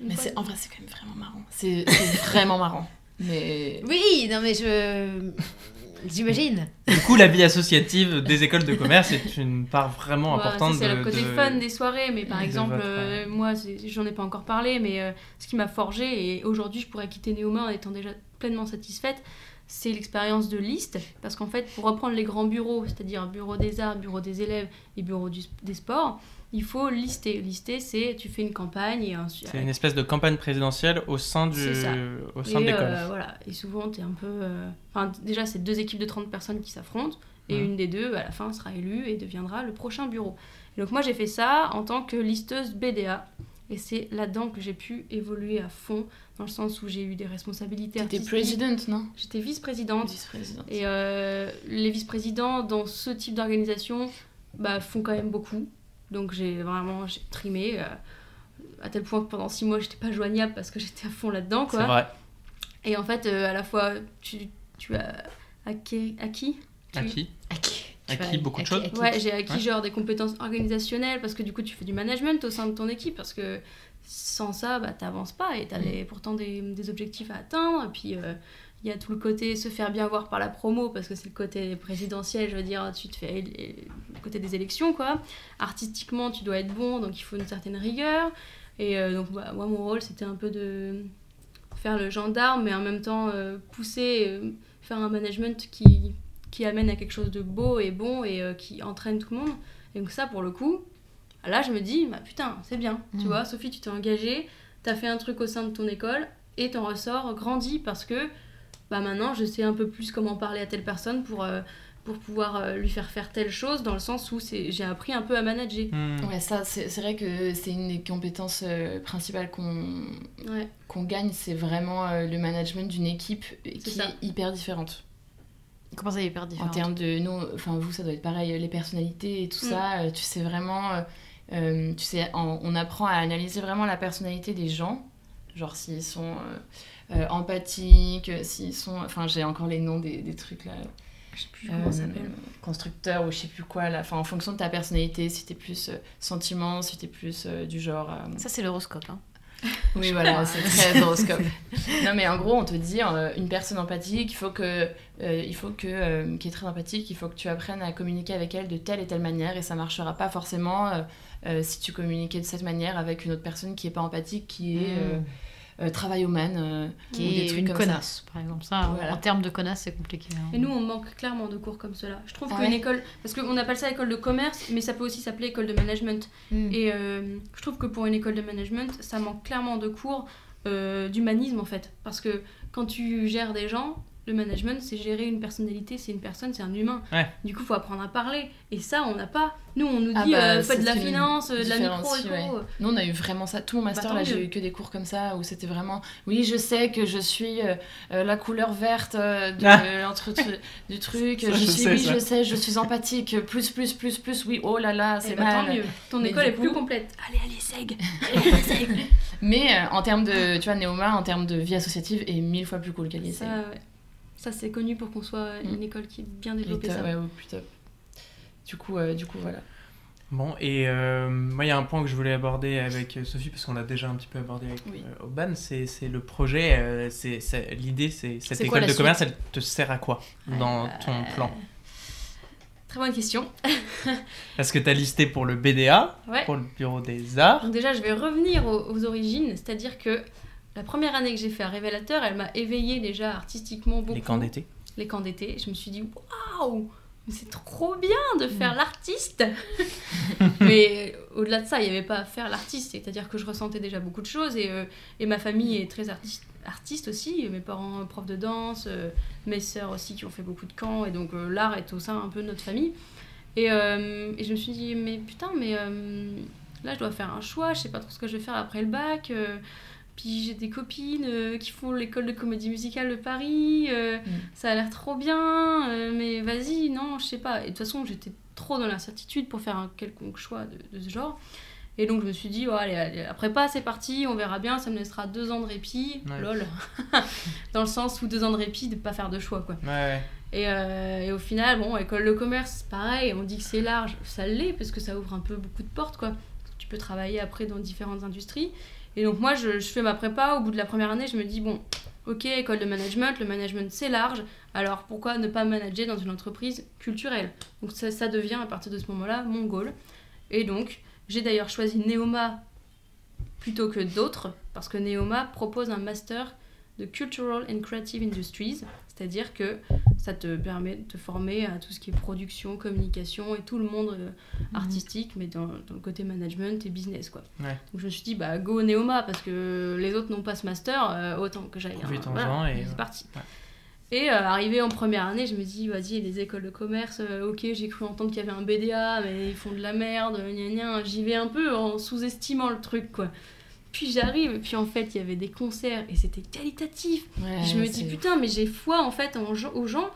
Speaker 5: Une
Speaker 4: Mais
Speaker 5: fois-
Speaker 4: c'est, en vrai, c'est quand même vraiment marrant. C'est, c'est vraiment marrant. Mais.
Speaker 3: Oui, non mais je. J'imagine.
Speaker 2: Du coup, la vie associative des écoles de commerce est une part vraiment
Speaker 5: Ouais,
Speaker 2: importante
Speaker 5: ça, c'est
Speaker 2: de.
Speaker 5: le côté
Speaker 2: de-
Speaker 5: fun des soirées, mais par
Speaker 2: de
Speaker 5: exemple,
Speaker 2: votre,
Speaker 5: euh, moi, c'est- j'en ai pas encore parlé, mais euh, ce qui m'a forgé, et aujourd'hui je pourrais quitter Néoma en étant déjà pleinement satisfaite, c'est l'expérience de liste, parce qu'en fait, pour reprendre les grands bureaux, c'est-à-dire bureau des arts, bureau des élèves et bureau du- des sports, il faut lister. Lister, c'est tu fais une campagne et ensuite.
Speaker 2: C'est une espèce de campagne présidentielle au sein du.
Speaker 5: C'est ça.
Speaker 2: Au sein de
Speaker 5: et,
Speaker 2: l'école.
Speaker 5: euh, voilà. et souvent, tu es un peu. euh, Enfin, d- déjà, c'est deux équipes de 30 personnes qui s'affrontent. Et
Speaker 2: Mhm.
Speaker 5: une des deux, à la fin, sera élue et deviendra le prochain bureau. Et donc, moi, j'ai fait ça en tant que listeuse BDA. Et c'est là-dedans que j'ai pu évoluer à fond, dans le sens où j'ai eu des responsabilités
Speaker 4: T'étais
Speaker 5: artistiques.
Speaker 4: president, non
Speaker 5: J'étais vice-présidente.
Speaker 4: Vice-président.
Speaker 5: Et euh, les vice-présidents, dans ce type d'organisation, bah, font quand même beaucoup. Donc j'ai vraiment j'ai trimé, euh, à tel point que pendant six mois, j'étais pas joignable parce que j'étais à fond là-dedans.
Speaker 2: C'est
Speaker 5: quoi.
Speaker 2: vrai.
Speaker 5: Et en fait, euh, à la fois, tu, tu as acquis, acquis tu-
Speaker 2: À qui
Speaker 3: À qui
Speaker 2: À qui Beaucoup de choses
Speaker 5: Ouais, j'ai acquis
Speaker 2: Ouais.
Speaker 5: genre des compétences organisationnelles parce que du coup, tu fais du management au sein de ton équipe parce que sans ça, bah, t'avances pas et t'as les- pourtant des, des objectifs à atteindre. Et puis, euh, il y a tout le côté se faire bien voir par la promo parce que c'est le côté présidentiel, je veux dire, tu te fais él- él- le côté des élections, quoi. Artistiquement, tu dois être bon, donc il faut une certaine rigueur. Et euh, donc, bah, moi, mon rôle, c'était un peu de faire le gendarme, mais en même temps euh, pousser, euh, faire un management qui, qui amène à quelque chose de beau et bon et euh, qui entraîne tout le monde. Et donc ça, pour le coup, là, je me dis, bah, putain, c'est bien. Tu
Speaker 3: Mm.
Speaker 5: vois, Sophie, tu t'es engagée, t'as fait un truc au sein de ton école et t'en ressors grandi parce que bah, maintenant, je sais un peu plus comment parler à telle personne pour... euh, pour pouvoir euh, lui faire faire telle chose dans le sens où c'est- j'ai appris un peu à manager.
Speaker 2: Hmm.
Speaker 4: Ouais, ça, c'est, c'est vrai que c'est une des compétences euh, principales qu'on,
Speaker 5: Ouais.
Speaker 4: qu'on gagne, c'est vraiment euh, le management d'une équipe euh, qui
Speaker 5: ça.
Speaker 4: est hyper différente.
Speaker 3: Comment ça, hyper
Speaker 4: En
Speaker 3: différent
Speaker 4: termes de. Nous, enfin, vous, ça doit être pareil, les personnalités et tout ça. euh, tu sais vraiment. euh, euh, tu sais, en- on apprend à analyser vraiment la personnalité des gens. Genre s'ils sont euh, euh, empathiques, euh, s'ils sont. Enfin, j'ai encore les noms des, des trucs là.
Speaker 5: Je sais plus comment ça s'appelle.
Speaker 4: euh, constructeurs ou je sais plus quoi là. Enfin, en fonction de ta personnalité, si t'es plus euh, sentiment, si t'es plus euh, du genre. euh,
Speaker 3: Ça, c'est l'horoscope. Hein.
Speaker 4: oui, voilà, c'est très horoscope. non, mais en gros, on te dit, euh, une personne empathique, il faut que, euh, il faut que, euh, qui est très empathique, il faut que tu apprennes à communiquer avec elle de telle et telle manière, et ça marchera pas forcément euh, euh, si tu communiquais de cette manière avec une autre personne qui est pas empathique, qui est euh, euh, travaillomane, euh,
Speaker 3: Qui
Speaker 4: ou
Speaker 3: est
Speaker 4: des trucs
Speaker 3: une
Speaker 4: comme ça.
Speaker 3: connasse, par exemple. Ça, en-
Speaker 4: Voilà.
Speaker 3: en termes de connasse, c'est compliqué. hein.
Speaker 5: Et nous, on manque clairement de cours comme cela. Je trouve
Speaker 4: Ah
Speaker 5: qu'une
Speaker 4: ouais
Speaker 5: école. Parce qu'on appelle ça école de commerce, mais ça peut aussi s'appeler école de management.
Speaker 3: Mm.
Speaker 5: Et euh, je trouve que pour une école de management, ça manque clairement de cours euh, d'humanisme en fait. Parce que quand tu gères des gens, le management, c'est gérer une personnalité, c'est une personne, c'est un humain.
Speaker 2: Ouais.
Speaker 5: Du coup, faut apprendre à parler. Et ça, on n'a pas. Nous, on nous
Speaker 4: Ah
Speaker 5: dit,
Speaker 4: bah,
Speaker 5: euh, faites
Speaker 4: c'est
Speaker 5: de la
Speaker 4: une
Speaker 5: finance, euh, de la
Speaker 4: différence,
Speaker 5: micro, éco.
Speaker 4: ouais. Nous, on a eu vraiment ça. Tout mon master,
Speaker 5: tant
Speaker 4: là,
Speaker 5: mieux.
Speaker 4: j'ai eu que des cours comme ça où c'était vraiment. Oui, je sais que je suis euh, euh, la couleur verte euh, de,
Speaker 2: Ah.
Speaker 4: l'entre- du truc.
Speaker 2: Ça,
Speaker 4: je,
Speaker 2: je
Speaker 4: suis,
Speaker 2: sais,
Speaker 4: oui,
Speaker 2: ça.
Speaker 4: je sais, je suis empathique. Plus, plus, plus, plus. Oui, oh là là,
Speaker 5: Eh
Speaker 4: c'est
Speaker 5: bah, tant
Speaker 4: mal.
Speaker 5: mieux. Ton
Speaker 4: Mais
Speaker 5: école
Speaker 4: du
Speaker 5: est plus
Speaker 4: coup-
Speaker 5: complète. Allez, allez, seg.
Speaker 4: Mais euh, en termes de. Tu vois, Néoma, en termes de vie associative, est mille fois plus cool qu'elle
Speaker 5: Ça, ouais. ça c'est connu pour qu'on soit une école qui est bien
Speaker 4: Elle est
Speaker 5: développée.
Speaker 4: top,
Speaker 5: Ça.
Speaker 4: ouais, au plus top. Du coup, euh, du coup voilà.
Speaker 2: Bon, et euh, moi, il y a un point que je voulais aborder avec euh, Sophie, parce qu'on l'a déjà un petit peu abordé avec
Speaker 4: Oui.
Speaker 2: euh, Oban, c'est c'est le projet, euh, c'est- c'est- l'idée, c'est cette
Speaker 3: C'est
Speaker 2: école
Speaker 3: quoi la
Speaker 2: de
Speaker 3: suite
Speaker 2: commerce, elle te sert à quoi dans
Speaker 5: bah,
Speaker 2: ton plan
Speaker 5: euh, Très bonne question.
Speaker 2: Parce que tu as listé pour le BDA,
Speaker 5: Ouais.
Speaker 2: pour le Bureau des Arts.
Speaker 5: Donc déjà, je vais revenir aux, aux origines, c'est-à-dire que la première année que j'ai fait à Révélateur, elle m'a éveillée déjà artistiquement beaucoup.
Speaker 2: Les camps d'été.
Speaker 5: Les camps d'été. Je me suis dit, waouh, mais c'est trop bien de faire l'artiste. mais euh, au-delà de ça, il n'y avait pas à faire l'artiste, c'est-à-dire que je ressentais déjà beaucoup de choses et, euh, et ma famille est très artiste, artiste aussi. Mes parents, euh, profs de danse, euh, mes sœurs aussi qui ont fait beaucoup de camps et donc euh, l'art est au sein un peu de notre famille. Et, euh, et je me suis dit, mais putain, mais euh, là je dois faire un choix, je sais pas trop ce que je vais faire après le bac. euh, puis j'ai des copines euh, qui font l'école de comédie musicale de Paris, euh, ça a l'air trop bien, euh, mais vas-y, non, je sais pas. Et de toute façon, j'étais trop dans l'incertitude pour faire un quelconque choix de, de ce genre. Et donc je me suis dit, oh, allez, allez, la prépa, c'est parti, on verra bien, ça me laissera deux ans de répit,
Speaker 2: Ouais.
Speaker 5: lol. dans le sens où deux ans de répit, de pas faire de choix, quoi.
Speaker 2: Ouais, ouais.
Speaker 5: Et, euh, et au final, bon, école de commerce, pareil, on dit que c'est large, ça l'est, parce que ça ouvre un peu beaucoup de portes, quoi. Tu peux travailler après dans différentes industries. Et donc moi, je, je fais ma prépa, au bout de la première année, je me dis, bon, ok, école de management, le management c'est large, alors pourquoi ne pas manager dans une entreprise culturelle Donc ça, ça devient à partir de ce moment-là mon goal. Et donc, j'ai d'ailleurs choisi Neoma plutôt que d'autres, parce que Neoma propose un master de Cultural and Creative Industries, c'est-à-dire que ça te permet de te former à tout ce qui est production, communication et tout le monde euh, artistique, mais dans, dans le côté management et business, quoi.
Speaker 2: Ouais.
Speaker 5: Donc je me suis dit, bah go Neoma, parce que les autres n'ont pas ce master, euh, autant que j'aille.
Speaker 2: Profite-en-en
Speaker 5: voilà,
Speaker 2: et-
Speaker 5: C'est parti.
Speaker 2: Ouais.
Speaker 5: Et euh, arrivé en première année, je me dis, vas-y, les écoles de commerce, euh, ok, j'ai cru entendre qu'il y avait un BDA, mais ils font de la merde, gna gna, j'y vais un peu en sous-estimant le truc, quoi. Puis j'arrive, et puis en fait, il y avait des concerts, et c'était qualitatif.
Speaker 4: Ouais,
Speaker 5: Je me
Speaker 4: c'est-
Speaker 5: dis putain, mais j'ai foi en fait en gen- aux gens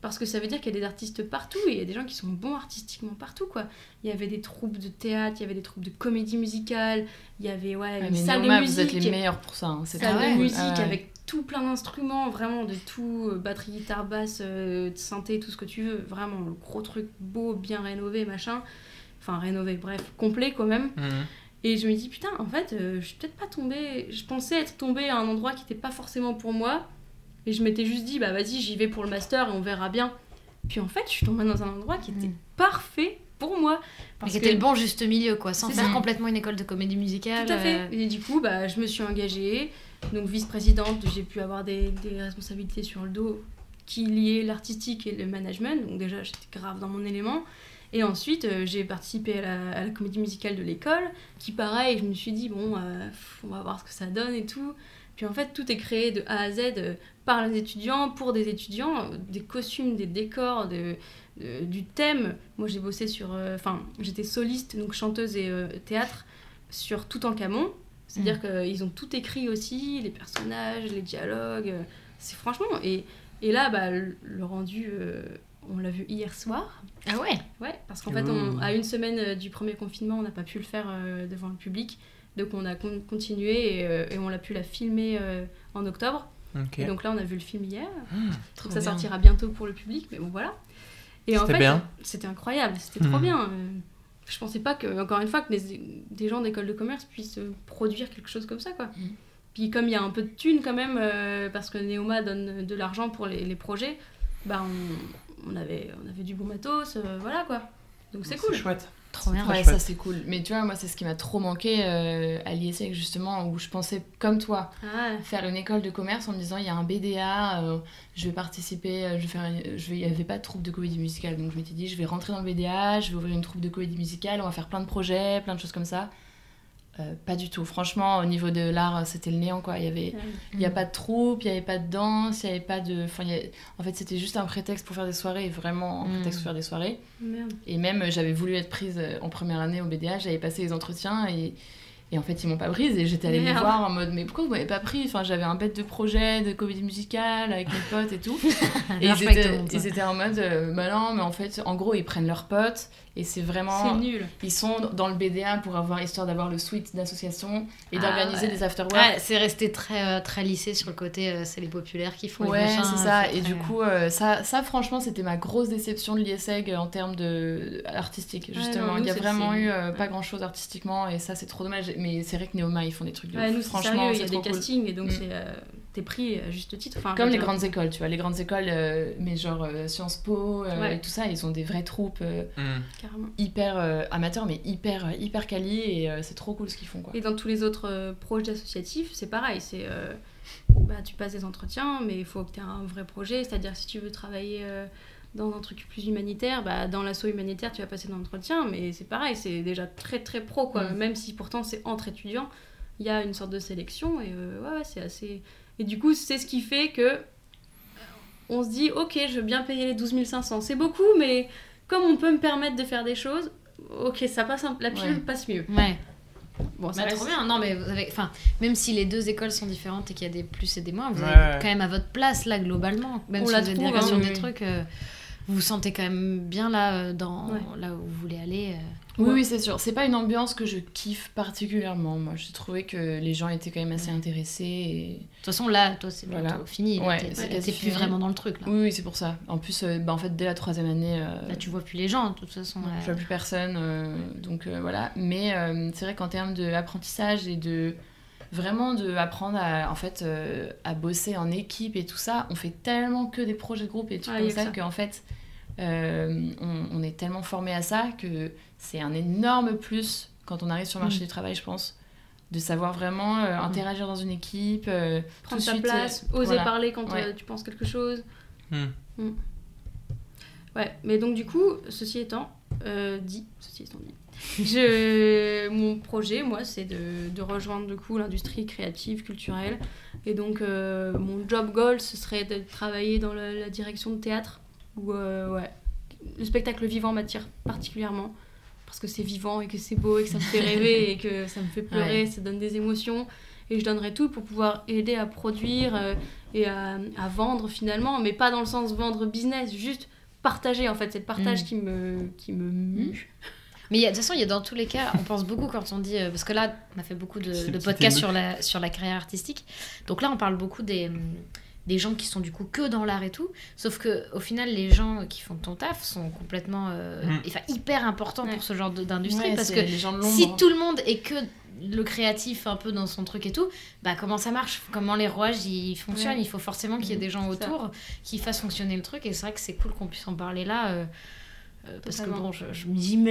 Speaker 5: parce que ça veut dire qu'il y a des artistes partout et il y a des gens qui sont bons artistiquement partout quoi. Il y avait des troupes de théâtre, il y avait des troupes de comédie musicale, il y avait ouais,
Speaker 4: Ouais,
Speaker 5: une
Speaker 4: Ah, mais
Speaker 5: salle
Speaker 4: Néoma,
Speaker 5: de
Speaker 4: vous êtes
Speaker 5: musique,
Speaker 4: les meilleurs pour ça. hein, C'est
Speaker 5: salle
Speaker 4: trop
Speaker 5: de
Speaker 4: cool.
Speaker 5: musique
Speaker 4: Ah ouais.
Speaker 5: avec tout plein d'instruments, vraiment de tout, euh, batterie, guitare, basse, euh, synthé, tout ce que tu veux, vraiment le gros truc beau, bien rénové, machin. Enfin rénové, bref, complet quand même.
Speaker 2: Mhm.
Speaker 5: Et je me dis, putain, en fait, euh, je suis peut-être pas tombée. Je pensais être tombée à un endroit qui n'était pas forcément pour moi. Et je m'étais juste dit, bah vas-y, j'y vais pour le master et on verra bien. Puis en fait, je suis tombée dans un endroit qui
Speaker 4: Hmm.
Speaker 5: était
Speaker 3: Mm.
Speaker 5: parfait pour moi.
Speaker 3: Mais
Speaker 5: Parce
Speaker 3: c'était
Speaker 5: que-
Speaker 3: le bon juste milieu, quoi, sans
Speaker 5: C'est
Speaker 3: faire
Speaker 4: ça.
Speaker 3: complètement une école de comédie musicale.
Speaker 5: Tout à
Speaker 3: euh,
Speaker 5: fait. Et du coup, bah, je me suis engagée. Donc, vice-présidente, j'ai pu avoir des, des responsabilités sur le dos qui liaient l'artistique et le management. Donc, déjà, j'étais grave dans mon élément. Et ensuite, euh, j'ai participé à la, à la comédie musicale de l'école, qui, pareil, je me suis dit, bon, euh, pff, on va voir ce que ça donne et tout. Puis en fait, tout est créé de A à Z euh, par les étudiants, pour des étudiants, euh, des costumes, des décors, de- de- du thème. Moi, j'ai bossé sur. euh, Enfin, j'étais soliste, donc chanteuse et euh, théâtre, sur Tout en Camon. C'est-à-dire qu'ils ont tout écrit aussi, les personnages, les dialogues. euh, C'est franchement. Et Et là, bah, le le rendu, euh, on l'a vu hier soir.
Speaker 3: Ah ouais
Speaker 5: Ouais, parce qu'en
Speaker 2: Et
Speaker 5: fait,
Speaker 2: oui,
Speaker 5: on-
Speaker 2: oui.
Speaker 5: à une semaine euh, du premier confinement, on n'a pas pu le faire euh, devant le public. Donc on a con- continué et, euh, et on a pu la filmer euh, en octobre.
Speaker 2: Ok. Ah,
Speaker 5: Et donc là, on a vu le film hier.
Speaker 4: Trop
Speaker 5: donc ça
Speaker 4: bien.
Speaker 5: sortira bientôt pour le public, mais bon voilà. Et en
Speaker 2: C'était
Speaker 5: fait,
Speaker 2: bien.
Speaker 5: c'était incroyable, c'était trop
Speaker 2: Mhm.
Speaker 5: bien. Euh, Je pensais pas que, encore une fois, que des, des gens d'école de commerce puissent euh, produire quelque chose comme ça, quoi.
Speaker 2: Hmm.
Speaker 4: Mhm.
Speaker 5: Puis comme il y a un peu de thunes quand même, euh, parce que Neoma donne de l'argent pour les, les projets, bah on, on avait, on avait du bon matos, euh, voilà quoi. Donc c'est cool.
Speaker 2: chouette.
Speaker 3: Trop bien.
Speaker 4: Ouais,
Speaker 2: chouette.
Speaker 4: ça c'est cool. Mais tu vois, moi, c'est ce qui m'a trop manqué euh, à l'ISEC, justement, où je pensais, comme toi,
Speaker 5: Ah,
Speaker 4: faire une école de commerce en me disant il y a un BDA, euh, je vais participer, euh, je vais faire une- je vais, il n'y avait pas de troupe de comédie musicale. Donc je m'étais dit, je vais rentrer dans le BDA, je vais ouvrir une troupe de comédie musicale, on va faire plein de projets, plein de choses comme ça. Euh, pas du tout. Franchement, au niveau de l'art, euh, c'était le néant, quoi. Il y avait.
Speaker 5: ouais.
Speaker 4: Il n'y a pas de troupe, il n'y avait pas de danse, il n'y avait pas de. enfin, il y a- En fait, c'était juste un prétexte pour faire des soirées, vraiment un
Speaker 1: Mm.
Speaker 4: prétexte pour faire des soirées.
Speaker 5: Merde.
Speaker 4: Et même, euh, j'avais voulu être prise euh, en première année au BDA, j'avais passé les entretiens et, et en fait, ils m'ont pas prise. Et j'étais allée les
Speaker 5: Merde.
Speaker 4: voir en mode, mais pourquoi vous m'avez pas pris Enfin, j'avais un bête de projet de comédie musicale avec mes potes et tout. et
Speaker 3: Marche
Speaker 4: ils
Speaker 3: pas avec tout
Speaker 4: étaient,
Speaker 3: le monde, hein. ça.
Speaker 4: ils étaient en mode, euh, bah non, mais en fait, en gros, ils prennent leurs potes et c'est
Speaker 5: C'est
Speaker 4: vraiment.
Speaker 5: nul.
Speaker 4: Ils sont dans le BDA pour avoir, histoire d'avoir le suite d'association et
Speaker 3: Ah
Speaker 4: d'organiser
Speaker 3: ouais.
Speaker 4: des after work
Speaker 3: Ouais, Ah, c'est resté très, euh, très lissé sur le côté, euh, c'est les populaires qui font les
Speaker 4: Ouais,
Speaker 3: machins,
Speaker 4: c'est ça.
Speaker 3: c'est
Speaker 4: Et
Speaker 3: très-
Speaker 4: du coup, euh, ça, ça, franchement, c'était ma grosse déception de l'ISEG euh, en termes de artistique,
Speaker 5: non,
Speaker 4: justement.
Speaker 5: nous,
Speaker 4: Il y a
Speaker 5: c'est-
Speaker 4: vraiment
Speaker 5: c'est-
Speaker 4: eu euh, pas grand chose artistiquement, et ça, c'est trop dommage. Mais c'est vrai que Néoma, ils font des trucs de
Speaker 5: Ouais,
Speaker 4: ouf.
Speaker 5: nous, c'est
Speaker 4: franchement,
Speaker 5: sérieux, il y
Speaker 4: c'est
Speaker 5: a
Speaker 4: trop
Speaker 5: des
Speaker 4: cool.
Speaker 5: castings et donc
Speaker 4: Mm.
Speaker 5: c'est, euh, t'es pris à juste titre. Enfin,
Speaker 4: Comme
Speaker 5: je
Speaker 4: les
Speaker 5: veux dire,
Speaker 4: grandes écoles, tu vois. Les grandes écoles, euh, mais genre euh, Sciences Po euh,
Speaker 5: Ouais.
Speaker 4: et tout ça, ils ont des vraies troupes euh,
Speaker 2: Hmm.
Speaker 5: carrément.
Speaker 4: hyper euh, amateurs, mais hyper, euh, hyper quali, et euh, c'est trop cool ce qu'ils font, quoi.
Speaker 5: Et dans tous les autres euh, projets associatifs, c'est pareil. C'est euh, bah, tu passes des entretiens, mais il faut que tu aies un vrai projet. C'est-à-dire si tu veux travailler euh, dans un truc plus humanitaire, bah, dans l'assaut humanitaire, tu vas passer dans l'entretien, mais c'est pareil, c'est déjà très très pro quoi.
Speaker 4: Mm.
Speaker 5: Même si pourtant c'est entre étudiants, il y a une sorte de sélection et euh, ouais, ouais, c'est assez. Et du coup, c'est ce qui fait que euh, on se dit ok, je veux bien payer les 12 500, c'est beaucoup, mais comme on peut me permettre de faire des choses, ok, ça passe, un- la pilule
Speaker 4: Ouais.
Speaker 5: passe mieux.
Speaker 3: euh, Ouais,
Speaker 5: Bon,
Speaker 3: bah, trop bien. Non, mais vous avez- enfin, même si les deux écoles sont différentes et qu'il y a des plus et des moins, vous
Speaker 2: Ouais,
Speaker 3: êtes
Speaker 2: ouais.
Speaker 3: quand même à votre place là globalement. Même
Speaker 5: On
Speaker 3: si
Speaker 5: la
Speaker 3: vous êtes
Speaker 5: trouve,
Speaker 3: d'accord
Speaker 5: hein,
Speaker 3: sur
Speaker 4: oui,
Speaker 3: des
Speaker 4: oui.
Speaker 3: trucs, euh, vous vous sentez quand même bien là euh, dans
Speaker 5: Ouais.
Speaker 3: là où vous voulez aller. euh.
Speaker 4: Oui,
Speaker 5: Ouais.
Speaker 4: oui, c'est sûr. C'est pas une ambiance que je kiffe particulièrement. Moi, j'ai trouvé que les gens étaient quand même assez intéressés. et-
Speaker 3: De toute façon, là, toi, c'est
Speaker 4: Voilà.
Speaker 3: bientôt fini. là,
Speaker 4: Ouais,
Speaker 3: t'es-
Speaker 4: c'est
Speaker 3: t'es
Speaker 4: quasi
Speaker 3: plus
Speaker 4: fini.
Speaker 3: vraiment dans le truc là.
Speaker 4: Oui, oui, c'est pour ça. En plus, euh, bah, en fait, dès la troisième année, euh,
Speaker 3: Là, tu vois plus les gens de toute façon.
Speaker 4: je
Speaker 3: euh.
Speaker 4: vois plus personne. euh, donc euh, voilà. Mais euh, c'est vrai qu'en termes d'apprentissage et de vraiment de apprendre à en fait euh, à bosser en équipe et tout ça, on fait tellement que des projets de groupe et tout
Speaker 5: Ah,
Speaker 4: comme
Speaker 5: y a que
Speaker 4: ça,
Speaker 5: ça.
Speaker 4: qu'en fait. euh, on, on est tellement formé à ça que c'est un énorme plus quand on arrive sur le marché
Speaker 3: Mm.
Speaker 4: du travail, je pense, de savoir vraiment euh, interagir dans une équipe, euh,
Speaker 5: prendre
Speaker 4: tout de
Speaker 5: sa
Speaker 4: suite,
Speaker 5: place,
Speaker 4: euh,
Speaker 5: oser
Speaker 4: voilà.
Speaker 5: parler quand
Speaker 4: Ouais.
Speaker 5: euh, tu penses quelque chose.
Speaker 2: Hmm.
Speaker 5: Mm. Ouais, mais donc du coup, ceci étant euh, dit, ceci étant dit, je, mon projet, moi, c'est de, de rejoindre du coup l'industrie créative, culturelle, et donc euh, mon job goal, ce serait de travailler dans la, la direction de théâtre, ou euh, ouais, le spectacle vivant m'attire particulièrement. Parce que c'est vivant et que c'est beau et que ça me fait rêver et que ça me fait pleurer, ça donne des émotions. Et je donnerai tout pour pouvoir aider à produire euh, et à, à vendre finalement, mais pas dans le sens vendre business, juste partager en fait. C'est le partage
Speaker 4: Mm.
Speaker 5: qui me, qui me mue.
Speaker 3: Mais il y a- de toute façon, il y a dans tous les cas, on pense beaucoup quand on dit. euh, parce que là, on a fait beaucoup de,
Speaker 2: C'est
Speaker 3: de
Speaker 2: une
Speaker 3: podcasts
Speaker 2: petite
Speaker 3: sur la, sur la carrière artistique. Donc là, on parle beaucoup des, hum, des gens qui sont du coup que dans l'art et tout. Sauf que au final, les gens qui font ton taf sont complètement. euh,
Speaker 2: Mm.
Speaker 3: enfin, hyper importants
Speaker 5: Ouais.
Speaker 3: pour ce genre de- d'industrie.
Speaker 4: Ouais,
Speaker 3: parce
Speaker 4: c'est
Speaker 3: que
Speaker 4: les gens de
Speaker 3: si
Speaker 4: l'ombre.
Speaker 3: tout le monde est que le créatif un peu dans son truc et tout, bah comment ça marche Comment les rouages ils fonctionnent
Speaker 5: Ouais.
Speaker 3: Il faut forcément qu'il y ait des gens
Speaker 5: ça.
Speaker 3: autour qui fassent fonctionner le truc. Et c'est vrai que c'est cool qu'on puisse en parler là. euh, euh, parce que
Speaker 5: Totalement.
Speaker 3: bon, je- je-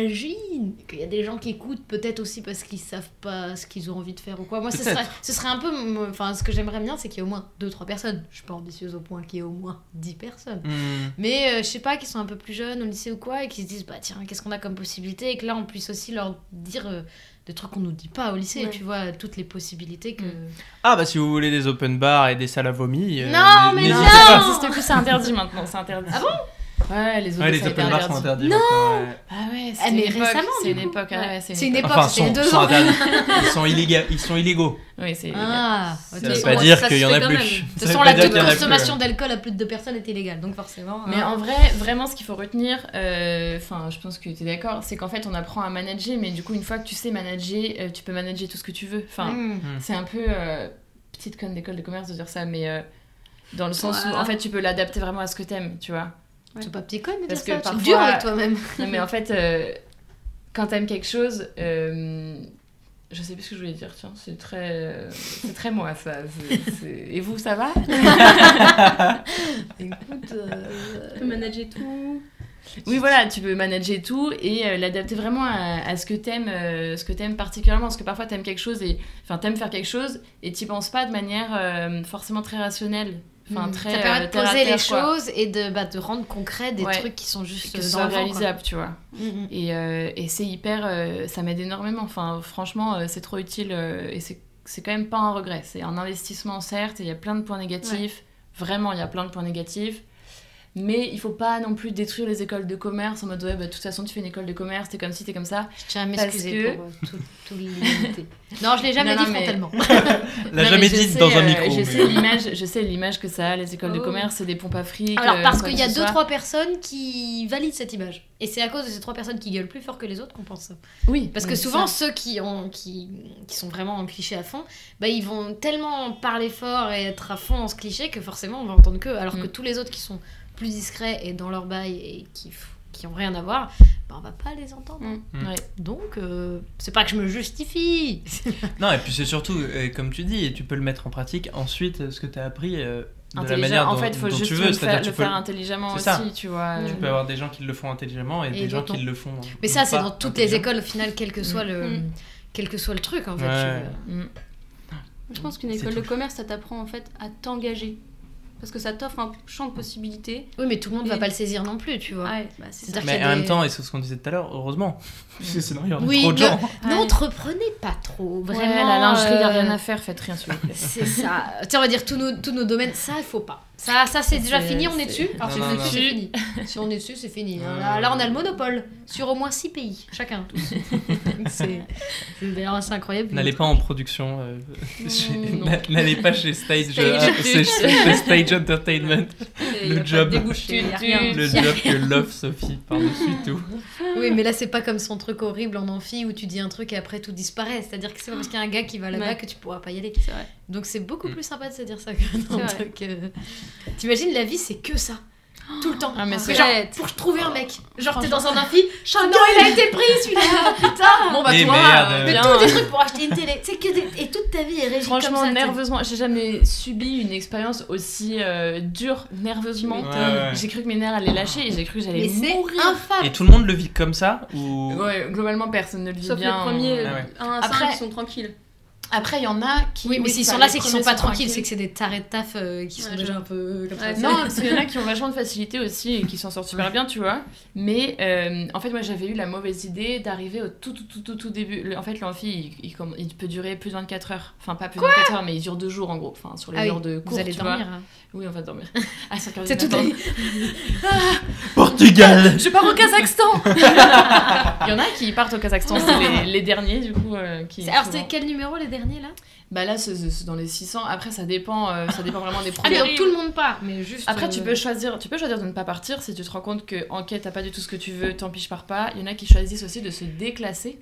Speaker 3: j'imagine qu'il y a des gens qui écoutent peut-être aussi parce qu'ils savent pas ce qu'ils ont envie de faire ou quoi. Moi, ce
Speaker 2: Peut-être.
Speaker 3: serait, ce serait un peu. mon- Enfin, ce que j'aimerais bien, c'est qu'il y ait au moins 2-3 personnes. Je suis pas ambitieuse au point qu'il y ait au moins 10 personnes.
Speaker 2: Hmm.
Speaker 3: Mais euh, je sais pas, qui sont un peu plus jeunes au lycée ou quoi, et qui se disent, bah tiens, qu'est-ce qu'on a comme possibilité Et que là, on puisse aussi leur dire euh, des trucs qu'on nous dit pas au lycée,
Speaker 5: Ouais.
Speaker 3: tu vois, toutes les possibilités que.
Speaker 4: Mm.
Speaker 2: Ah bah si vous voulez des open bars et des salles à vomi. euh,
Speaker 3: Non,
Speaker 2: n-
Speaker 3: mais
Speaker 2: n'hésitez
Speaker 4: Non,
Speaker 3: non
Speaker 2: pas.
Speaker 4: ça n'existe plus, c'est interdit maintenant, c'est interdit.
Speaker 3: Ah
Speaker 4: bon Ouais, les autres
Speaker 2: Ouais, les open bars sont interdits.
Speaker 3: Non
Speaker 2: maintenant, ouais.
Speaker 4: Ah ouais,
Speaker 3: Ah,
Speaker 4: c'est une
Speaker 3: mais
Speaker 4: époque.
Speaker 3: récemment,
Speaker 4: C'est une
Speaker 3: du coup.
Speaker 4: époque. ouais,
Speaker 3: Ouais.
Speaker 4: ouais,
Speaker 3: C'est une époque,
Speaker 2: Enfin,
Speaker 3: c'est
Speaker 2: sont,
Speaker 3: deux
Speaker 2: sont
Speaker 3: ans.
Speaker 2: interdits. Ils sont, illéga- ils sont illégaux.
Speaker 4: Oui, c'est.
Speaker 3: Ah,
Speaker 2: Ça
Speaker 3: ok.
Speaker 2: veut
Speaker 3: Ouais,
Speaker 2: pas dire
Speaker 3: ça se
Speaker 2: qu'il y en
Speaker 3: fait
Speaker 2: a
Speaker 3: quand
Speaker 2: plus.
Speaker 3: même.
Speaker 2: Ça
Speaker 3: De toute
Speaker 2: veut
Speaker 3: façon,
Speaker 2: pas
Speaker 3: la
Speaker 2: dire
Speaker 3: toute
Speaker 2: qu'il y en a plus. hein.
Speaker 3: consommation d'alcool à plus de deux personnes est illégale, donc forcément.
Speaker 4: Mais
Speaker 3: hein.
Speaker 4: en vrai, vraiment, ce qu'il faut retenir, euh, enfin, je pense que tu es d'accord, c'est qu'en fait, on apprend à manager, mais du coup, une fois que tu sais manager, euh, tu peux manager tout ce que tu veux. Enfin,
Speaker 3: Mm.
Speaker 4: c'est un peu euh, petite conne d'école de commerce de dire ça, mais euh, dans le sens où,
Speaker 5: Voilà.
Speaker 4: en fait, tu peux l'adapter vraiment à ce que t'aimes, tu vois.
Speaker 3: C'est pas petit con de dire
Speaker 4: mm. Parce
Speaker 3: ça,
Speaker 4: que
Speaker 3: tu es
Speaker 4: parfois-
Speaker 3: dur avec toi-même.
Speaker 4: Non, mais en fait, euh, quand t'aimes quelque chose, euh, je sais plus ce que je voulais dire, tiens, c'est très, euh, c'est très moi, ça. c'est- c'est- Et vous, ça va
Speaker 3: Écoute,
Speaker 5: Tu peux manager tout.
Speaker 4: Oui, voilà, tu peux manager tout et euh, l'adapter vraiment à, à ce que t'aimes, euh, ce que t'aimes particulièrement, parce que parfois t'aimes quelque chose et, enfin, t'aimes faire quelque chose et t'y penses pas de manière euh, forcément très rationnelle, enfin
Speaker 3: Mm.
Speaker 4: très.
Speaker 3: ça
Speaker 4: euh,
Speaker 3: permet de
Speaker 4: terre à
Speaker 3: poser les
Speaker 4: terre, quoi.
Speaker 3: choses et de, bah, de rendre concret des
Speaker 4: Ouais.
Speaker 3: trucs qui sont
Speaker 4: Et
Speaker 3: juste euh,
Speaker 4: que ce
Speaker 3: dans
Speaker 4: soit
Speaker 3: le vent, quoi.
Speaker 4: réalisable, tu vois.
Speaker 3: Mm, mm.
Speaker 4: Et, euh, et c'est hyper, euh, ça m'aide énormément. Enfin, franchement, euh, c'est trop utile euh, et c'est c'est quand même pas un regret. C'est un investissement certes. et Il y a plein de points négatifs. Vraiment, il y a plein de points négatifs. Mais il faut pas non plus détruire les écoles de commerce en mode ouais, bah, de toute façon tu fais une école de commerce, t'es comme ci, t'es comme ça.
Speaker 3: Je tiens à
Speaker 4: Parce
Speaker 3: m'excuser
Speaker 4: que-
Speaker 3: pour euh, tout, tout l'humanité. Non, je l'ai jamais
Speaker 4: Non,
Speaker 3: dit
Speaker 4: non, mais-
Speaker 3: frontalement.
Speaker 2: L'a
Speaker 4: Non,
Speaker 2: jamais
Speaker 4: mais je
Speaker 2: dit
Speaker 4: sais,
Speaker 2: dans un
Speaker 4: euh,
Speaker 2: micro.
Speaker 4: Je
Speaker 2: mais-
Speaker 4: sais l'image, je sais l'image que ça a les écoles de
Speaker 3: Oh.
Speaker 4: commerce, c'est des pompes à fric.
Speaker 3: Alors,
Speaker 4: euh,
Speaker 3: parce
Speaker 4: quoi
Speaker 3: qu'il y a
Speaker 4: que ce
Speaker 3: deux,
Speaker 4: soit.
Speaker 3: trois personnes qui valident cette image. Et c'est à cause de ces trois personnes qui gueulent plus fort que les autres qu'on pense ça.
Speaker 4: Oui.
Speaker 3: Parce
Speaker 4: oui,
Speaker 3: que
Speaker 4: c'est
Speaker 3: souvent,
Speaker 4: ça.
Speaker 3: ceux qui, ont, qui, qui sont vraiment en cliché à fond, bah, ils vont tellement parler fort et être à fond en ce cliché que forcément on va entendre que. Alors que
Speaker 4: Mm.
Speaker 3: tous les autres qui sont plus discrets et dans leur bail et qui, f- qui ont rien à voir, bah, on va pas les entendre.
Speaker 5: Mm.
Speaker 2: Mm.
Speaker 4: Ouais.
Speaker 3: Donc, euh, c'est pas que je me justifie.
Speaker 2: Non, et puis c'est surtout, euh, comme tu dis, tu peux le mettre en pratique ensuite euh, ce que tu as appris euh, de la
Speaker 4: Intelligent.
Speaker 2: manière
Speaker 4: en
Speaker 2: dont,
Speaker 4: fait, faut
Speaker 2: dont
Speaker 4: juste
Speaker 2: tu
Speaker 4: le
Speaker 2: veux.
Speaker 4: faire,
Speaker 2: C'est-à-dire,
Speaker 4: le
Speaker 2: tu peux,
Speaker 4: faire intelligemment
Speaker 2: C'est
Speaker 4: aussi,
Speaker 2: ça.
Speaker 4: tu vois.
Speaker 2: tu
Speaker 4: euh,
Speaker 2: peux avoir des gens qui le font intelligemment et,
Speaker 3: Et
Speaker 2: des gens
Speaker 3: d'autres
Speaker 2: qui le font.
Speaker 3: Mais ça, c'est
Speaker 2: pas
Speaker 3: dans toutes les
Speaker 2: intelligemment.
Speaker 3: écoles au final, quel que soit, le,
Speaker 5: Mm.
Speaker 3: Quel que soit le truc en fait.
Speaker 2: Ouais.
Speaker 3: tu-
Speaker 4: mm.
Speaker 5: Je pense qu'une
Speaker 2: C'est
Speaker 5: école
Speaker 2: tout.
Speaker 5: de commerce, ça t'apprend en fait à t'engager. Parce que ça t'offre un champ de possibilités.
Speaker 3: Oui, mais tout le monde va
Speaker 5: Et-
Speaker 3: pas le saisir non plus, tu vois.
Speaker 5: Ouais, bah, c'est ça.
Speaker 3: C'est-à-dire
Speaker 2: Mais
Speaker 3: qu'il y
Speaker 2: en
Speaker 3: a
Speaker 2: même
Speaker 3: des-
Speaker 2: temps, et c'est ce qu'on disait tout à l'heure, heureusement. Parce que sinon, il y aurait
Speaker 3: Oui,
Speaker 2: trop de
Speaker 3: non.
Speaker 2: gens.
Speaker 3: N'entreprenez pas trop,
Speaker 4: Ouais,
Speaker 3: vraiment.
Speaker 4: la lingerie, il a
Speaker 3: euh,
Speaker 4: rien à faire, faites rien s'il vous plaît.
Speaker 3: C'est ça. tu sais, on va dire tous nos, tous nos domaines, ça, il faut pas. Ça, ça c'est déjà
Speaker 4: C'est-
Speaker 3: fini, on est
Speaker 4: c'est-
Speaker 3: dessus. Alors,
Speaker 2: Non,
Speaker 3: si
Speaker 2: non,
Speaker 3: on est
Speaker 2: non.
Speaker 3: dessus, c'est fini. Si on est dessus, c'est fini. hein. Là,
Speaker 2: Ouais.
Speaker 3: là, on a le monopole sur au moins six pays, chacun. c'est c'est d'ailleurs assez incroyable.
Speaker 2: N'allez pas en production. euh, chez-
Speaker 4: non.
Speaker 2: n'a- N'allez pas chez Stage,
Speaker 4: Stage
Speaker 2: ah,
Speaker 4: Tut.
Speaker 2: chez- chez Stage Entertainment,
Speaker 5: Et
Speaker 2: Le
Speaker 5: y a pas de
Speaker 2: job.
Speaker 5: débouché, y a
Speaker 4: Tu-
Speaker 5: rien.
Speaker 4: tu-
Speaker 2: le job que l'offre Sophie par-dessus tout.
Speaker 3: Oui, mais là, c'est pas comme son truc horrible en amphi où tu dis un truc et après tout disparaît. C'est-à-dire que c'est pas parce qu'il y a un gars qui va là-bas
Speaker 5: Ouais.
Speaker 3: que tu pourras pas y aller.
Speaker 5: C'est vrai.
Speaker 3: Donc c'est beaucoup
Speaker 2: Mm.
Speaker 3: plus sympa de se dire ça que dans un
Speaker 5: vrai.
Speaker 3: truc. euh, T'imagines, la vie, c'est que ça. Tout le temps.
Speaker 4: Ah, mais c'est
Speaker 3: genre,
Speaker 5: vrai.
Speaker 3: pour trouver un mec. Genre, t'es dans un amphi, Chandon, il a été pris, celui-là. Putain. Bon, bah,
Speaker 2: Et
Speaker 3: toi,
Speaker 2: merde,
Speaker 3: euh,
Speaker 2: euh,
Speaker 3: mais
Speaker 4: Ah, bien. hein.
Speaker 3: tous des trucs pour acheter une télé. C'est que des- Et toute ta vie est régie comme
Speaker 4: Franchement,
Speaker 3: ça. t'sais.
Speaker 4: nerveusement, j'ai jamais subi une expérience aussi euh, dure nerveusement.
Speaker 2: Ouais, ouais.
Speaker 4: J'ai cru que mes nerfs allaient lâcher et j'ai cru que
Speaker 3: Mais
Speaker 4: j'allais
Speaker 3: c'est
Speaker 4: mourir.
Speaker 3: infâme.
Speaker 2: Et tout le monde le vit comme ça ou...
Speaker 4: Ouais, globalement, personne ne le vit
Speaker 5: Sauf les
Speaker 4: bien. euh.
Speaker 5: premiers
Speaker 3: euh,
Speaker 2: Ah ouais.
Speaker 5: 1 à 5
Speaker 4: Après-
Speaker 5: qui sont tranquilles.
Speaker 4: Après, il y en a qui.
Speaker 3: Oui, mais s'ils
Speaker 4: ça,
Speaker 3: sont là,
Speaker 4: les
Speaker 3: c'est qu'ils
Speaker 4: premiers
Speaker 3: sont pas tranquilles, c'est que
Speaker 4: tranquilles.
Speaker 3: c'est des tarés de taf euh, qui sont
Speaker 5: Ouais,
Speaker 3: déjà
Speaker 5: genre.
Speaker 3: un peu comme ça.
Speaker 5: Ouais,
Speaker 4: Non, parce qu'il y en a qui ont vachement de facilité aussi et qui s'en sortent super bien, tu vois. Mais euh, en fait, moi, j'avais eu la mauvaise idée d'arriver au tout, tout, tout, tout, tout début. Le- en fait, l'amphi, il, il comm- il peut durer plus de 24 heures. Enfin, pas plus de 24 heures, mais il dure deux jours en gros. Enfin, sur les
Speaker 3: Ah oui,
Speaker 4: heures de cours.
Speaker 3: Vous allez
Speaker 4: tu vois.
Speaker 3: dormir. hein.
Speaker 4: Oui, on va dormir. Ah, À 5 heures
Speaker 3: C'est
Speaker 4: du
Speaker 3: tout.
Speaker 4: matin.
Speaker 2: Portugal
Speaker 4: Je pars au Kazakhstan Il y en a qui partent au Kazakhstan, c'est les, les derniers du coup. euh, qui,
Speaker 3: C'est- Alors,
Speaker 4: souvent-
Speaker 3: c'est quel numéro les derniers là
Speaker 4: Bah là, c'est c'est- c'est dans les 600. Après, ça dépend, euh, ça dépend vraiment des
Speaker 3: Ah, mais
Speaker 4: projets.
Speaker 3: donc tout le monde part, mais juste.
Speaker 4: Après, tu
Speaker 3: euh,
Speaker 4: peux, choisir, tu peux choisir de ne pas partir si tu te rends compte que, en quête, t'as pas du tout ce que tu veux, tant pis, je pars pas. Il y en a qui choisissent aussi de se déclasser.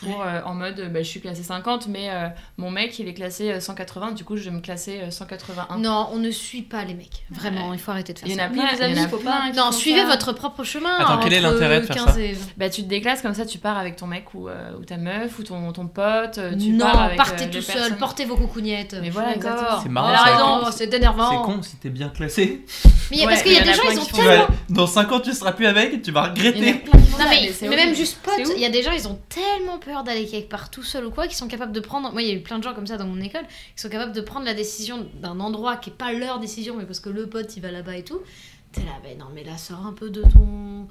Speaker 4: Pour, euh, en mode, euh, bah, je suis classé 50, mais euh, mon mec, il est classé euh, 180, du coup, je vais me classer euh, 181.
Speaker 3: Non, on ne suit pas les mecs. Vraiment, il faut arrêter de faire
Speaker 4: Il y en
Speaker 3: ça.
Speaker 4: a
Speaker 5: Oui,
Speaker 4: plein,
Speaker 5: les
Speaker 4: il y en
Speaker 5: amis,
Speaker 4: a
Speaker 5: faut pas.
Speaker 4: plein qui
Speaker 3: Non,
Speaker 4: font
Speaker 3: suivez
Speaker 4: ça.
Speaker 3: votre propre chemin.
Speaker 2: Attends, quel est
Speaker 3: entre
Speaker 2: l'intérêt de faire
Speaker 3: 15
Speaker 2: ça
Speaker 3: et
Speaker 4: Bah, tu te déclasses comme ça, tu pars avec ton mec ou, euh, ou ta meuf ou ton, ton pote. euh, Tu
Speaker 3: non,
Speaker 4: pars avec,
Speaker 3: partez
Speaker 4: euh, les
Speaker 3: tout seul,
Speaker 4: personnes.
Speaker 3: portez vos coucougnettes.
Speaker 4: Mais voilà, exactement.
Speaker 2: C'est marrant,
Speaker 3: Elle a
Speaker 2: ça.
Speaker 3: raison, c'est énervant.
Speaker 2: C'est con si t'es bien classé.
Speaker 3: Mais il y a-
Speaker 4: Ouais,
Speaker 3: parce qu'il y a
Speaker 4: mais il
Speaker 3: des
Speaker 4: y en a
Speaker 3: gens,
Speaker 4: plein
Speaker 3: ils ont
Speaker 4: qui font
Speaker 2: Tu
Speaker 3: tellement.
Speaker 2: vas- Dans 5 ans, tu seras plus avec et tu vas
Speaker 4: Il y en a
Speaker 2: regretter.
Speaker 4: plein qui font
Speaker 3: Non,
Speaker 4: ça,
Speaker 3: mais,
Speaker 4: c'est
Speaker 3: mais même
Speaker 4: horrible.
Speaker 3: juste potes,
Speaker 5: C'est ouf.
Speaker 3: il y a des gens, ils ont tellement peur d'aller quelque part tout seul ou quoi, qu'ils sont capables de prendre. Moi, il y a eu plein de gens comme ça dans mon école, qui sont capables de prendre la décision d'un endroit qui est pas leur décision, mais parce que le pote, il va là-bas et tout. T'es là, mais non, mais là, sors un peu de ton.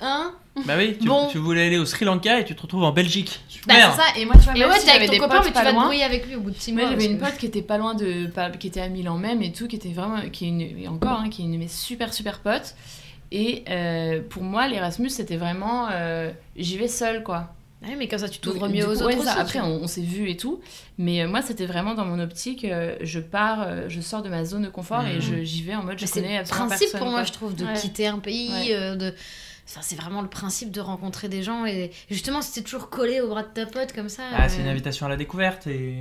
Speaker 3: Hein
Speaker 2: Bah oui, tu,
Speaker 3: Bon.
Speaker 2: tu voulais aller au Sri Lanka et tu te retrouves en Belgique.
Speaker 3: Bah,
Speaker 2: Super.
Speaker 3: c'est ça. Et
Speaker 4: Et moi, tu vois,
Speaker 3: mais
Speaker 4: même
Speaker 3: ouais,
Speaker 4: si
Speaker 3: t'es
Speaker 4: j'avais
Speaker 3: avec
Speaker 4: des
Speaker 3: ton copain,
Speaker 4: potes
Speaker 3: mais tu
Speaker 4: pas
Speaker 3: vas te
Speaker 4: loin,
Speaker 3: brouiller avec lui au bout de 6 mois.
Speaker 4: Moi, j'avais
Speaker 3: parce
Speaker 4: une
Speaker 3: que-
Speaker 4: pote qui était pas loin de, pas- qui était à Milan même et tout, qui était vraiment, qui est une, et encore, hein, qui est une de mes super super potes. Et euh, pour moi, l'Erasmus, c'était vraiment, euh, j'y vais seule quoi.
Speaker 3: Ouais, mais comme ça, tu
Speaker 4: Donc,
Speaker 3: t'ouvres
Speaker 4: du
Speaker 3: mieux
Speaker 4: coup,
Speaker 3: aux autres.
Speaker 4: ouais, ça,
Speaker 3: aussi, tu
Speaker 4: après,
Speaker 3: vois.
Speaker 4: on, on s'est vu et tout, mais euh, moi, c'était vraiment dans mon optique, euh, je pars, euh, je sors de ma zone de confort et
Speaker 2: Mhm.
Speaker 4: je- j'y vais en mode,
Speaker 3: Mm.
Speaker 4: je
Speaker 3: Mais C'est
Speaker 4: connais
Speaker 3: le
Speaker 4: absolument
Speaker 3: principe
Speaker 4: personne.
Speaker 3: pour moi,
Speaker 4: quoi.
Speaker 3: je trouve, de
Speaker 5: Ouais.
Speaker 3: quitter un pays.
Speaker 4: Ouais.
Speaker 3: euh, de... enfin, c'est vraiment le principe de rencontrer des gens. Et justement, si t'es toujours collé au bras de ta pote comme ça.
Speaker 2: Ah, c'est
Speaker 3: euh,
Speaker 2: une invitation à la découverte et.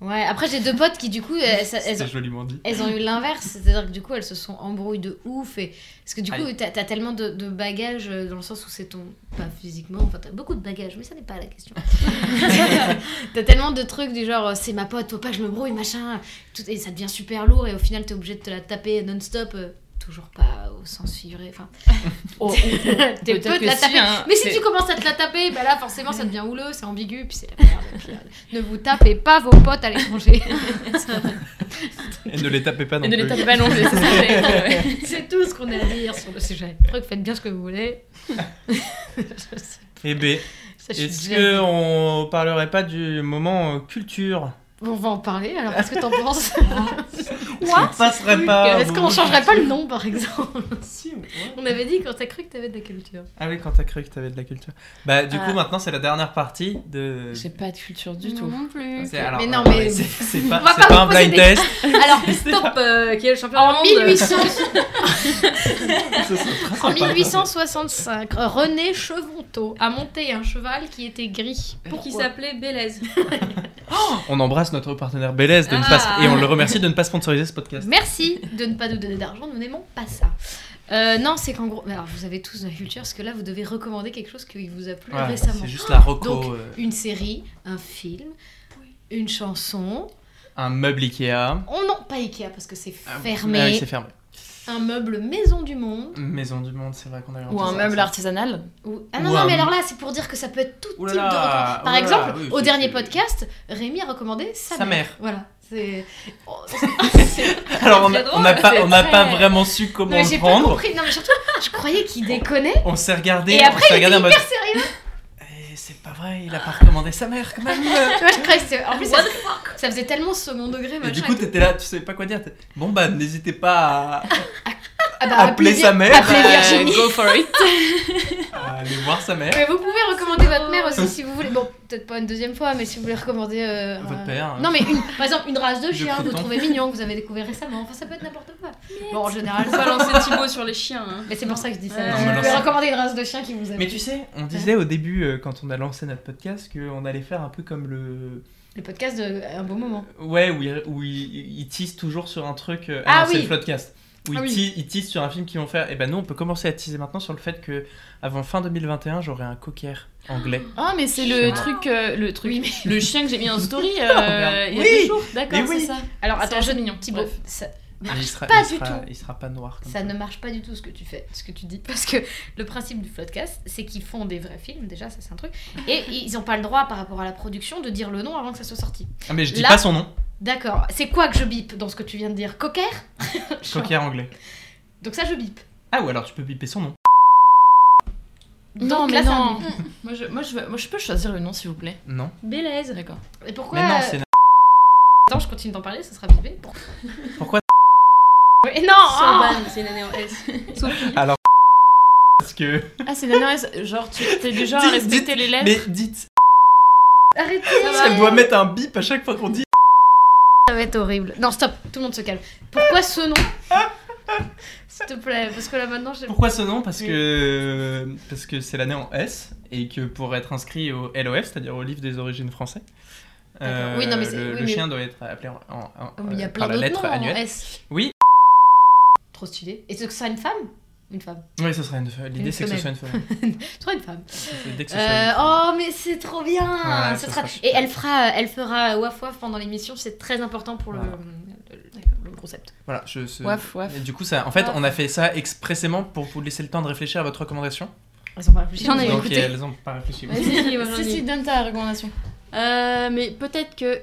Speaker 3: Ouais, après, j'ai deux potes qui, du coup, elles, elles,
Speaker 2: C'est joliment dit.
Speaker 3: Elles ont eu l'inverse, c'est-à-dire que du coup elles se sont embrouillées de ouf. Et... Parce que du coup
Speaker 2: Aïe.
Speaker 3: t'as t'as tellement de, de bagages euh, dans le sens où c'est ton. Pas physiquement, enfin t'as beaucoup de bagages, mais ça n'est pas la question. t'as tellement de trucs du genre euh, c'est ma pote, faut pas que je me brouille, machin. Tout... Et ça devient super lourd et au final t'es obligé de te la taper non-stop. euh, Toujours pas au sens figuré. Enfin,
Speaker 4: Oh,
Speaker 3: t'es
Speaker 4: Peut-être
Speaker 3: peu de
Speaker 4: que
Speaker 3: la
Speaker 4: si,
Speaker 3: taper.
Speaker 4: hein,
Speaker 3: mais si
Speaker 4: c'est-
Speaker 3: tu commences à te la taper, bah là forcément ça devient houleux, c'est ambigu, puis c'est la merde. et puis, euh, ne vous tapez pas vos potes à l'étranger.
Speaker 2: Et ne les tapez pas non
Speaker 4: et de
Speaker 2: plus.
Speaker 4: l'étape ballon, c'est ça. que j'allais dire, ouais.
Speaker 3: C'est tout ce qu'on a à dire sur le sujet. Truc, faites bien ce que vous voulez. Je sais
Speaker 2: Eh ben,
Speaker 3: pas, ça, je
Speaker 2: est-ce
Speaker 3: suis gênée.
Speaker 2: qu'on parlerait pas du moment euh, culture
Speaker 3: On va en parler, alors qu'est-ce que t'en penses
Speaker 2: What Ça serait pas.
Speaker 3: Est-ce qu'on changerait pas le nom, par exemple
Speaker 2: Si, ouais.
Speaker 3: On avait dit quand t'as cru que t'avais de la culture.
Speaker 2: Ah oui, quand t'as cru que t'avais de la culture. Bah, du
Speaker 4: Ah.
Speaker 3: Euh.
Speaker 2: coup, maintenant, c'est la dernière partie de.
Speaker 4: J'ai pas de culture du tout.
Speaker 3: non plus.
Speaker 2: C'est- alors,
Speaker 3: mais non,
Speaker 2: euh,
Speaker 3: mais...
Speaker 2: C'est c'est
Speaker 3: On
Speaker 2: pas,
Speaker 3: va
Speaker 2: c'est
Speaker 3: pas
Speaker 2: pas un
Speaker 3: vous poser
Speaker 2: blind
Speaker 3: des-
Speaker 2: test.
Speaker 3: Alors,
Speaker 5: Top, euh, qui est le champion
Speaker 3: en
Speaker 5: du monde
Speaker 3: 1800
Speaker 2: Ce serait très
Speaker 3: en
Speaker 2: sympa.
Speaker 3: 1865, René Chevonteau a monté un cheval qui était gris.
Speaker 5: Qui
Speaker 3: Pourquoi
Speaker 5: s'appelait Bélez.
Speaker 2: On embrasse notre partenaire Bélez de ne
Speaker 5: Ah.
Speaker 2: pas s- et on le remercie de ne pas sponsoriser ce podcast.
Speaker 3: Merci de ne pas nous donner d'argent, nous n'aimons pas ça. Euh, non, c'est qu'en gros, mais alors vous avez tous de la culture, parce que là vous devez recommander quelque chose qui vous a plu
Speaker 2: Voilà,
Speaker 3: récemment.
Speaker 2: c'est juste la reco,
Speaker 3: Donc,
Speaker 2: euh,
Speaker 3: Une série, un film, une chanson.
Speaker 2: un meuble Ikea.
Speaker 3: Oh non, pas Ikea parce que c'est fermé.
Speaker 2: Ah oui, c'est fermé.
Speaker 3: Un meuble Maison du Monde.
Speaker 2: Maison du Monde, c'est vrai qu'on a eu
Speaker 4: Ou un
Speaker 2: entendu
Speaker 4: meuble
Speaker 2: ça.
Speaker 4: artisanal.
Speaker 3: Ou- Ah non,
Speaker 2: Ou
Speaker 3: non,
Speaker 2: un-
Speaker 3: mais alors là, c'est pour dire que ça peut être tout
Speaker 2: Ouh là
Speaker 3: type de
Speaker 2: là,
Speaker 3: recommandation. Par
Speaker 2: ouh là
Speaker 3: exemple,
Speaker 2: là, oui,
Speaker 3: au
Speaker 2: c'est-
Speaker 3: dernier
Speaker 2: c'est-
Speaker 3: podcast, Rémi a recommandé sa,
Speaker 2: Sa mère.
Speaker 3: Voilà. C'est. Oh,
Speaker 2: Alors on a-
Speaker 5: C'est drôle,
Speaker 2: on n'a pas,
Speaker 5: c'est
Speaker 2: on n'a
Speaker 5: très-
Speaker 2: pas vraiment su
Speaker 3: non,
Speaker 2: comment
Speaker 3: mais
Speaker 2: le
Speaker 3: j'ai pas
Speaker 2: prendre.
Speaker 3: compris. Non, mais surtout, je croyais qu'il déconnait.
Speaker 2: On s'est regardé,
Speaker 3: Et après,
Speaker 2: on s'est
Speaker 3: il
Speaker 2: regardé
Speaker 3: était
Speaker 2: en mode.
Speaker 3: hyper sérieux.
Speaker 2: Eh, c'est pas vrai, il a pas recommandé sa mère quand même.
Speaker 3: Tu vois, je croyais que c'était- En plus, ça, ça faisait tellement second degré,
Speaker 2: Et
Speaker 3: machin.
Speaker 2: du coup,
Speaker 3: et tout.
Speaker 2: t'étais là, tu savais pas quoi dire. t'es- Bon bah, n'hésitez pas à
Speaker 3: Ah bah,
Speaker 2: appeler
Speaker 3: appelez-
Speaker 2: sa mère,
Speaker 3: appelez
Speaker 2: euh,
Speaker 3: Virginie.
Speaker 4: Go for it.
Speaker 2: à aller voir sa mère,
Speaker 3: Mais vous pouvez recommander votre mère aussi si vous voulez. Bon, peut-être pas une deuxième fois, mais si vous voulez recommander. euh,
Speaker 2: votre
Speaker 3: un-
Speaker 2: père. hein.
Speaker 3: Non, mais une- par exemple, une race de
Speaker 2: De
Speaker 3: chien que vous
Speaker 2: croûtons.
Speaker 3: trouvez mignon, que vous avez découvert récemment. Enfin, ça peut être n'importe quoi. Bon, en général,
Speaker 5: On
Speaker 3: ça.
Speaker 5: va lancer Thibaut sur les chiens. hein.
Speaker 3: Mais c'est pour ça que je dis ça.
Speaker 5: Ouais.
Speaker 2: Non, mais
Speaker 3: vous pouvez
Speaker 2: alors-
Speaker 3: recommander une race de chien qui vous aime.
Speaker 2: Mais tu sais, on disait au début, euh, quand on a lancé notre podcast, qu'on allait faire un peu comme le.
Speaker 3: Le podcast de euh, Un beau moment.
Speaker 2: Ouais, où ils où il, il tease toujours sur un truc. euh,
Speaker 3: Ah
Speaker 2: non, c'est
Speaker 3: oui.
Speaker 2: le podcast. Où
Speaker 3: Ah
Speaker 2: ils
Speaker 3: oui.
Speaker 2: teasent il tease sur un film qu'ils vont faire. Et ben nous, on peut commencer à teaser maintenant sur le fait que avant fin 2021, j'aurai un cocker anglais.
Speaker 4: Oh, mais c'est le
Speaker 2: Chien.
Speaker 4: truc, euh, le truc,
Speaker 3: Oui,
Speaker 4: le chien que j'ai mis en story euh,
Speaker 2: merde.
Speaker 4: il y a
Speaker 2: Oui,
Speaker 4: deux jours. D'accord,
Speaker 2: mais oui.
Speaker 4: c'est ça.
Speaker 3: Alors,
Speaker 4: C'est
Speaker 3: attends,
Speaker 4: assez
Speaker 3: je
Speaker 4: mignon.
Speaker 3: Thibaut,
Speaker 4: Bref.
Speaker 3: ça
Speaker 2: Mais
Speaker 3: marche
Speaker 2: il sera,
Speaker 3: pas
Speaker 2: il
Speaker 3: du
Speaker 2: sera-
Speaker 3: tout.
Speaker 2: Il sera pas noir comme ça.
Speaker 3: Ça ne marche pas du tout ce que tu fais, ce que tu dis. Parce que le principe du podcast, c'est qu'ils font des vrais films, déjà, ça c'est un truc. Et ils n'ont pas le droit, par rapport à la production, de dire le nom avant que ça soit sorti.
Speaker 2: Ah, mais je dis
Speaker 3: Là-
Speaker 2: pas son nom.
Speaker 3: D'accord. C'est quoi que je bip dans ce que tu viens de dire Cocker Genre.
Speaker 2: Cocker anglais.
Speaker 3: Donc ça, je bip.
Speaker 2: Ah ou alors tu peux piper son nom.
Speaker 4: Non,
Speaker 3: Donc
Speaker 4: mais
Speaker 3: là, ça
Speaker 4: non.
Speaker 2: Hum,
Speaker 3: bip.
Speaker 4: Moi je, moi, je, veux- moi, je peux choisir le nom, s'il vous plaît.
Speaker 2: Non.
Speaker 5: Bélez.
Speaker 4: D'accord.
Speaker 3: Et pourquoi
Speaker 2: mais non,
Speaker 3: euh,
Speaker 2: c'est.
Speaker 3: Attends, je continue d'en parler, ça sera bipé. Pourquoi
Speaker 2: Pourquoi
Speaker 3: Et non
Speaker 4: Ah.
Speaker 3: oh
Speaker 5: Soban, c'est une année en S. Sophie.
Speaker 2: Alors. Parce que.
Speaker 4: Ah, c'est non, genre, tu t'es du genre à
Speaker 2: Dites-
Speaker 4: respecter les lettres.
Speaker 2: Mais dites.
Speaker 3: Arrêtez
Speaker 2: Elle doit mettre un bip à chaque fois qu'on dit.
Speaker 3: Ça va être horrible. Non, stop, tout le monde se calme. Pourquoi ce nom S'il te plaît, parce que là maintenant j'ai.
Speaker 2: Pourquoi ce nom Parce que parce que c'est l'année en S et que pour être inscrit au LOF, c'est-à-dire au livre des origines français, euh,
Speaker 3: D'accord. Oui, non, mais c'est-
Speaker 2: le,
Speaker 3: oui,
Speaker 2: le
Speaker 3: mais-
Speaker 2: chien doit être appelé en, en- en-
Speaker 3: Oh, mais il y a
Speaker 2: euh,
Speaker 3: plein
Speaker 2: par la
Speaker 3: d'autres
Speaker 2: lettre
Speaker 3: noms en
Speaker 2: annuelle.
Speaker 3: S.
Speaker 2: Oui.
Speaker 3: Trop stylé. Et ce que ce soit une femme Une femme.
Speaker 2: Oui, ce serait une fe- l'idée,
Speaker 3: Une
Speaker 2: c'est que ce soit une femme.
Speaker 3: Ce sera une femme.
Speaker 2: Dès que ce soit
Speaker 3: Euh,
Speaker 2: une femme.
Speaker 3: oh, mais c'est trop bien
Speaker 2: Ouais,
Speaker 3: Ce
Speaker 2: ça
Speaker 3: sera...
Speaker 2: sera super.
Speaker 3: Et elle fera, elle fera waf waf pendant l'émission, c'est très important pour le,
Speaker 2: Voilà.
Speaker 3: le, le concept.
Speaker 2: Voilà, je. ce-
Speaker 4: Waf, waf.
Speaker 2: Et du coup, ça, en fait,
Speaker 3: Waf.
Speaker 2: on a fait ça expressément pour vous laisser le temps de réfléchir à votre recommandation.
Speaker 3: Elles ont pas réfléchi.
Speaker 5: J'en avais
Speaker 2: Donc
Speaker 5: écouté.
Speaker 2: elles ont pas réfléchi. oui.
Speaker 5: Vas-y, vas-y, vas-y.
Speaker 4: Si, si, donne ta recommandation.
Speaker 5: Euh, mais peut-être que.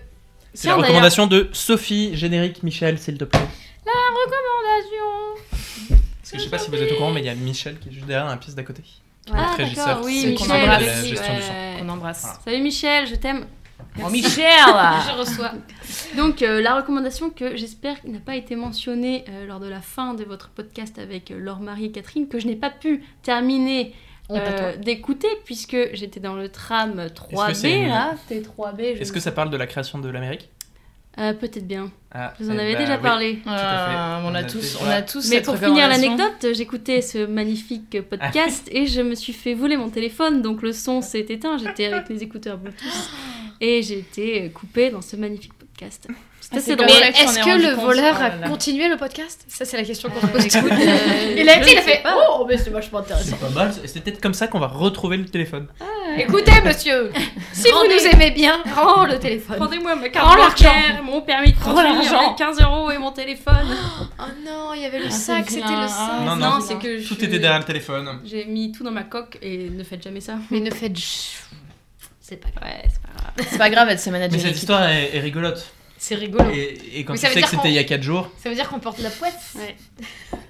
Speaker 2: C'est la
Speaker 5: Tiens,
Speaker 2: recommandation de Sophie Générique Michel, s'il te plaît. Parce que je sais pas si vous êtes au courant, mais il y a Michel qui est juste derrière la piste d'à côté.
Speaker 5: Ah,
Speaker 2: très
Speaker 5: d'accord,
Speaker 2: Gustave,
Speaker 5: oui,
Speaker 2: ceux qu'on
Speaker 5: Michel
Speaker 2: embrasse,
Speaker 5: aussi,
Speaker 2: la gestion du sang.
Speaker 4: On
Speaker 2: Ah.
Speaker 4: embrasse.
Speaker 5: Salut Michel, je t'aime.
Speaker 4: Oh Michel
Speaker 3: Je reçois.
Speaker 5: Donc euh, la recommandation que j'espère n'a pas été mentionnée euh, lors de la fin de votre podcast avec euh, Laure Marie et Catherine, que je n'ai pas pu terminer
Speaker 3: On
Speaker 5: euh,
Speaker 3: t'attend.
Speaker 5: d'écouter puisque j'étais dans le tram 3B
Speaker 2: Est-ce que c'est une-
Speaker 5: là, T3B. je
Speaker 2: Est-ce
Speaker 5: ne
Speaker 2: que ça parle de la création de l'Amérique
Speaker 5: Euh, Peut-être bien.
Speaker 2: Ah,
Speaker 5: Vous en
Speaker 2: eh
Speaker 5: avez
Speaker 2: bah,
Speaker 5: déjà
Speaker 2: oui.
Speaker 5: parlé.
Speaker 4: Ah,
Speaker 2: fait.
Speaker 4: on,
Speaker 2: On
Speaker 4: a
Speaker 2: a
Speaker 4: tous,
Speaker 2: fait-
Speaker 4: on a tous
Speaker 5: Mais
Speaker 4: cette
Speaker 5: pour finir
Speaker 4: recommandation.
Speaker 5: l'anecdote, euh, j'écoutais ce magnifique euh, podcast et je me suis fait voler mon téléphone, donc le son s'est éteint. J'étais avec les écouteurs Bluetooth et j'ai été euh, coupée dans ce magnifique podcast. C'était
Speaker 4: Ah,
Speaker 5: assez
Speaker 4: c'est
Speaker 5: drôle.
Speaker 4: comme
Speaker 3: Mais
Speaker 4: ça
Speaker 5: Euh,
Speaker 4: que je m'en
Speaker 3: est-ce
Speaker 4: ai
Speaker 3: que
Speaker 4: rendu
Speaker 3: le
Speaker 4: compte.
Speaker 3: voleur
Speaker 4: Oh là
Speaker 3: a
Speaker 4: là.
Speaker 3: continué le podcast Ça, c'est la question qu'on se pose.
Speaker 5: écoute, euh,
Speaker 3: Il a été,
Speaker 5: je
Speaker 3: il a
Speaker 5: ne
Speaker 3: fait
Speaker 5: sais pas.
Speaker 3: Oh, mais c'est vachement intéressant.
Speaker 2: C'est pas mal, c'est peut-être comme ça qu'on va retrouver le téléphone.
Speaker 3: Écoutez, monsieur, si vous
Speaker 5: Rendez-
Speaker 3: nous aimez bien, rends le téléphone.
Speaker 5: Rendez-moi ma
Speaker 3: Prends
Speaker 5: carte
Speaker 3: l'argent.
Speaker 5: bancaire, mon permis de
Speaker 4: Prends
Speaker 5: conduire,
Speaker 4: l'argent.
Speaker 5: mes 15 euros et mon téléphone.
Speaker 3: Oh non, il y avait le
Speaker 4: Ah,
Speaker 3: sac,
Speaker 4: c'est
Speaker 3: c'était
Speaker 4: vilain.
Speaker 3: le
Speaker 4: Ah,
Speaker 3: sac.
Speaker 2: Non,
Speaker 5: non,
Speaker 2: non.
Speaker 5: c'est que je
Speaker 2: Tout
Speaker 5: suis-
Speaker 2: était derrière le téléphone.
Speaker 5: J'ai mis tout dans ma coque et ne faites jamais ça.
Speaker 3: Mais ne faites. ch- C'est pas grave.
Speaker 5: Ouais, c'est pas grave.
Speaker 4: C'est pas grave, elle se manage
Speaker 2: Mais cette histoire est, est rigolote.
Speaker 3: C'est rigolo.
Speaker 2: Et, et quand
Speaker 3: Mais
Speaker 2: tu
Speaker 3: ça veut
Speaker 2: sais que
Speaker 3: dire
Speaker 2: c'était
Speaker 3: qu'on-
Speaker 2: il y a 4 jours,
Speaker 3: Ça veut dire qu'on porte la poète.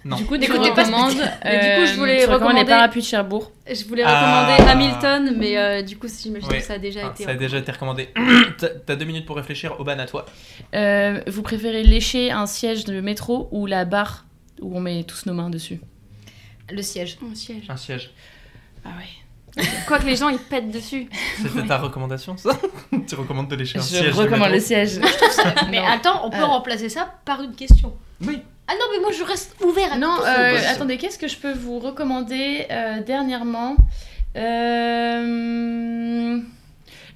Speaker 2: Non.
Speaker 4: Du coup, tu
Speaker 3: N'écoutez pas ce
Speaker 4: recommandes,
Speaker 5: Mais du coup, je
Speaker 4: euh,
Speaker 5: voulais
Speaker 4: tu recommandes les
Speaker 5: recommander-
Speaker 4: parapluies de Cherbourg.
Speaker 5: Je voulais
Speaker 2: Ah.
Speaker 5: recommander Hamilton, mais euh, du coup, si j'imagine
Speaker 2: Ouais.
Speaker 5: que ça a déjà
Speaker 2: Ah,
Speaker 5: été.
Speaker 2: ça a déjà été recommandé. T'as- T'as deux minutes pour réfléchir, Oban, à toi.
Speaker 4: Euh, vous préférez lécher un siège de métro ou la barre où on met tous nos mains dessus
Speaker 3: Le siège.
Speaker 5: Mon siège.
Speaker 2: Un siège.
Speaker 4: Ah ouais.
Speaker 5: Quoique les gens ils pètent dessus.
Speaker 2: C'était ta recommandation, ça Tu recommandes de lécher un
Speaker 4: Je
Speaker 2: siège de
Speaker 4: recommande le
Speaker 2: métro
Speaker 4: siège.
Speaker 3: Mais
Speaker 4: Non.
Speaker 3: attends, on peut
Speaker 4: Euh.
Speaker 3: remplacer ça par une question.
Speaker 2: Ah Oui.
Speaker 3: Ah non, mais moi je reste ouvert à
Speaker 4: Non,
Speaker 3: tout.
Speaker 4: euh,
Speaker 2: possible.
Speaker 4: attendez, qu'est-ce que je peux vous recommander euh, dernièrement Euh,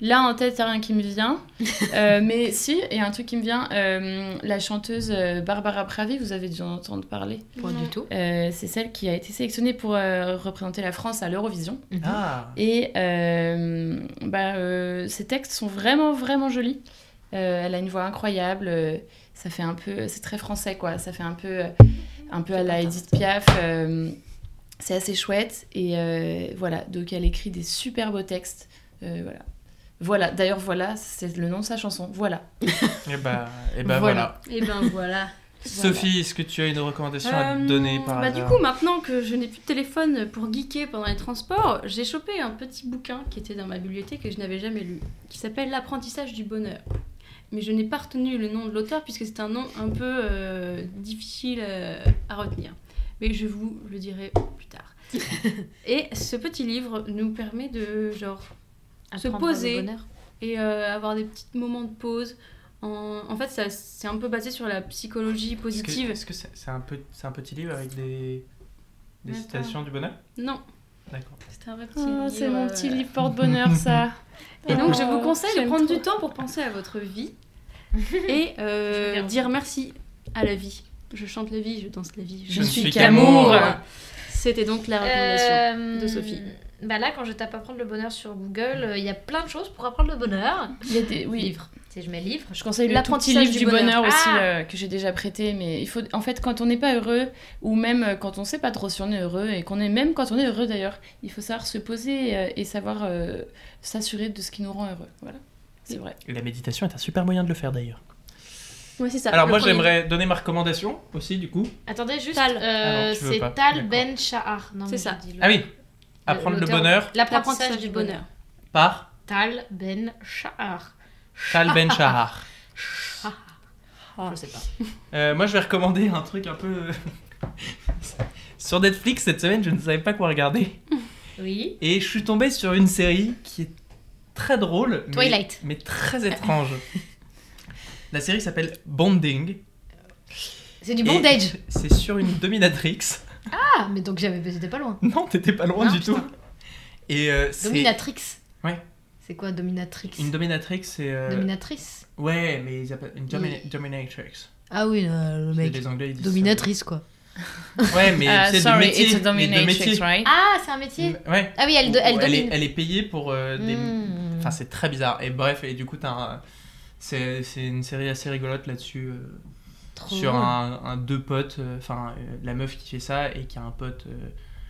Speaker 4: Là, en tête, il a rien qui me vient. Euh, mais si, il y a un truc qui me vient. euh, la chanteuse euh, Barbara Pravi, vous avez dû en entendre parler.
Speaker 3: Pas du tout.
Speaker 4: Euh, C'est celle qui a été sélectionnée pour euh, représenter la France à l'Eurovision.
Speaker 2: Ah
Speaker 4: Et euh, bah, euh, ses textes sont vraiment, vraiment jolis. Euh, elle a une voix incroyable. euh, ça fait un peu. C'est très français, quoi. Ça fait un peu, euh, un peu à la Edith Piaf. euh, c'est assez chouette. Et euh, voilà. Donc, elle écrit des super beaux textes. euh, voilà. Voilà. D'ailleurs, voilà, c'est le nom de sa chanson. Voilà.
Speaker 2: Et bah, et bah
Speaker 4: Voilà.
Speaker 2: voilà.
Speaker 5: Et ben voilà.
Speaker 2: Sophie, est-ce que tu as une recommandation à
Speaker 5: Euh,
Speaker 2: donner par
Speaker 5: bah, Du
Speaker 2: hasard
Speaker 5: coup, maintenant que je n'ai plus de téléphone pour geeker pendant les transports, j'ai chopé un petit bouquin qui était dans ma bibliothèque et que je n'avais jamais lu, qui s'appelle L'apprentissage du bonheur. Mais je n'ai pas retenu le nom de l'auteur puisque c'est un nom un peu euh, difficile euh, à retenir. Mais je vous le dirai plus tard. et ce petit livre nous permet de genre se
Speaker 3: Apprendre le
Speaker 5: poser.
Speaker 3: bonheur.
Speaker 5: et euh, avoir des petits moments de pause. En, en fait, ça- c'est un peu basé sur la psychologie
Speaker 2: Est-ce que-
Speaker 5: positive.
Speaker 2: Est-ce que c'est c'est un, peu- c'est un petit livre avec des, des
Speaker 5: Attends.
Speaker 2: citations du bonheur
Speaker 5: Non,
Speaker 2: D'accord.
Speaker 5: c'est un vrai petit
Speaker 4: Oh,
Speaker 5: livre,
Speaker 4: c'est mon petit
Speaker 5: euh,
Speaker 4: livre porte-bonheur, ça.
Speaker 5: Et donc, je
Speaker 4: Oh,
Speaker 5: vous conseille de
Speaker 4: j'aime
Speaker 5: prendre
Speaker 4: trop.
Speaker 5: du temps pour penser à votre vie et euh, dire merci à la vie. Je chante la vie, je danse la vie.
Speaker 4: Je
Speaker 5: Je...
Speaker 2: ne
Speaker 4: suis
Speaker 2: suis
Speaker 4: qu'amour.
Speaker 2: qu'amour.
Speaker 5: C'était donc la recommandation.
Speaker 3: Euh,
Speaker 5: de Sophie.
Speaker 3: Bah là, quand je tape apprendre le bonheur sur Google, euh, il y a plein de choses pour apprendre le bonheur.
Speaker 4: Il y a des- oui,
Speaker 3: Livre. Si je mets livre.
Speaker 4: Je conseille le tout petit
Speaker 3: L'apprentissage
Speaker 4: livre
Speaker 3: du
Speaker 4: du bonheur,
Speaker 3: bonheur.
Speaker 4: aussi
Speaker 3: Ah
Speaker 4: euh, que j'ai déjà prêté. Mais il faut, en fait, quand on n'est pas heureux, ou même euh, quand on sait pas trop si on est heureux, et qu'on est même quand on est heureux d'ailleurs, il faut savoir se poser euh, et savoir euh, s'assurer de ce qui nous rend heureux. Voilà, c'est vrai.
Speaker 2: Et La méditation est un super moyen de le faire d'ailleurs.
Speaker 5: Ouais, c'est ça.
Speaker 2: Alors
Speaker 5: Bah,
Speaker 2: moi
Speaker 5: le premier.
Speaker 2: j'aimerais donner ma recommandation aussi du coup.
Speaker 3: Attendez, juste.
Speaker 5: Tal.
Speaker 3: euh,
Speaker 2: Ah non, tu veux
Speaker 3: c'est
Speaker 2: pas.
Speaker 3: Tal
Speaker 2: D'accord.
Speaker 3: Ben Shahar. Non,
Speaker 5: C'est
Speaker 3: mais
Speaker 5: ça.
Speaker 3: j'ai dit le-
Speaker 2: Ah oui, apprendre le
Speaker 3: l'auteur.
Speaker 2: bonheur
Speaker 3: L'apprentissage du bonheur.
Speaker 2: par
Speaker 3: Tal Ben Shahar.
Speaker 2: Tal Ben Shahar.
Speaker 3: Je sais pas.
Speaker 2: Euh, moi je vais recommander un truc un peu... euh, sur Netflix cette semaine je ne savais pas quoi regarder.
Speaker 3: Oui.
Speaker 2: Et je suis tombé sur une série qui est très drôle, mais-
Speaker 3: Twilight.
Speaker 2: Mais, très étrange. La série s'appelle Bonding.
Speaker 3: C'est du
Speaker 2: Et
Speaker 3: bondage.
Speaker 2: C'est sur une dominatrix.
Speaker 3: Ah, mais donc j'avais j'étais pas loin.
Speaker 2: Non, t'étais pas loin
Speaker 3: Non,
Speaker 2: du
Speaker 3: putain.
Speaker 2: tout. Et euh, c'est-
Speaker 3: Dominatrix.
Speaker 2: Ouais.
Speaker 3: C'est quoi dominatrix
Speaker 2: Une dominatrix, c'est. euh,
Speaker 3: Dominatrice.
Speaker 2: Ouais, mais ils appellent une domi-
Speaker 3: Et-
Speaker 2: dominatrix.
Speaker 3: Ah oui, le, le
Speaker 2: C'est- euh.
Speaker 3: mec. Ah,
Speaker 2: Les Anglais ils disent. ça.
Speaker 3: Dominatrice quoi.
Speaker 2: Ouais, mais
Speaker 4: Euh,
Speaker 2: c'est du
Speaker 4: sorry,
Speaker 2: métier.
Speaker 4: it's a
Speaker 2: mais de métier.
Speaker 4: dominatrix, right?
Speaker 3: Ah, c'est un métier.
Speaker 2: Ouais.
Speaker 3: Ah oui, elle,
Speaker 2: Où-
Speaker 3: do- elle
Speaker 2: où est,
Speaker 3: domine.
Speaker 2: elle est payée pour euh, des.
Speaker 3: Hmm.
Speaker 2: Enfin, c'est très bizarre. Et bref, et du coup, t'as un- C'est c'est une série assez rigolote là-dessus. euh,
Speaker 3: Trop
Speaker 2: sur
Speaker 3: drôle.
Speaker 2: un, un deux potes, euh, enfin euh, la meuf qui fait ça et qui a un pote euh,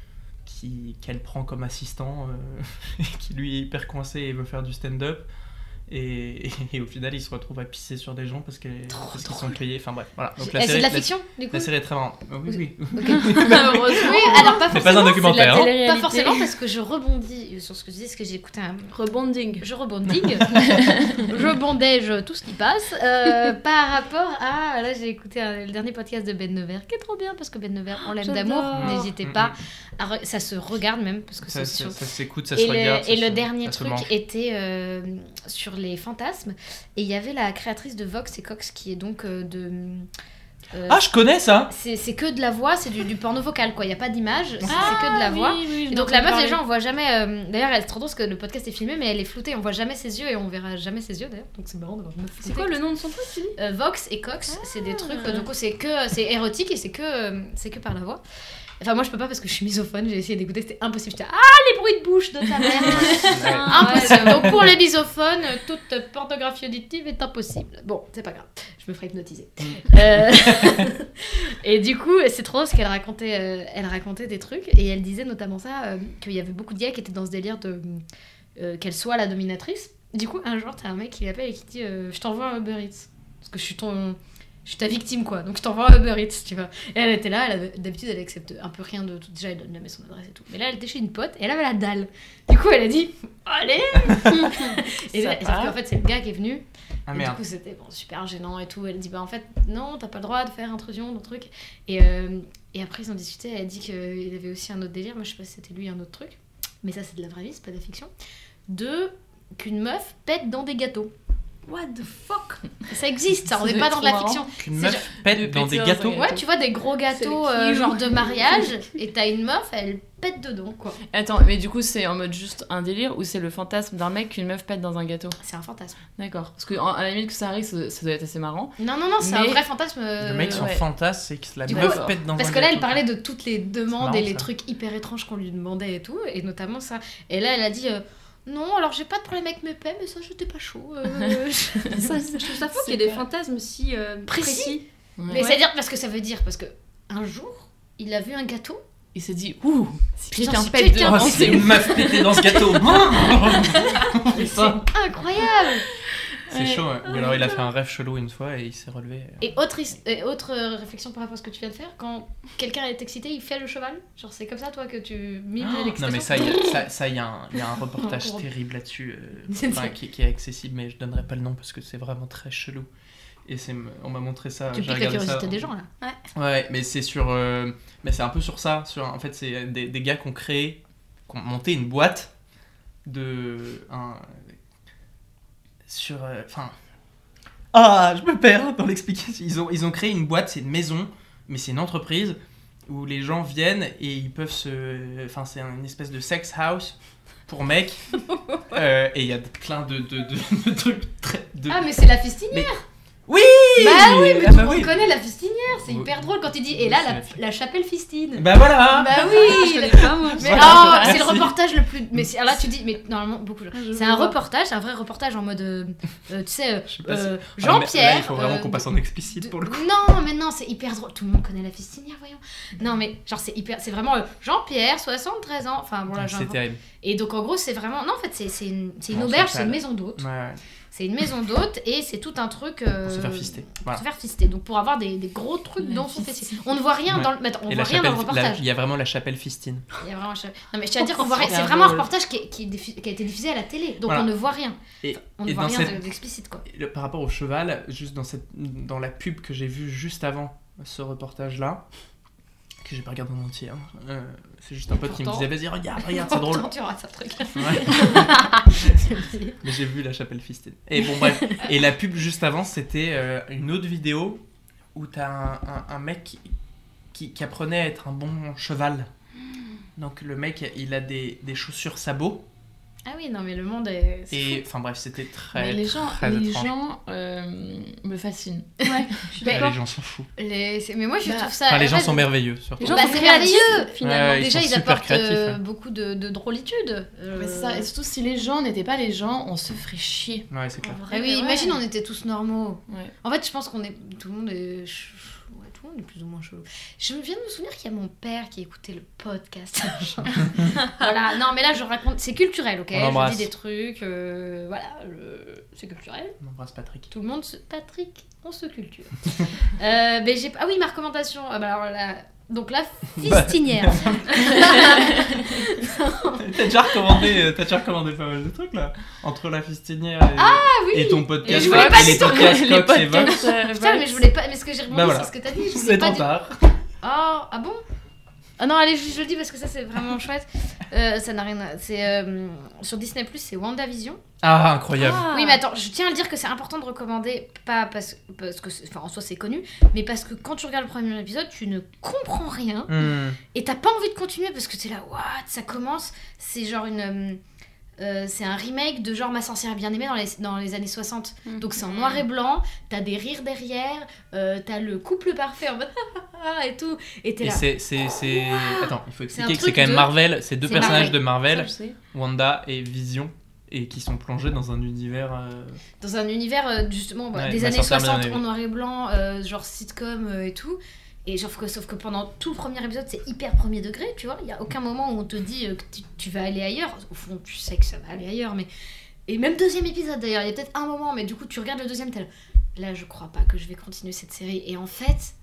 Speaker 2: qui qu'elle prend comme assistant, euh, et qui lui est hyper coincé et veut faire du stand-up Et, et- et au final, ils se retrouvent à pisser sur des gens parce que-
Speaker 3: Trop
Speaker 2: parce qu'ils sont
Speaker 3: drôle.
Speaker 2: payés. Enfin bref, voilà. Donc
Speaker 3: Eh, c'est de la
Speaker 2: la-
Speaker 3: fiction, du coup
Speaker 2: la série est très marrante. Oh, oui, oui.
Speaker 3: Oui, alors pas
Speaker 2: C'est pas un
Speaker 3: forcément.
Speaker 2: documentaire. hein.
Speaker 3: Pas forcément parce que je rebondis euh, sur ce que tu dis, parce que j'ai écouté un,
Speaker 5: Rebonding.
Speaker 3: je rebondis, je bondège tout ce qui passe euh, par rapport à là j'ai écouté un- le dernier podcast de Ben Nevers qui est trop bien parce que Ben Nevers on l'aime d'amour,
Speaker 5: J'adore.
Speaker 3: n'hésitez
Speaker 2: Mm,
Speaker 3: pas, à re- ça se regarde même parce que
Speaker 2: Ça,
Speaker 3: c'est
Speaker 2: se-
Speaker 3: sur
Speaker 2: ça s'écoute, ça
Speaker 3: et,
Speaker 2: se
Speaker 3: le,
Speaker 2: regarde. ça
Speaker 3: et
Speaker 2: se-
Speaker 3: le dernier
Speaker 2: ça se
Speaker 3: truc
Speaker 2: mange.
Speaker 3: était euh, sur les fantasmes. Et il y avait la créatrice de Vox et Cox qui est donc euh, de. euh,
Speaker 2: Ah, je connais ça
Speaker 3: c'est c'est que de la voix, c'est du, du porno vocal quoi. Il n'y a pas d'image, c'est
Speaker 5: Ah
Speaker 3: c'est que de la voix. Et donc la meuf
Speaker 5: les
Speaker 3: déjà on voit jamais. euh, d'ailleurs elle est trop drôle parce que le podcast est filmé mais elle est floutée, on voit jamais ses yeux et on verra jamais ses yeux d'ailleurs. Donc c'est marrant d'avoir une meuf
Speaker 5: C'est
Speaker 3: floutée.
Speaker 5: quoi le Ah. nom de son truc, tu dis
Speaker 3: Euh, Vox et Cox, c'est des trucs. euh, donc c'est que c'est érotique et c'est que euh, c'est que par la voix. Enfin moi je peux pas parce que je suis misophone. J'ai essayé d'écouter, c'était impossible. J'étais ah les bruits de bouche de ta mère. Ah,
Speaker 2: Ouais.
Speaker 5: Ah,
Speaker 3: Impossible. Donc pour les misophones, euh, toute pornographie auditive est impossible. Bon, c'est pas grave. Je me ferai hypnotiser. Euh, et du coup, c'est trop ce qu'elle racontait. euh, elle racontait des trucs et elle disait notamment ça euh, qu'il y avait beaucoup de gars qui étaient dans ce délire de euh, qu'elle soit la dominatrice. Du coup, un jour, t'as un mec qui l'appelle et qui dit euh, Je t'envoie un Uber Eats. Parce que je suis ton. Je suis ta victime, quoi. Donc je t'envoie un Uber Eats, tu vois. Et elle était là, elle avait- d'habitude, elle accepte un peu rien de tout. Déjà, elle donne jamais son adresse et tout. Mais là, elle était chez une pote et elle avait la dalle. Du coup, elle a dit Allez Et là,
Speaker 4: Sympa.
Speaker 3: et sauf qu'en fait, c'est le gars qui est venu.
Speaker 2: Ah
Speaker 3: Et
Speaker 2: merde.
Speaker 3: Du coup, c'était bon, super gênant et tout. Elle dit, bah en fait, non, t'as pas le droit de faire intrusion, de truc. Et, euh, et après, ils ont discuté. Elle a dit qu'il avait aussi un autre délire. Moi, je sais pas si c'était lui un autre truc. Mais ça, c'est de la vraie vie, c'est pas de la fiction. De qu'une meuf pète dans des gâteaux.
Speaker 5: What the fuck
Speaker 3: Ça existe, ça. On
Speaker 4: Ça
Speaker 3: n'est
Speaker 4: doit
Speaker 3: pas dans
Speaker 4: être
Speaker 3: de la
Speaker 4: trop marrant.
Speaker 3: fiction.
Speaker 2: Qu'une
Speaker 3: c'est
Speaker 2: meuf pète dans des
Speaker 4: péteurs,
Speaker 2: gâteaux.
Speaker 4: ouais.
Speaker 3: Ouais, tu vois, des gros gâteaux,
Speaker 5: C'est les
Speaker 3: euh,
Speaker 5: kiwis.
Speaker 3: genre de mariage. et t'as une meuf, elle pète dedans, quoi.
Speaker 4: Attends, mais du coup, c'est en mode juste un délire ou c'est le fantasme d'un mec qu'une meuf pète dans un gâteau
Speaker 3: C'est un fantasme.
Speaker 4: D'accord. Parce que en- à la limite que ça arrive, ça, ça doit être assez marrant.
Speaker 3: Non, non, non, c'est un
Speaker 4: Mais-
Speaker 3: vrai fantasme.
Speaker 2: Le
Speaker 3: euh,
Speaker 2: mec, son
Speaker 4: ouais.
Speaker 2: fantasme, c'est que la
Speaker 3: Du
Speaker 2: meuf
Speaker 4: coup,
Speaker 2: pète dans un
Speaker 3: Parce que là, elle
Speaker 2: gâteau.
Speaker 3: parlait de toutes les demandes
Speaker 2: C'est
Speaker 3: et
Speaker 2: marrant,
Speaker 3: les
Speaker 2: ça.
Speaker 3: trucs hyper étranges qu'on lui demandait et tout, et notamment ça. Et là, elle a dit euh, Non, alors j'ai pas de problème avec mes paix, mais ça, j'étais pas chaud. euh, je- ça, c'est-
Speaker 5: Je trouve ça fou qu'il y ait des
Speaker 4: Super.
Speaker 5: fantasmes si euh,
Speaker 3: Précis. Ah,
Speaker 5: précis.
Speaker 3: mais
Speaker 4: Ouais.
Speaker 3: c'est-à-dire, parce que ça veut dire, parce que un jour, il a vu un gâteau.
Speaker 4: Il s'est dit, ouh, si
Speaker 3: Putain,
Speaker 4: quelqu'un
Speaker 3: si
Speaker 4: pète
Speaker 3: quelqu'un-
Speaker 4: dedans,
Speaker 2: Oh, c'est
Speaker 4: c'est
Speaker 2: une
Speaker 4: ouf.
Speaker 2: meuf pétée dans ce gâteau. Putain.
Speaker 3: Incroyable
Speaker 2: c'est chaud. ouais. Ou alors il a fait un rêve chelou une fois et il s'est relevé.
Speaker 3: Et autre, his- et autre euh, réflexion par rapport à ce que tu viens de faire, quand quelqu'un est excité, il fait le cheval Genre, c'est comme ça, toi, que tu mimes l'excitation
Speaker 2: Ah, Non mais ça, il y a, ça, ça, il y a un, il y a un reportage
Speaker 3: Encore.
Speaker 2: terrible là-dessus, euh, enfin, qui, qui est accessible, mais je donnerai pas le nom parce que c'est vraiment très chelou. Et c'est, on m'a montré ça. j'ai
Speaker 3: Tu piques la
Speaker 2: regardé ça.
Speaker 3: curiosité des gens, là.
Speaker 2: Ouais, mais c'est sur, euh, mais c'est un peu sur ça. Sur, en fait, c'est des, des gars qui ont créé, qui ont monté une boîte de, un, sur, euh, enfin. ah, je me perds dans l'explication. Ils ont, ils ont créé une boîte, c'est une maison, mais c'est une entreprise où les gens viennent et ils peuvent se, enfin, c'est une espèce de sex house pour mecs. Euh, et il y a plein de, de, de- de trucs très. De...
Speaker 3: Ah, mais c'est la fistinière bah
Speaker 2: oui,
Speaker 3: Mais
Speaker 2: ah
Speaker 3: tout
Speaker 2: bah
Speaker 3: le monde
Speaker 2: oui.
Speaker 3: connaît la fistinière, c'est
Speaker 2: Oui.
Speaker 3: hyper drôle quand il dit
Speaker 2: Oui,
Speaker 3: Et là,
Speaker 2: c'est
Speaker 3: la,
Speaker 2: la fi-
Speaker 3: la chapelle fistine
Speaker 2: Bah voilà.
Speaker 3: Bah
Speaker 5: Je
Speaker 3: oui
Speaker 5: connais pas, moi.
Speaker 3: Mais
Speaker 2: Voilà,
Speaker 3: oh,
Speaker 2: merci.
Speaker 3: c'est le reportage le plus. Mais c'est- alors là, tu dis, mais normalement, beaucoup. de gens-
Speaker 5: Je
Speaker 3: C'est un
Speaker 5: vois.
Speaker 3: reportage, c'est un vrai reportage en mode. euh, euh, tu sais, euh,
Speaker 2: Je sais pas si-
Speaker 3: euh,
Speaker 2: Ah, mais là,
Speaker 3: Jean-Pierre.
Speaker 2: Il faut vraiment
Speaker 3: euh,
Speaker 2: qu'on passe en explicite pour le coup.
Speaker 3: non, mais non, c'est hyper drôle. Tout le monde connaît la fistinière, voyons. Non, mais genre, c'est hyper. C'est vraiment euh, Jean-Pierre, 73 ans. Enfin, bon, là,
Speaker 2: c'est
Speaker 3: j'invente.
Speaker 2: terrible.
Speaker 3: Et donc, en gros, c'est vraiment. Non, en fait, c'est c'est une, c'est une
Speaker 2: Non,
Speaker 3: auberge,
Speaker 2: c'est
Speaker 3: c'est une
Speaker 2: pas-
Speaker 3: maison d'hôte.
Speaker 2: Ouais, ouais.
Speaker 3: C'est une maison d'hôte et c'est tout un truc. euh,
Speaker 2: Pour se faire fister.
Speaker 3: Pour
Speaker 2: Voilà.
Speaker 3: se faire fister. Donc, pour avoir des, des gros trucs
Speaker 4: La
Speaker 3: dans son fessier.
Speaker 4: fistine.
Speaker 3: On ne voit rien
Speaker 2: Ouais.
Speaker 3: dans le. mais attends, on
Speaker 2: Et la
Speaker 3: voit rien dans
Speaker 2: chapelle,
Speaker 3: le
Speaker 2: la-
Speaker 3: reportage.
Speaker 2: il y a vraiment la chapelle Fistine.
Speaker 3: Il y a vraiment un chef- Non mais je tiens à dire qu'on voit
Speaker 4: C'est
Speaker 3: rien. C'est
Speaker 4: un
Speaker 3: vraiment un
Speaker 4: drôle.
Speaker 3: reportage qui est, qui est diffu- qui a été diffusé à la télé, donc
Speaker 2: Voilà.
Speaker 3: on ne voit rien.
Speaker 2: Et,
Speaker 3: On ne
Speaker 2: et
Speaker 3: voit
Speaker 2: dans
Speaker 3: rien
Speaker 2: cette-
Speaker 3: de- d'explicite quoi.
Speaker 2: le- par rapport au cheval, juste dans, cette, dans la pub que j'ai vue juste avant ce reportage-là, que j'ai pas regardé en entier, hein, euh, c'est juste un pote qui me
Speaker 3: Pourtant-
Speaker 2: disait vas-y, regarde, regarde, c'est drôle.
Speaker 3: Pourtant, tu auras ça truc.
Speaker 2: Ouais. Mais j'ai vu la chapelle Fistine. Et bon, bref. Et la pub juste avant, c'était euh, une autre vidéo où t'as un, un, un mec qui, qui, qui apprenait à être un bon cheval. Donc le mec, il a des, des chaussures sabots.
Speaker 3: Ah oui non mais le monde est. c'est
Speaker 2: Et
Speaker 3: fou.
Speaker 2: enfin bref, c'était très.
Speaker 4: Mais les gens,
Speaker 2: très
Speaker 4: les
Speaker 2: étrange.
Speaker 4: gens euh, me fascinent.
Speaker 2: Ouais,
Speaker 3: d'accord.
Speaker 2: les gens sont fous.
Speaker 3: Les- c'est- Mais moi je
Speaker 5: Bah,
Speaker 3: trouve ça.
Speaker 2: Enfin, les
Speaker 3: en
Speaker 2: gens
Speaker 3: fait,
Speaker 2: sont merveilleux, surtout.
Speaker 5: Les gens
Speaker 3: Bah,
Speaker 5: sont
Speaker 3: c'est
Speaker 5: créatifs,
Speaker 3: merveilleux.
Speaker 2: Ouais,
Speaker 5: finalement.
Speaker 2: ils
Speaker 3: Déjà
Speaker 2: sont
Speaker 3: ils
Speaker 2: super
Speaker 3: apportent
Speaker 2: créatifs,
Speaker 3: euh,
Speaker 2: hein.
Speaker 3: beaucoup de, de drôlitude. Euh,
Speaker 4: Mais c'est ça, et surtout si les gens n'étaient pas les gens, on se ferait chier.
Speaker 2: Ouais,
Speaker 3: Eh
Speaker 2: c'est clair.
Speaker 3: Ah oui imagine on était tous normaux.
Speaker 4: Ouais.
Speaker 3: En fait je pense qu'on est tout le monde est. ch- ch- ouais, tout on est plus ou moins chelou. Je viens de me souvenir qu'il y a mon père qui écoutait le podcast. voilà, non, mais là, je raconte. C'est culturel, ok
Speaker 2: On
Speaker 3: Je
Speaker 2: l'embrasse.
Speaker 3: dis des trucs. euh, voilà, je- c'est culturel.
Speaker 2: On embrasse Patrick.
Speaker 3: Tout le monde se... Patrick, on se culture. Euh, mais j'ai... Ah oui, ma recommandation. Ah bah alors là... Donc la fistinière.
Speaker 2: Bah. T'as déjà recommandé, euh, t'as déjà recommandé pas mal de trucs là. Entre la fistinière et,
Speaker 3: ah oui
Speaker 2: et ton
Speaker 3: Et
Speaker 2: podcast,
Speaker 3: je voulais
Speaker 2: Coq,
Speaker 3: pas
Speaker 2: et
Speaker 3: du
Speaker 2: les
Speaker 3: tout
Speaker 2: podcasts
Speaker 4: les
Speaker 2: Coq, c'est Vox.
Speaker 4: podcasts. euh,
Speaker 3: Putain, mais
Speaker 4: Vox.
Speaker 3: je voulais pas... Mais ce que j'ai rebondi,
Speaker 2: Bah voilà.
Speaker 3: c'est ce que t'as dit. Je voulais
Speaker 2: C'est
Speaker 3: pas
Speaker 2: trop
Speaker 3: du-
Speaker 2: tard.
Speaker 3: Oh, ah bon Ah non, allez, je, je le dis parce que ça, c'est vraiment chouette. Euh, ça n'a rien à... C'est... euh, Sur Disney+, c'est WandaVision.
Speaker 2: Ah, incroyable.
Speaker 3: Oui, mais attends, je tiens à le dire que c'est important de recommander, pas parce, parce que... c'est- Enfin, en soi, c'est connu, mais parce que quand tu regardes le premier épisode, tu ne comprends rien.
Speaker 2: Hmm.
Speaker 3: Et t'as pas envie de continuer parce que t'es là, what Ça commence, c'est genre une. euh, euh, c'est un remake de genre Ma sorcière bien-aimée dans les, dans les années 60. Donc c'est en noir et blanc, t'as des rires derrière, euh, t'as le couple parfait en mode et tout. Et t'es
Speaker 2: Et
Speaker 3: là.
Speaker 2: c'est, c'est, c'est... Attends, il faut expliquer que c'est
Speaker 3: truc
Speaker 2: quand même
Speaker 3: de-
Speaker 2: Marvel, c'est deux
Speaker 3: C'est
Speaker 2: personnages de
Speaker 3: Marvel.
Speaker 2: Marvel,
Speaker 4: Ça, je sais.
Speaker 2: Wanda et Vision, et qui sont plongés dans un univers... euh,
Speaker 3: Dans un univers, euh, justement, bah,
Speaker 2: Ouais,
Speaker 3: des
Speaker 2: Ma
Speaker 3: années
Speaker 2: sorcière
Speaker 3: 60
Speaker 2: bien-aimée.
Speaker 3: en noir et blanc, euh, genre sitcom euh, et tout. Et sauf que, sauf que pendant tout le premier épisode, c'est hyper premier degré, tu vois. Il n'y a aucun moment où on te dit euh, que tu, tu vas aller ailleurs. Au fond, tu sais que ça va aller ailleurs, mais. Et même deuxième épisode d'ailleurs, il y a peut-être un moment, mais du coup, tu regardes le deuxième, t'es là. Là, je crois pas que je vais continuer cette série. Et en fait,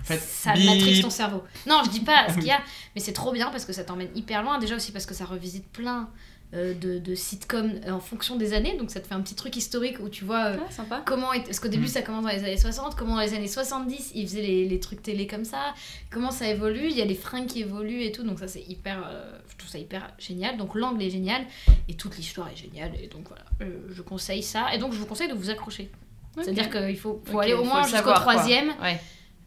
Speaker 2: En fait,
Speaker 3: ça
Speaker 2: bip.
Speaker 3: matrixe ton cerveau. Non, je dis pas
Speaker 4: Ah
Speaker 3: ce qu'il y a, mais c'est trop bien parce que ça t'emmène hyper loin. Déjà aussi parce que ça revisite plein euh, de, de sitcoms euh, en fonction des années, donc ça te fait un petit truc historique où tu vois. euh,
Speaker 5: Ah, sympa.
Speaker 3: Comment est- Parce qu'au début,
Speaker 2: Mm.
Speaker 3: ça commence dans les années 60, comment dans les années 70, ils faisaient les, les trucs télé comme ça, comment ça évolue, il y a les fringues qui évoluent et tout, donc ça c'est hyper, euh, je trouve ça hyper génial, donc l'angle est génial, et toute l'histoire est géniale, et donc voilà, Euh, je conseille ça, et donc je vous conseille de vous accrocher. C'est-à-dire qu'il faut, faut
Speaker 4: Ok,
Speaker 3: aller au
Speaker 4: faut
Speaker 3: moins
Speaker 4: le
Speaker 3: jusqu'au
Speaker 4: savoir, quoi.
Speaker 3: troisième,
Speaker 4: Ouais.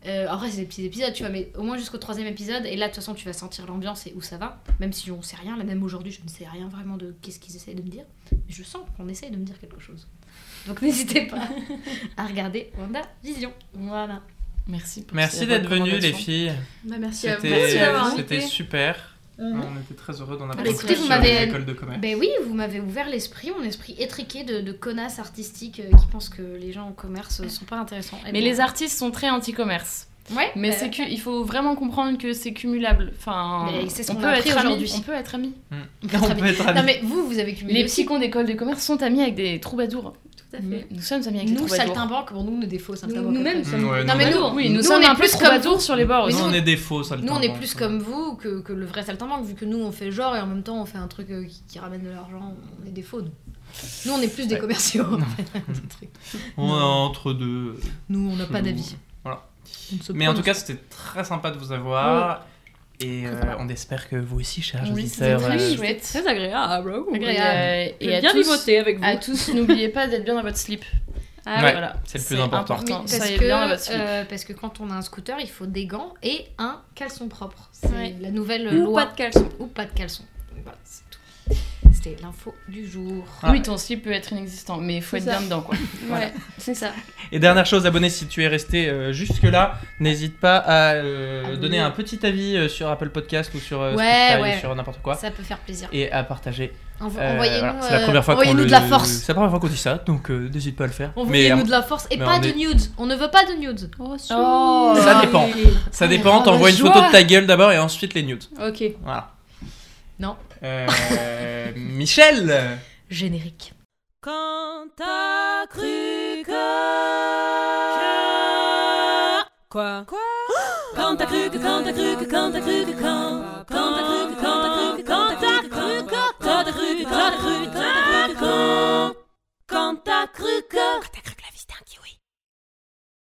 Speaker 3: euh, après, c'est des petits épisodes, tu vois, mais au moins jusqu'au troisième épisode. Et là, de toute façon, tu vas sentir l'ambiance et où ça va. Même si on sait rien, là, même aujourd'hui, je ne sais rien vraiment de qu'est-ce qu'ils essayent de me dire. Mais je sens qu'on essaye de me dire quelque chose. Donc n'hésitez pas à regarder Wanda Vision. Voilà.
Speaker 4: Merci. pour
Speaker 2: Merci
Speaker 4: cette
Speaker 2: d'être venus les
Speaker 4: recommandation.
Speaker 2: filles.
Speaker 5: Bah, merci à vous. Merci
Speaker 2: C'était,
Speaker 5: d'avoir
Speaker 2: c'était
Speaker 5: invité.
Speaker 2: super. On était très heureux d'en apprendre
Speaker 3: Mhm. Bah, écoutez,
Speaker 2: plus
Speaker 3: vous
Speaker 2: sur
Speaker 3: m'avez-
Speaker 2: l'école de commerce.
Speaker 3: Ben oui, vous m'avez ouvert l'esprit, mon esprit étriqué de, de connasses artistiques euh, qui pensent que les gens en commerce euh, sont pas intéressants. Eh
Speaker 4: Mais
Speaker 3: ben,
Speaker 4: les artistes sont très anti-commerce.
Speaker 3: Ouais.
Speaker 4: Mais
Speaker 3: euh,
Speaker 4: c'est cu- il faut vraiment comprendre que c'est cumulable. Enfin,
Speaker 3: Mais c'est ce
Speaker 4: on
Speaker 3: qu'on
Speaker 4: peut
Speaker 3: a appris
Speaker 4: être amis.
Speaker 3: aujourd'hui.
Speaker 4: On peut être amis.
Speaker 2: On peut être amis.
Speaker 3: Non mais vous, vous avez cumulé
Speaker 4: Les
Speaker 3: aussi.
Speaker 4: petits cons d'école de commerce sont amis avec des troubadours.
Speaker 5: Tout à fait.
Speaker 4: Nous sommes amis avec des
Speaker 3: Nous,
Speaker 4: troubadours.
Speaker 3: saltimbanques, bon, nous, on est des faux saltimbanques.
Speaker 5: Nous-mêmes,
Speaker 2: sommes- Ouais,
Speaker 3: non, mais nous,
Speaker 4: Oui, nous,
Speaker 3: nous,
Speaker 4: sommes
Speaker 3: on est
Speaker 4: un peu
Speaker 3: plus comme
Speaker 4: troubadours sur les bords. Euh,
Speaker 3: Mais
Speaker 2: Nous,
Speaker 4: aussi.
Speaker 2: on est des faux, ça le
Speaker 3: Nous, on est
Speaker 2: temps,
Speaker 3: plus
Speaker 2: ça.
Speaker 3: comme vous que, que le vrai saltimbanque, vu que nous, on fait genre et en même temps, on fait un truc euh, qui, qui ramène de l'argent. On est des faux, nous. Nous, on est plus des
Speaker 2: Ouais.
Speaker 3: commerciaux.
Speaker 2: Non.
Speaker 3: Des trucs.
Speaker 2: On est entre deux.
Speaker 3: nous, on n'a pas
Speaker 2: Chelou.
Speaker 3: d'avis.
Speaker 2: Voilà.
Speaker 3: On ne se
Speaker 2: Mais en
Speaker 3: prononce
Speaker 2: tout cas, c'était très sympa de vous avoir. Et euh, on espère que vous aussi, chers
Speaker 4: Oui,
Speaker 2: auditeurs,
Speaker 4: c'était
Speaker 2: euh,
Speaker 4: très
Speaker 5: Oui,
Speaker 4: chouette.
Speaker 5: c'est Très agréable. Oh,
Speaker 4: Et, euh,
Speaker 5: J'ai
Speaker 4: et à
Speaker 5: bien
Speaker 4: tous,
Speaker 5: vivoté avec vous.
Speaker 4: à tous, n'oubliez pas d'être bien dans votre slip.
Speaker 5: Ah
Speaker 2: Ouais.
Speaker 4: Voilà.
Speaker 2: c'est le plus important.
Speaker 3: pas. Oui,
Speaker 4: important.
Speaker 3: parce,
Speaker 4: Soyez
Speaker 3: que,
Speaker 4: bien à votre slip.
Speaker 3: euh, parce que quand on a un scooter, il faut des gants et un caleçon propre. C'est
Speaker 4: Ouais.
Speaker 3: la nouvelle
Speaker 5: Ou
Speaker 3: loi.
Speaker 5: pas de caleçon.
Speaker 3: Ou pas de caleçon. Voilà, c'est tout. C'était l'info du jour.
Speaker 2: Ah.
Speaker 4: Oui, ton slip peut être inexistant, mais il faut
Speaker 5: C'est
Speaker 4: être
Speaker 5: ça.
Speaker 4: bien dedans, quoi.
Speaker 5: Ouais, c'est ça.
Speaker 2: Et dernière chose, abonné si tu es resté euh, jusque-là, n'hésite pas à euh,
Speaker 3: Abonné.
Speaker 2: donner un petit avis euh, sur Apple Podcast ou sur euh,
Speaker 3: Ouais,
Speaker 2: Spotify,
Speaker 3: ouais.
Speaker 2: sur n'importe quoi.
Speaker 3: Ça peut faire plaisir.
Speaker 2: Et à partager.
Speaker 3: Envo-
Speaker 2: Euh,
Speaker 3: Envoyez-nous
Speaker 2: voilà, C'est la
Speaker 3: euh,
Speaker 2: première fois qu'on
Speaker 3: envoyez-nous
Speaker 2: le-
Speaker 3: de la force.
Speaker 2: C'est la première fois qu'on dit ça, donc euh, n'hésite pas à le faire. Mais euh,
Speaker 3: Envoyez-nous de la force et
Speaker 2: mais
Speaker 3: pas
Speaker 2: on
Speaker 3: de
Speaker 2: est-
Speaker 3: nudes. On ne veut pas de nudes.
Speaker 5: Oh,
Speaker 4: Oh,
Speaker 2: Ça dépend. ça dépend,
Speaker 4: Ah,
Speaker 2: t'envoies
Speaker 4: bah,
Speaker 2: une
Speaker 4: joie.
Speaker 2: photo de ta gueule d'abord et ensuite les nudes.
Speaker 5: Ok.
Speaker 2: Voilà.
Speaker 3: Non.
Speaker 2: Euh, Michel
Speaker 3: Générique.
Speaker 1: Quand t'as cru que... Quoi Quoi Quand t'as cru que, quand t'as cru que, quand t'as cru que, quand Quand t'as cru que, quand t'as cru que, quand t'as cru que Quand t'as cru que, quand t'as cru que, quand t'as cru que, quand Quand t'as cru que